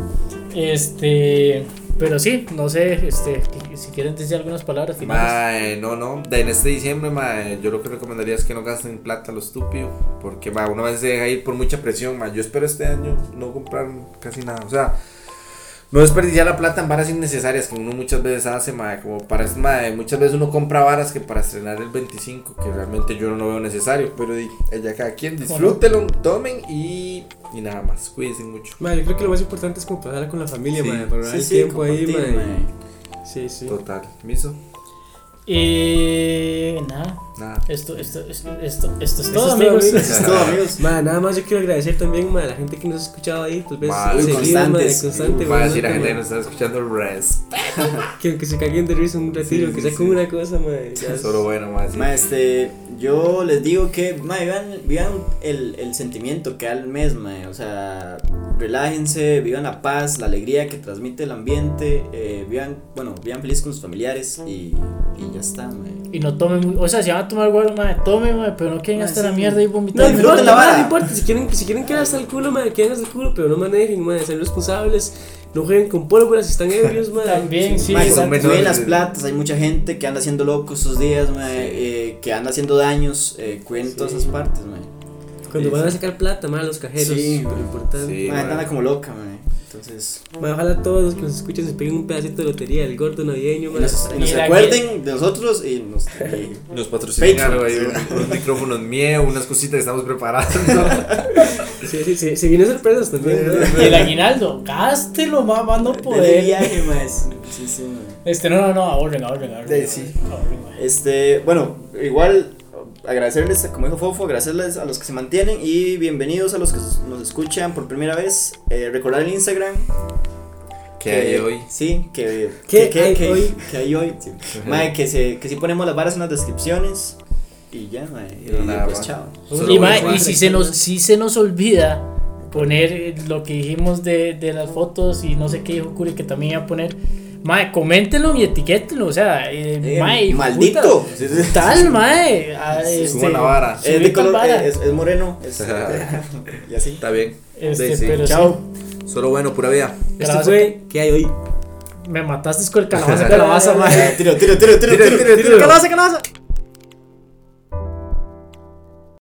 Speaker 3: Este, pero sí, no sé, este, que- si quieren decir algunas palabras finales.
Speaker 2: Mae, no, no. De- En este diciembre, mae, yo lo que recomendaría es que no gasten plata a lo estúpido. Porque, mae, una vez se deja ir por mucha presión, mae. Yo espero este año no comprar casi nada. O sea, no desperdiciar la plata en varas innecesarias que uno muchas veces hace, mae. Como para, mae, muchas veces uno compra varas que para estrenar el 25, que realmente yo no lo veo necesario. Pero di- ya cada quien disfrútelo, tomen y, y nada más. Cuídense mucho.
Speaker 4: Madre, yo creo que lo más importante es como pasarla con la familia,
Speaker 2: Sí.
Speaker 4: madre. Para
Speaker 1: Sí,
Speaker 4: el
Speaker 1: sí,
Speaker 4: tiempo ahí,
Speaker 1: compartir,
Speaker 4: madre.
Speaker 1: mae.
Speaker 4: Sí, sí.
Speaker 2: Total. ¿Miso?
Speaker 3: Eh, nada,
Speaker 2: Nada.
Speaker 3: esto, esto, esto, esto, esto es
Speaker 4: Eso
Speaker 3: todo,
Speaker 4: es todo,
Speaker 3: amigos.
Speaker 4: amigos.
Speaker 1: Eso es todo, amigos.
Speaker 4: Madre, nada más yo quiero agradecer también, madre, a la gente que nos ha escuchado ahí. Tal vez
Speaker 2: Madre,
Speaker 4: seguido, madre,
Speaker 1: constantes.
Speaker 4: constante,
Speaker 2: Mae,
Speaker 4: madre.
Speaker 2: si la gente que
Speaker 4: también.
Speaker 2: nos está escuchando, rest.
Speaker 4: Que, que se caguen de risa un
Speaker 2: Sí,
Speaker 4: ratito,
Speaker 2: sí,
Speaker 4: que sea
Speaker 2: sí.
Speaker 4: como una cosa, madre. ya es-
Speaker 2: Solo bueno, más. sí.
Speaker 1: Ma, este, yo les digo que, ma, vivan, vivan el, el sentimiento que da el mes, ma, o sea, relájense, vivan la paz, la alegría que transmite el ambiente, eh, vivan, bueno, vivan felices con sus familiares y, y ya está, ma.
Speaker 3: Y no tomen, o sea, si van a tomar guaro, madre, tomen, madre, pero no quieren
Speaker 1: Ah,
Speaker 3: hasta
Speaker 1: sí.
Speaker 3: la mierda y
Speaker 4: No
Speaker 3: vomitar.
Speaker 1: disfruten
Speaker 4: importa,
Speaker 1: la
Speaker 4: madre,
Speaker 1: vara.
Speaker 4: no importa. Si quieren, si quieren quedar hasta el culo, madre, queden hasta el culo, pero no manejen, madre. Sean responsables. No jueguen con pólvora si están ebrios, madre.
Speaker 3: También, sí,
Speaker 1: Ma,
Speaker 3: sí,
Speaker 2: son
Speaker 1: cuiden
Speaker 2: menores
Speaker 1: las
Speaker 2: de-
Speaker 1: platas, hay mucha gente que anda haciendo locos estos días, ma, eh, que anda haciendo daños, eh, cuiden
Speaker 4: Sí.
Speaker 1: todas esas partes, ma.
Speaker 4: Cuando
Speaker 1: Sí,
Speaker 4: van a
Speaker 1: sí.
Speaker 4: sacar plata, madre, los cajeros.
Speaker 1: Sí,
Speaker 4: súper
Speaker 1: madre.
Speaker 4: importante.
Speaker 2: Sí,
Speaker 1: Ma, la gente
Speaker 2: ma.
Speaker 1: anda como loca, ma, entonces,
Speaker 4: Madre, ojalá todos los que nos escuchen se peguen un pedacito de lotería del gordo navideño,
Speaker 1: y
Speaker 4: madre.
Speaker 1: nos, y nos
Speaker 3: Mira que-
Speaker 1: recuerden de nosotros y nos... y-
Speaker 2: Nos patrocinaron
Speaker 1: Patreon.
Speaker 2: ahí un- unos micrófonos míos, unas cositas que estamos preparando.
Speaker 4: Sí, sí, sí, se vienen sorpresas también, madre.
Speaker 3: Y el aguinaldo, gástelo, mamá, no
Speaker 1: de
Speaker 3: poder.
Speaker 1: viaje, ma, es- sí, sí, ma.
Speaker 3: Este, no, no, no, ahorren, ahorren, ahorren.
Speaker 2: Sí, sí.
Speaker 3: ahorren, ahorren, madre.
Speaker 1: Este, bueno, igual agradecerles, como dijo Fofo, agradecerles a los que se mantienen y bienvenidos a los que nos escuchan por primera vez. Eh, recordar el Instagram.
Speaker 2: ¿Qué hay hoy?
Speaker 1: Sí, que,
Speaker 4: ¿Qué
Speaker 1: que, que-
Speaker 4: hay
Speaker 1: que-
Speaker 4: hoy?
Speaker 1: que hay hoy. sí. Mae, que, se, que sí ponemos las varas en las descripciones. Y ya, mae. Y
Speaker 2: Y nada
Speaker 1: pues
Speaker 2: más.
Speaker 1: chao.
Speaker 2: Solo
Speaker 3: Y,
Speaker 2: bueno,
Speaker 3: mae,
Speaker 2: madre.
Speaker 3: y si se nos si se nos olvida poner eh, lo que dijimos de, de las fotos y no sé qué dijo Curi que también iba a poner, mae, coméntenlo y etiquétenlo, o sea, eh,
Speaker 1: Eh,
Speaker 3: mae, hijo
Speaker 1: maldito. Sí, sí.
Speaker 3: puta, Tal, mae. a-
Speaker 1: Sí,
Speaker 3: este,
Speaker 2: Suban la vara.
Speaker 1: Es,
Speaker 3: subí
Speaker 1: de
Speaker 3: tal
Speaker 1: color,
Speaker 3: vara.
Speaker 1: eh, es, es moreno. es- y así.
Speaker 2: Está bien.
Speaker 3: Este,
Speaker 2: Sí, sí.
Speaker 3: pero
Speaker 1: Chao.
Speaker 2: Solo bueno, pura vida.
Speaker 4: Esto
Speaker 3: Gracias.
Speaker 4: Este fue ¿Qué hay hoy?
Speaker 3: sí, me mataste con el calabaza, calabaza, mae.
Speaker 1: Tiro, tiro, tiro, tiro, tiro, tiro,
Speaker 2: tiro, tiro.
Speaker 1: Calabaza, calabaza.